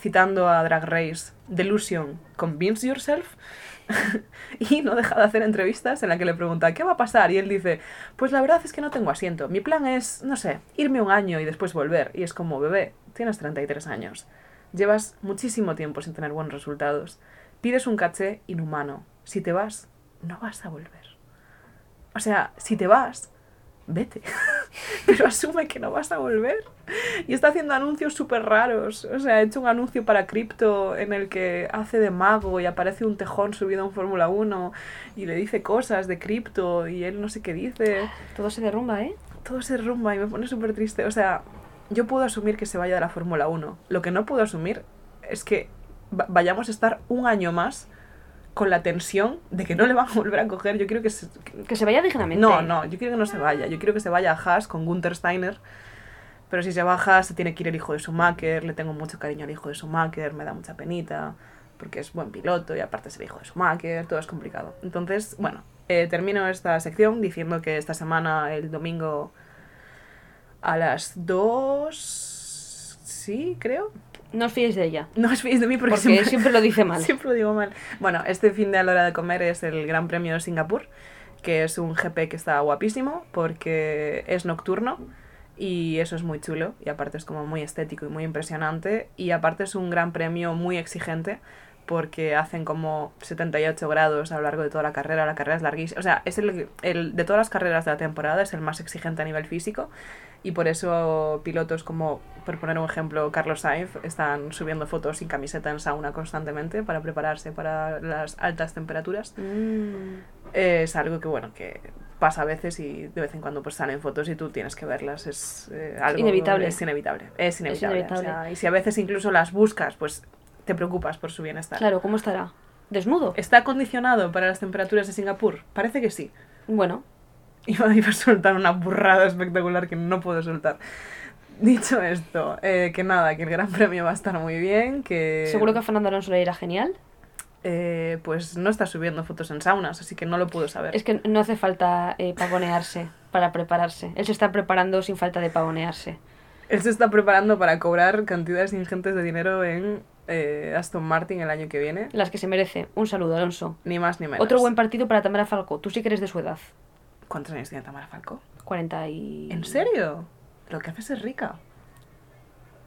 Speaker 2: citando a Drag Race Delusion, Convince Yourself, y no deja de hacer entrevistas en la que le pregunta ¿qué va a pasar? y él dice, pues la verdad es que no tengo asiento, mi plan es, no sé, irme un año y después volver, y es como, bebé, tienes 33 años, llevas muchísimo tiempo sin tener buenos resultados, pides un caché inhumano, si te vas, no vas a volver. O sea, si te vas, vete, pero asume que no vas a volver. Y está haciendo anuncios súper raros. O sea, ha hecho un anuncio para cripto en el que hace de mago y aparece un tejón subido en Fórmula 1 y le dice cosas de cripto y él no sé qué dice.
Speaker 1: Todo se derrumba, ¿eh?
Speaker 2: Todo se rumba y me pone súper triste. O sea, yo puedo asumir que se vaya de la Fórmula 1. Lo que no puedo asumir es que va- vayamos a estar un año más con la tensión de que no le van a volver a coger. Yo quiero que se,
Speaker 1: Que se vaya ¿eh? dignamente.
Speaker 2: no, no, yo quiero que no se vaya. Yo quiero que se vaya a Haas con Gunther Steiner. Pero si se va a Haas, se tiene que ir el hijo de Schumacher. Le tengo mucho cariño al hijo de Schumacher. Me da mucha penita. Porque es buen piloto y aparte es el hijo de Schumacher. Todo es complicado. Entonces, bueno, eh, termino esta sección diciendo que esta semana, el domingo a las 2. Sí, creo.
Speaker 1: No os fiéis de ella.
Speaker 2: No os fiéis de mí porque,
Speaker 1: Porque siempre lo dice mal.
Speaker 2: Siempre lo digo mal. Bueno, este fin de a la hora de comer es el Gran Premio de Singapur, que es un GP que está guapísimo porque es nocturno y eso es muy chulo y aparte es como muy estético y muy impresionante y aparte es un gran premio muy exigente porque hacen como 78 grados a lo largo de toda la carrera, la carrera es larguísima, o sea, es el, el de todas las carreras de la temporada es el más exigente a nivel físico y por eso pilotos como, por poner un ejemplo, Carlos Sainz están subiendo fotos sin camiseta en sauna constantemente para prepararse para las altas temperaturas.
Speaker 1: Mm.
Speaker 2: Eh, es algo que, bueno, que pasa a veces y de vez en cuando pues salen fotos y tú tienes que verlas. Es eh, algo...
Speaker 1: inevitable.
Speaker 2: Es inevitable. Es inevitable. o sea,
Speaker 1: inevitable.
Speaker 2: y si a veces incluso las buscas, pues te preocupas por su bienestar.
Speaker 1: Claro, ¿cómo estará? ¿Desnudo?
Speaker 2: ¿Está condicionado para las temperaturas de Singapur? Parece que sí.
Speaker 1: Bueno,
Speaker 2: Iba, iba a soltar una burrada espectacular que no puedo soltar. Dicho esto, eh, que nada, que el Gran Premio va a estar muy bien, que...
Speaker 1: seguro que a Fernando Alonso le irá genial.
Speaker 2: eh, pues no está subiendo fotos en saunas, así que no lo puedo saber.
Speaker 1: Es que no hace falta eh, pavonearse para prepararse. Él se está preparando sin falta de pavonearse.
Speaker 2: Él se está preparando para cobrar cantidades ingentes de dinero en eh, Aston Martin el año que viene.
Speaker 1: Las que se merece. Un saludo, Alonso.
Speaker 2: Ni más ni menos.
Speaker 1: Otro buen partido para Tamara Falco. Tú sí que eres de su edad.
Speaker 2: ¿Cuántos años tiene Tamara Falco?
Speaker 1: 40 y...
Speaker 2: ¿En serio? Lo que haces es rica.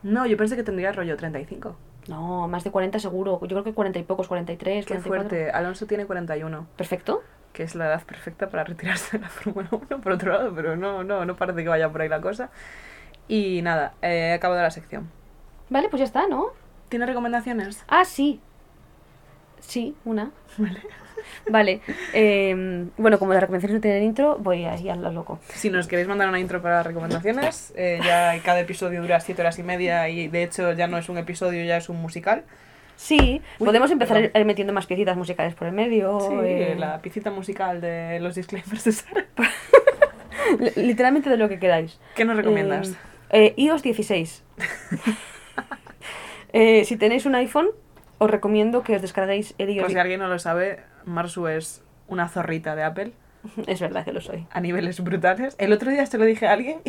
Speaker 2: No, yo pensé que tendría rollo 35.
Speaker 1: No, más de 40 seguro. Yo creo que 40 y pocos, 43,
Speaker 2: Qué
Speaker 1: 44.
Speaker 2: fuerte. Alonso tiene 41,
Speaker 1: Perfecto.
Speaker 2: que es la edad perfecta para retirarse de la Fórmula 1, por otro lado, pero no, no, no parece que vaya por ahí la cosa. Y nada, eh, he acabado la sección.
Speaker 1: Vale, pues ya está, ¿no?
Speaker 2: ¿Tiene recomendaciones?
Speaker 1: Ah, sí. Sí, una.
Speaker 2: Vale.
Speaker 1: Vale. eh, bueno, como las recomendaciones no tienen intro, voy ahí a lo loco.
Speaker 2: Si nos queréis mandar una intro para recomendaciones, eh, ya cada episodio dura 7 horas y media y de hecho ya no es un episodio, ya es un musical.
Speaker 1: Sí,
Speaker 2: Uy,
Speaker 1: podemos empezar
Speaker 2: perdón.
Speaker 1: eh, metiendo más piecitas musicales por el medio. eh,
Speaker 2: la piscita musical de los disclaimers de Sara.
Speaker 1: li- Literalmente de lo que queráis.
Speaker 2: ¿Qué nos recomiendas?
Speaker 1: Eh, eh, iOS 16. Eh, si tenéis un iPhone, os recomiendo que os descarguéis el iOS.
Speaker 2: Por si alguien no lo sabe, Marsu es una zorrita de Apple
Speaker 1: Es verdad que lo soy.
Speaker 2: a niveles brutales. El otro día se lo dije a alguien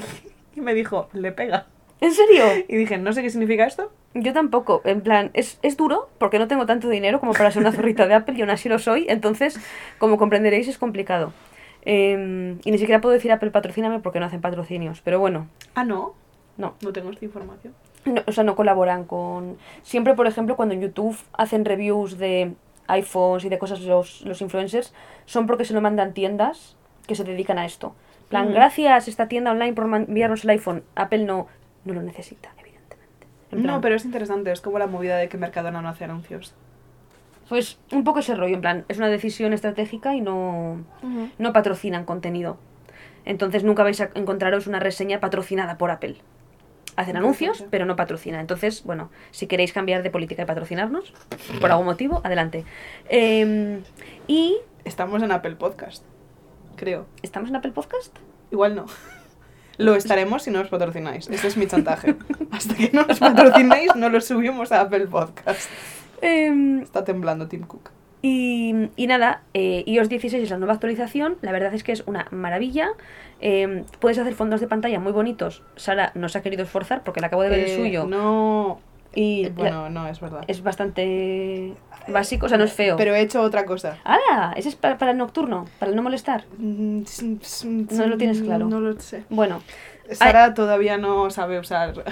Speaker 2: y me dijo, le pega.
Speaker 1: ¿En serio?
Speaker 2: Y dije, no sé qué significa esto.
Speaker 1: Yo tampoco. En plan, es, es duro porque no tengo tanto dinero como para ser una zorrita de Apple y aún así lo soy. Entonces, como comprenderéis, es complicado. Eh, y ni siquiera puedo decir Apple patrocíname porque no hacen patrocinios. Pero bueno,
Speaker 2: Ah, no,
Speaker 1: no.
Speaker 2: no tengo esta información.
Speaker 1: No, o sea, no colaboran con... Siempre, por ejemplo, cuando en YouTube hacen reviews de iPhones y de cosas los, los influencers, son porque se lo mandan tiendas que se dedican a esto. En plan,
Speaker 2: Ujú.
Speaker 1: gracias esta tienda online por man- enviarnos el iPhone. Apple no, no lo necesita, evidentemente. En plan,
Speaker 2: No, pero es interesante, es como la movida de que Mercadona no hace anuncios.
Speaker 1: Pues un poco ese rollo, en plan, es una decisión estratégica y no, no patrocinan contenido. Entonces nunca vais a encontraros una reseña patrocinada por Apple. Hacen anuncios,
Speaker 2: Interesante.
Speaker 1: pero no patrocina. Entonces, bueno, si queréis cambiar de política y patrocinarnos, por algún motivo, adelante. Eh, y.
Speaker 2: Estamos en Apple Podcast, creo.
Speaker 1: ¿Estamos en Apple Podcast?
Speaker 2: Igual no. Lo estaremos si no os patrocináis. Ese es mi chantaje. Hasta que no nos patrocinéis, no lo subimos a Apple Podcast.
Speaker 1: Eh,
Speaker 2: Está temblando Tim Cook.
Speaker 1: Y, y nada, eh, iOS 16 es la nueva actualización, la verdad es que es una maravilla. Eh, puedes hacer fondos de pantalla muy bonitos. Sara no se ha querido esforzar porque le acabo de ver
Speaker 2: Eh,
Speaker 1: el suyo.
Speaker 2: No.
Speaker 1: Y
Speaker 2: Eh, Bueno, no, es verdad.
Speaker 1: es bastante básico, o sea, no es feo.
Speaker 2: Pero he hecho otra cosa.
Speaker 1: ¡Hala! Ese es pa- para, el nocturno, para el no molestar.
Speaker 2: No
Speaker 1: No lo tienes claro.
Speaker 2: Mm, No lo sé.
Speaker 1: Bueno,
Speaker 2: Sara todavía no sabe usar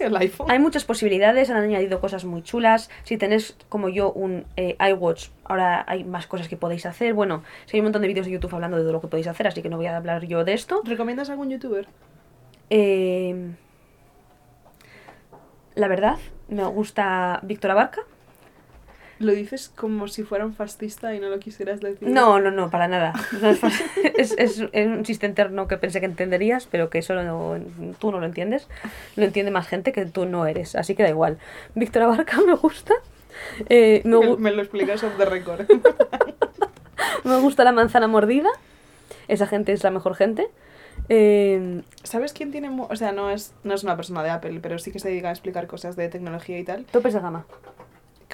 Speaker 2: el iPhone.
Speaker 1: hay muchas posibilidades, han añadido cosas muy chulas. Si tenéis, como yo, un eh, iWatch, ahora hay más cosas que podéis hacer. Bueno, si hay un montón de vídeos de YouTube hablando de todo lo que podéis hacer, así que no voy a hablar yo de esto.
Speaker 2: ¿Recomiendas algún youtuber?
Speaker 1: Eh, la verdad, me gusta Víctor Abarca.
Speaker 2: Lo dices como si fuera un fascista y no lo quisieras decir.
Speaker 1: No, no, no, para nada. No es, fácil. Es- es- es un chiste interno que pensé que entenderías, pero que eso no- tú no lo entiendes. Lo entiende más gente que tú no eres, así que da igual. Víctor Abarca me gusta. Eh, me,
Speaker 2: Me,
Speaker 1: gu-
Speaker 2: me lo explicas off the record.
Speaker 1: me gusta la manzana mordida. Esa gente es la mejor gente. Eh,
Speaker 2: ¿Sabes quién tiene.? mu- O sea, no es, no es una persona de Apple, pero sí que se dedica a explicar cosas de tecnología y tal.
Speaker 1: topes de gama.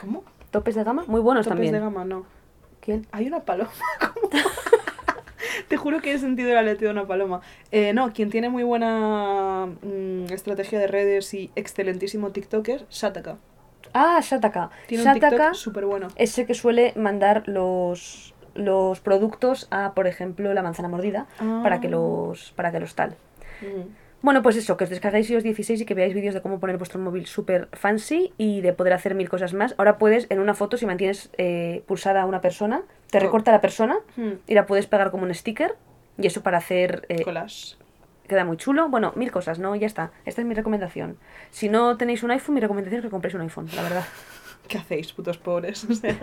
Speaker 2: ¿Cómo?
Speaker 1: Topes de gama muy buenos
Speaker 2: Topes
Speaker 1: también.
Speaker 2: de gama, no.
Speaker 1: ¿Quién?
Speaker 2: Hay una paloma. como- Te juro que he sentido el aleteo de una paloma. Eh, no, quien tiene muy buena mm, estrategia de redes y excelentísimo TikToker, Shataka.
Speaker 1: Ah, Shataka.
Speaker 2: Tiene un
Speaker 1: Shataka
Speaker 2: TikTok súper bueno.
Speaker 1: es el que suele mandar los, los productos a, por ejemplo, la manzana mordida para que los para que los tal. Bueno, pues eso, que os descarguéis iOS 16 y que veáis vídeos de cómo poner vuestro móvil súper fancy y de poder hacer mil cosas más. Ahora puedes, en una foto, si mantienes eh, pulsada a una persona, te
Speaker 2: Oh.
Speaker 1: recorta la persona
Speaker 2: Hmm.
Speaker 1: y la puedes pegar como un sticker. Y eso para hacer... eh,
Speaker 2: Colas.
Speaker 1: queda muy chulo. Bueno, mil cosas, ¿no? Ya está. Esta es mi recomendación. Si no tenéis un iPhone, mi recomendación es que compréis un iPhone, la verdad.
Speaker 2: ¿Qué hacéis, putos pobres? O sea.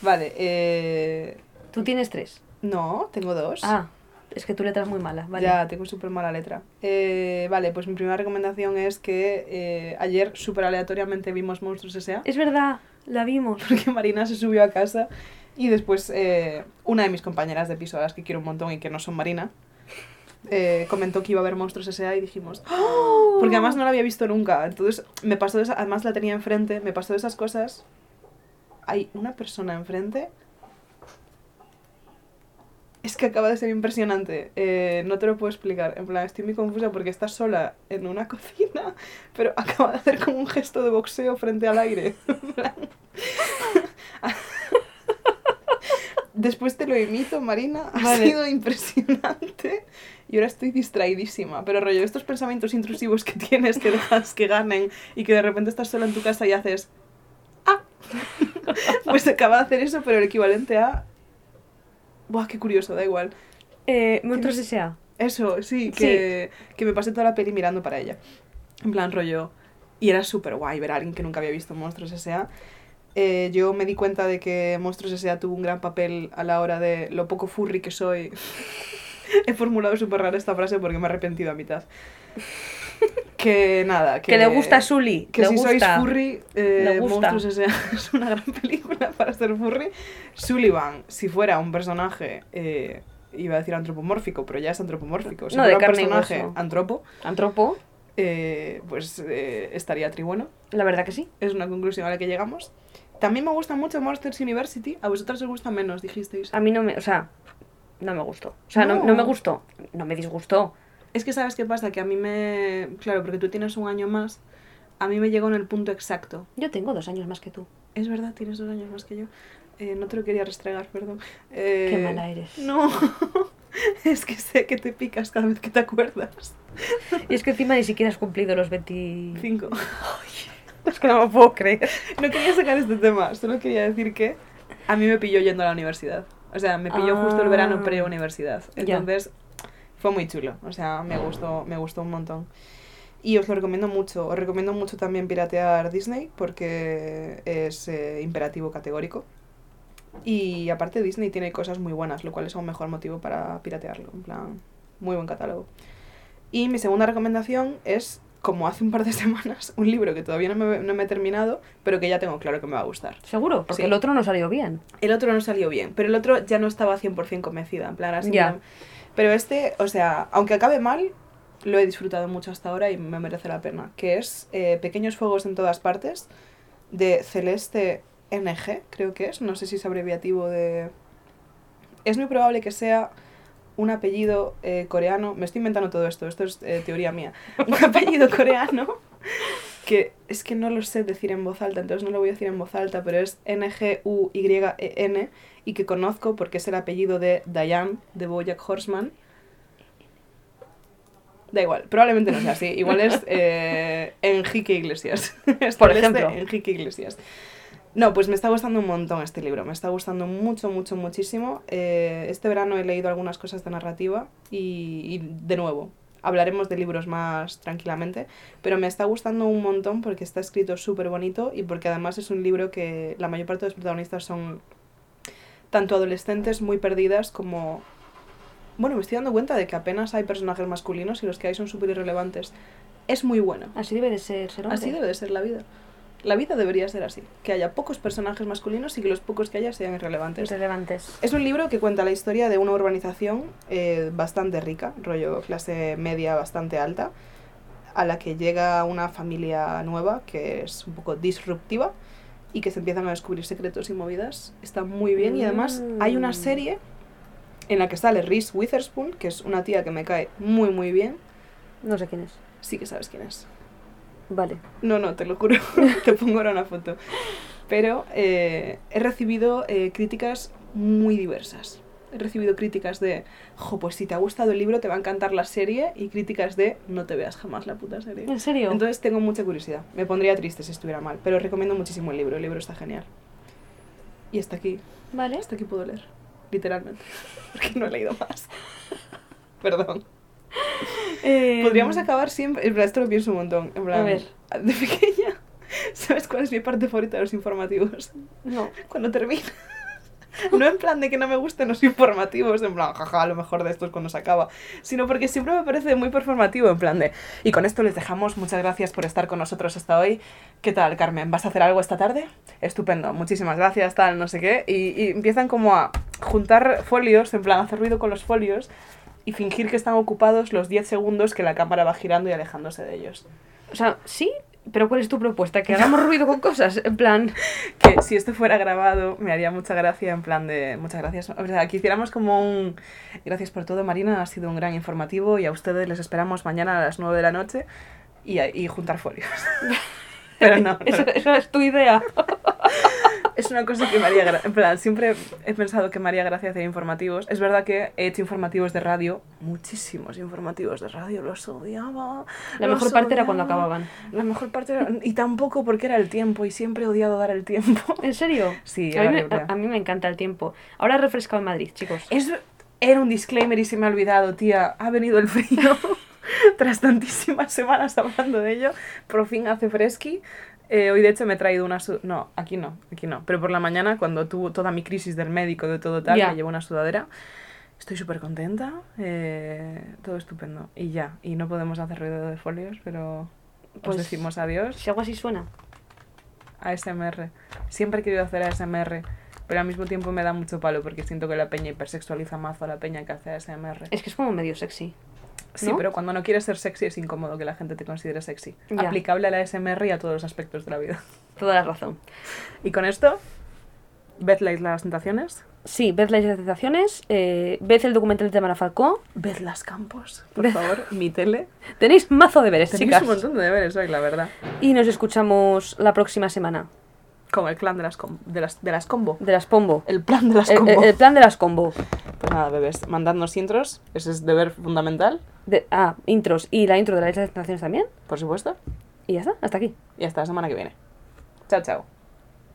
Speaker 2: vale, eh...
Speaker 1: Tú tienes tres.
Speaker 2: No, tengo dos.
Speaker 1: Ah, es que tu letra es muy mala, vale.
Speaker 2: Ya, tengo súper mala letra. Eh, vale, pues mi primera recomendación es que eh, ayer súper aleatoriamente vimos Monstruos S.A.
Speaker 1: Es verdad, la vimos.
Speaker 2: porque Marina se subió a casa y después eh, una de mis compañeras de piso, a las que quiero un montón y que no son Marina, eh, comentó que iba a ver Monstruos S.A. y dijimos, "¡Ah!". porque además no la había visto nunca, entonces me pasó de esa- además la tenía enfrente, me pasó de esas cosas. Hay una persona enfrente. Es que acaba de ser impresionante, eh, no te lo puedo explicar, en plan estoy muy confusa porque está sola en una cocina, pero acaba de hacer como un gesto de boxeo frente al aire. en plan, Después te lo imito, Marina. Ha
Speaker 1: Vale.
Speaker 2: sido impresionante. Y ahora estoy distraidísima. Pero rollo, estos pensamientos intrusivos que tienes, que dejas que ganen y que de repente estás sola en tu casa y haces... ¡Ah! pues acaba de hacer eso, pero el equivalente a... Buah, qué curioso, da igual.
Speaker 1: Eh, Monstruos
Speaker 2: Tienes-
Speaker 1: S.A.
Speaker 2: Eso, sí, que, que me pasé toda la peli mirando para ella. En plan, rollo. Y era súper guay ver a alguien que nunca había visto Monstruos S.A. Eh, yo me di cuenta de que Monstruos S.A. tuvo un gran papel a la hora de lo poco furry que soy. He formulado súper rara esta frase porque me he arrepentido a mitad. Que nada, que...
Speaker 1: Que le gusta a Sully.
Speaker 2: Que
Speaker 1: le
Speaker 2: si
Speaker 1: gusta.
Speaker 2: sois furry, eh,
Speaker 1: Le gusta.
Speaker 2: Monstruos S.A. es una gran película para ser furry. Sullivan, si fuera un personaje, eh, iba a decir antropomórfico, pero ya es antropomórfico. Si
Speaker 1: No, de
Speaker 2: fuera un
Speaker 1: carne y
Speaker 2: personaje
Speaker 1: hueso.
Speaker 2: antropo,
Speaker 1: Antropo,
Speaker 2: eh, pues eh, estaría tribueno.
Speaker 1: la verdad que sí.
Speaker 2: Es una conclusión a la que llegamos. También me gusta mucho Monsters University. A vosotras os gusta menos, dijisteis.
Speaker 1: A mí no me... O sea, no me gustó. O sea, no,
Speaker 2: No.
Speaker 1: no me gustó. No me disgustó.
Speaker 2: Es que sabes qué pasa, que a mí me... Claro, porque tú tienes un año más. A mí me llegó en el punto exacto.
Speaker 1: Yo tengo dos años más que tú.
Speaker 2: Es verdad, tienes dos años más que yo. Eh, no te lo quería restregar, perdón. Eh,
Speaker 1: Qué mala eres.
Speaker 2: No, es que sé que te picas cada vez que te acuerdas.
Speaker 1: Y es que encima ni siquiera has cumplido los 25.
Speaker 2: Cinco.
Speaker 1: Es que no me puedo creer.
Speaker 2: No quería sacar este tema, solo quería decir que a mí me pilló yendo a la universidad. O sea, me pilló justo el verano
Speaker 1: Ah.
Speaker 2: pre-universidad.
Speaker 1: Ya.
Speaker 2: Entonces, fue muy chulo. O sea, me gustó, me gustó un montón. Y os lo recomiendo mucho. Os recomiendo mucho también piratear Disney porque es eh, imperativo categórico. Y aparte Disney tiene cosas muy buenas, lo cual es un mejor motivo para piratearlo. En plan, muy buen catálogo. Y mi segunda recomendación es, como hace un par de semanas, un libro que todavía no me, no me he terminado, pero que ya tengo claro que me va a gustar.
Speaker 1: Seguro, porque
Speaker 2: Sí.
Speaker 1: el otro no salió bien.
Speaker 2: El otro no salió bien, pero el otro ya no estaba 100% convencida, en plan así. en
Speaker 1: Ya.
Speaker 2: plan- Pero este, o sea, aunque acabe mal, lo he disfrutado mucho hasta ahora y me merece la pena. Que es eh, Pequeños Fuegos en Todas Partes, de Celeste NG, creo que es. No sé si es abreviativo de... Es muy probable que sea un apellido eh, coreano. Me estoy inventando todo esto, esto es eh, teoría mía. Un apellido coreano que es que no lo sé decir en voz alta, entonces no lo voy a decir en voz alta, pero es N-G-U-Y-E-N y que conozco porque es el apellido de Diane de Bojack Horseman. Da igual, probablemente no sea así. Igual es eh, Enrique Iglesias.
Speaker 1: Por
Speaker 2: Celeste
Speaker 1: ejemplo.
Speaker 2: Enrique Iglesias. No, pues me está gustando un montón este libro, me está gustando mucho, mucho, muchísimo. Eh, este verano he leído algunas cosas de narrativa y, y, de nuevo, hablaremos de libros más tranquilamente, pero me está gustando un montón porque está escrito súper bonito y porque además es un libro que la mayor parte de los protagonistas son tanto adolescentes muy perdidas como... Bueno, me estoy dando cuenta de que apenas hay personajes masculinos y los que hay son súper irrelevantes. Es muy bueno.
Speaker 1: Así debe de ser, ser hombre.
Speaker 2: Así debe de ser la vida. La vida debería ser así, que haya pocos personajes masculinos y que los pocos que haya sean irrelevantes.
Speaker 1: Relevantes.
Speaker 2: Es un libro que cuenta la historia de una urbanización eh, bastante rica, rollo clase media bastante alta, a la que llega una familia nueva que es un poco disruptiva y que se empiezan a descubrir secretos y movidas. Está muy bien y además hay una
Speaker 1: Mm.
Speaker 2: serie en la que sale Reese Witherspoon, que es una tía que me cae muy, muy bien.
Speaker 1: No sé quién es.
Speaker 2: Sí que sabes quién es.
Speaker 1: Vale.
Speaker 2: No, no, te lo juro. te pongo ahora una foto. Pero eh, he recibido eh, críticas muy diversas. He recibido críticas de, jo, pues si te ha gustado el libro te va a encantar la serie y críticas de, no te veas jamás la puta serie.
Speaker 1: ¿En serio?
Speaker 2: Entonces tengo mucha curiosidad. Me pondría triste si estuviera mal, pero recomiendo muchísimo el libro. El libro está genial. Y hasta aquí.
Speaker 1: vale.
Speaker 2: Hasta aquí puedo leer. Literalmente. Porque no he leído más. Perdón.
Speaker 1: Eh,
Speaker 2: Podríamos acabar siempre. En plan, esto lo pienso un montón. En plan,
Speaker 1: A ver.
Speaker 2: De pequeña. ¿Sabes cuál es mi parte favorita de los informativos?
Speaker 1: No.
Speaker 2: Cuando termina. No en plan de que no me gusten los informativos, en plan, jaja, lo mejor de esto es cuando se acaba, sino porque siempre me parece muy performativo, en plan de. Y con esto les dejamos, muchas gracias por estar con nosotros hasta hoy. ¿Qué tal, Carmen? ¿Vas a hacer algo esta tarde? Estupendo, muchísimas gracias, tal, no sé qué. Y, y empiezan como a juntar folios, en plan, hacer ruido con los folios y fingir que están ocupados los 10 segundos que la cámara va girando y alejándose de ellos.
Speaker 1: O sea, sí, pero ¿cuál es tu propuesta? Que hagamos ruido con cosas. En plan,
Speaker 2: que si esto fuera grabado me haría mucha gracia en plan de muchas gracias. O sea, que hiciéramos como un gracias por todo, Marina, ha sido un gran informativo y a ustedes les esperamos mañana a las 9 de la noche y, y juntar folios. Pero no, no.
Speaker 1: eso- esa es tu idea.
Speaker 2: es una cosa que me haría gra- en plan, siempre he pensado que me haría gracia hacer informativos. Es verdad que he hecho informativos de radio, muchísimos informativos de radio, los odiaba.
Speaker 1: La
Speaker 2: los
Speaker 1: mejor parte era cuando
Speaker 2: odiaba.
Speaker 1: acababan.
Speaker 2: La mejor parte era- y tampoco porque era el tiempo y siempre he odiado dar el tiempo.
Speaker 1: ¿En serio?
Speaker 2: Sí,
Speaker 1: a mí,
Speaker 2: era
Speaker 1: me,
Speaker 2: horrible.
Speaker 1: a- a mí me encanta el tiempo. Ahora he refrescado en Madrid, chicos.
Speaker 2: Es- era un disclaimer y se me ha olvidado, tía. Ha venido el frío tras tantísimas semanas hablando de ello. Por fin hace fresqui. Eh, hoy, de hecho, me he traído una... su- No, aquí no, aquí no. Pero por la mañana, cuando tuvo toda mi crisis del médico, de todo tal,
Speaker 1: Ya.
Speaker 2: me llevo una sudadera. Estoy súper contenta. eh, todo estupendo. Y ya. Y no podemos hacer ruido de folios, pero... Pues
Speaker 1: Pues-
Speaker 2: decimos adiós
Speaker 1: Si algo así suena.
Speaker 2: a SMR. Siempre he querido hacer ASMR, pero al mismo tiempo me da mucho palo porque siento que la peña hipersexualiza mazo a la peña que hace ASMR.
Speaker 1: Es que es como medio sexy.
Speaker 2: Sí,
Speaker 1: ¿No?
Speaker 2: pero cuando no quieres ser sexy es incómodo que la gente te considere sexy.
Speaker 1: Ya.
Speaker 2: Aplicable a la SMR y a todos los aspectos de la vida.
Speaker 1: Toda la razón.
Speaker 2: Y con esto, ved la isla de las tentaciones,
Speaker 1: Sí, ved las realizaciones, eh, ved el documental de Tamara Falcó.
Speaker 2: ved las campos, por
Speaker 1: Ved-
Speaker 2: favor, mi tele.
Speaker 1: Tenéis mazo de deberes,
Speaker 2: Tenéis
Speaker 1: chicas.
Speaker 2: un montón de deberes hoy, la verdad.
Speaker 1: Y nos escuchamos la próxima semana
Speaker 2: Como el clan de las, com- de las, de las combo.
Speaker 1: de las Pombo.
Speaker 2: El plan de las
Speaker 1: El,
Speaker 2: combo.
Speaker 1: el- el plan de las combo.
Speaker 2: Pues nada, bebés, mandadnos intros, ese es deber fundamental,
Speaker 1: De- ah, intros y la intro de la isla de las tentaciones también.
Speaker 2: por supuesto.
Speaker 1: Y ya está, hasta aquí.
Speaker 2: Y hasta la semana que viene. Chao, chao.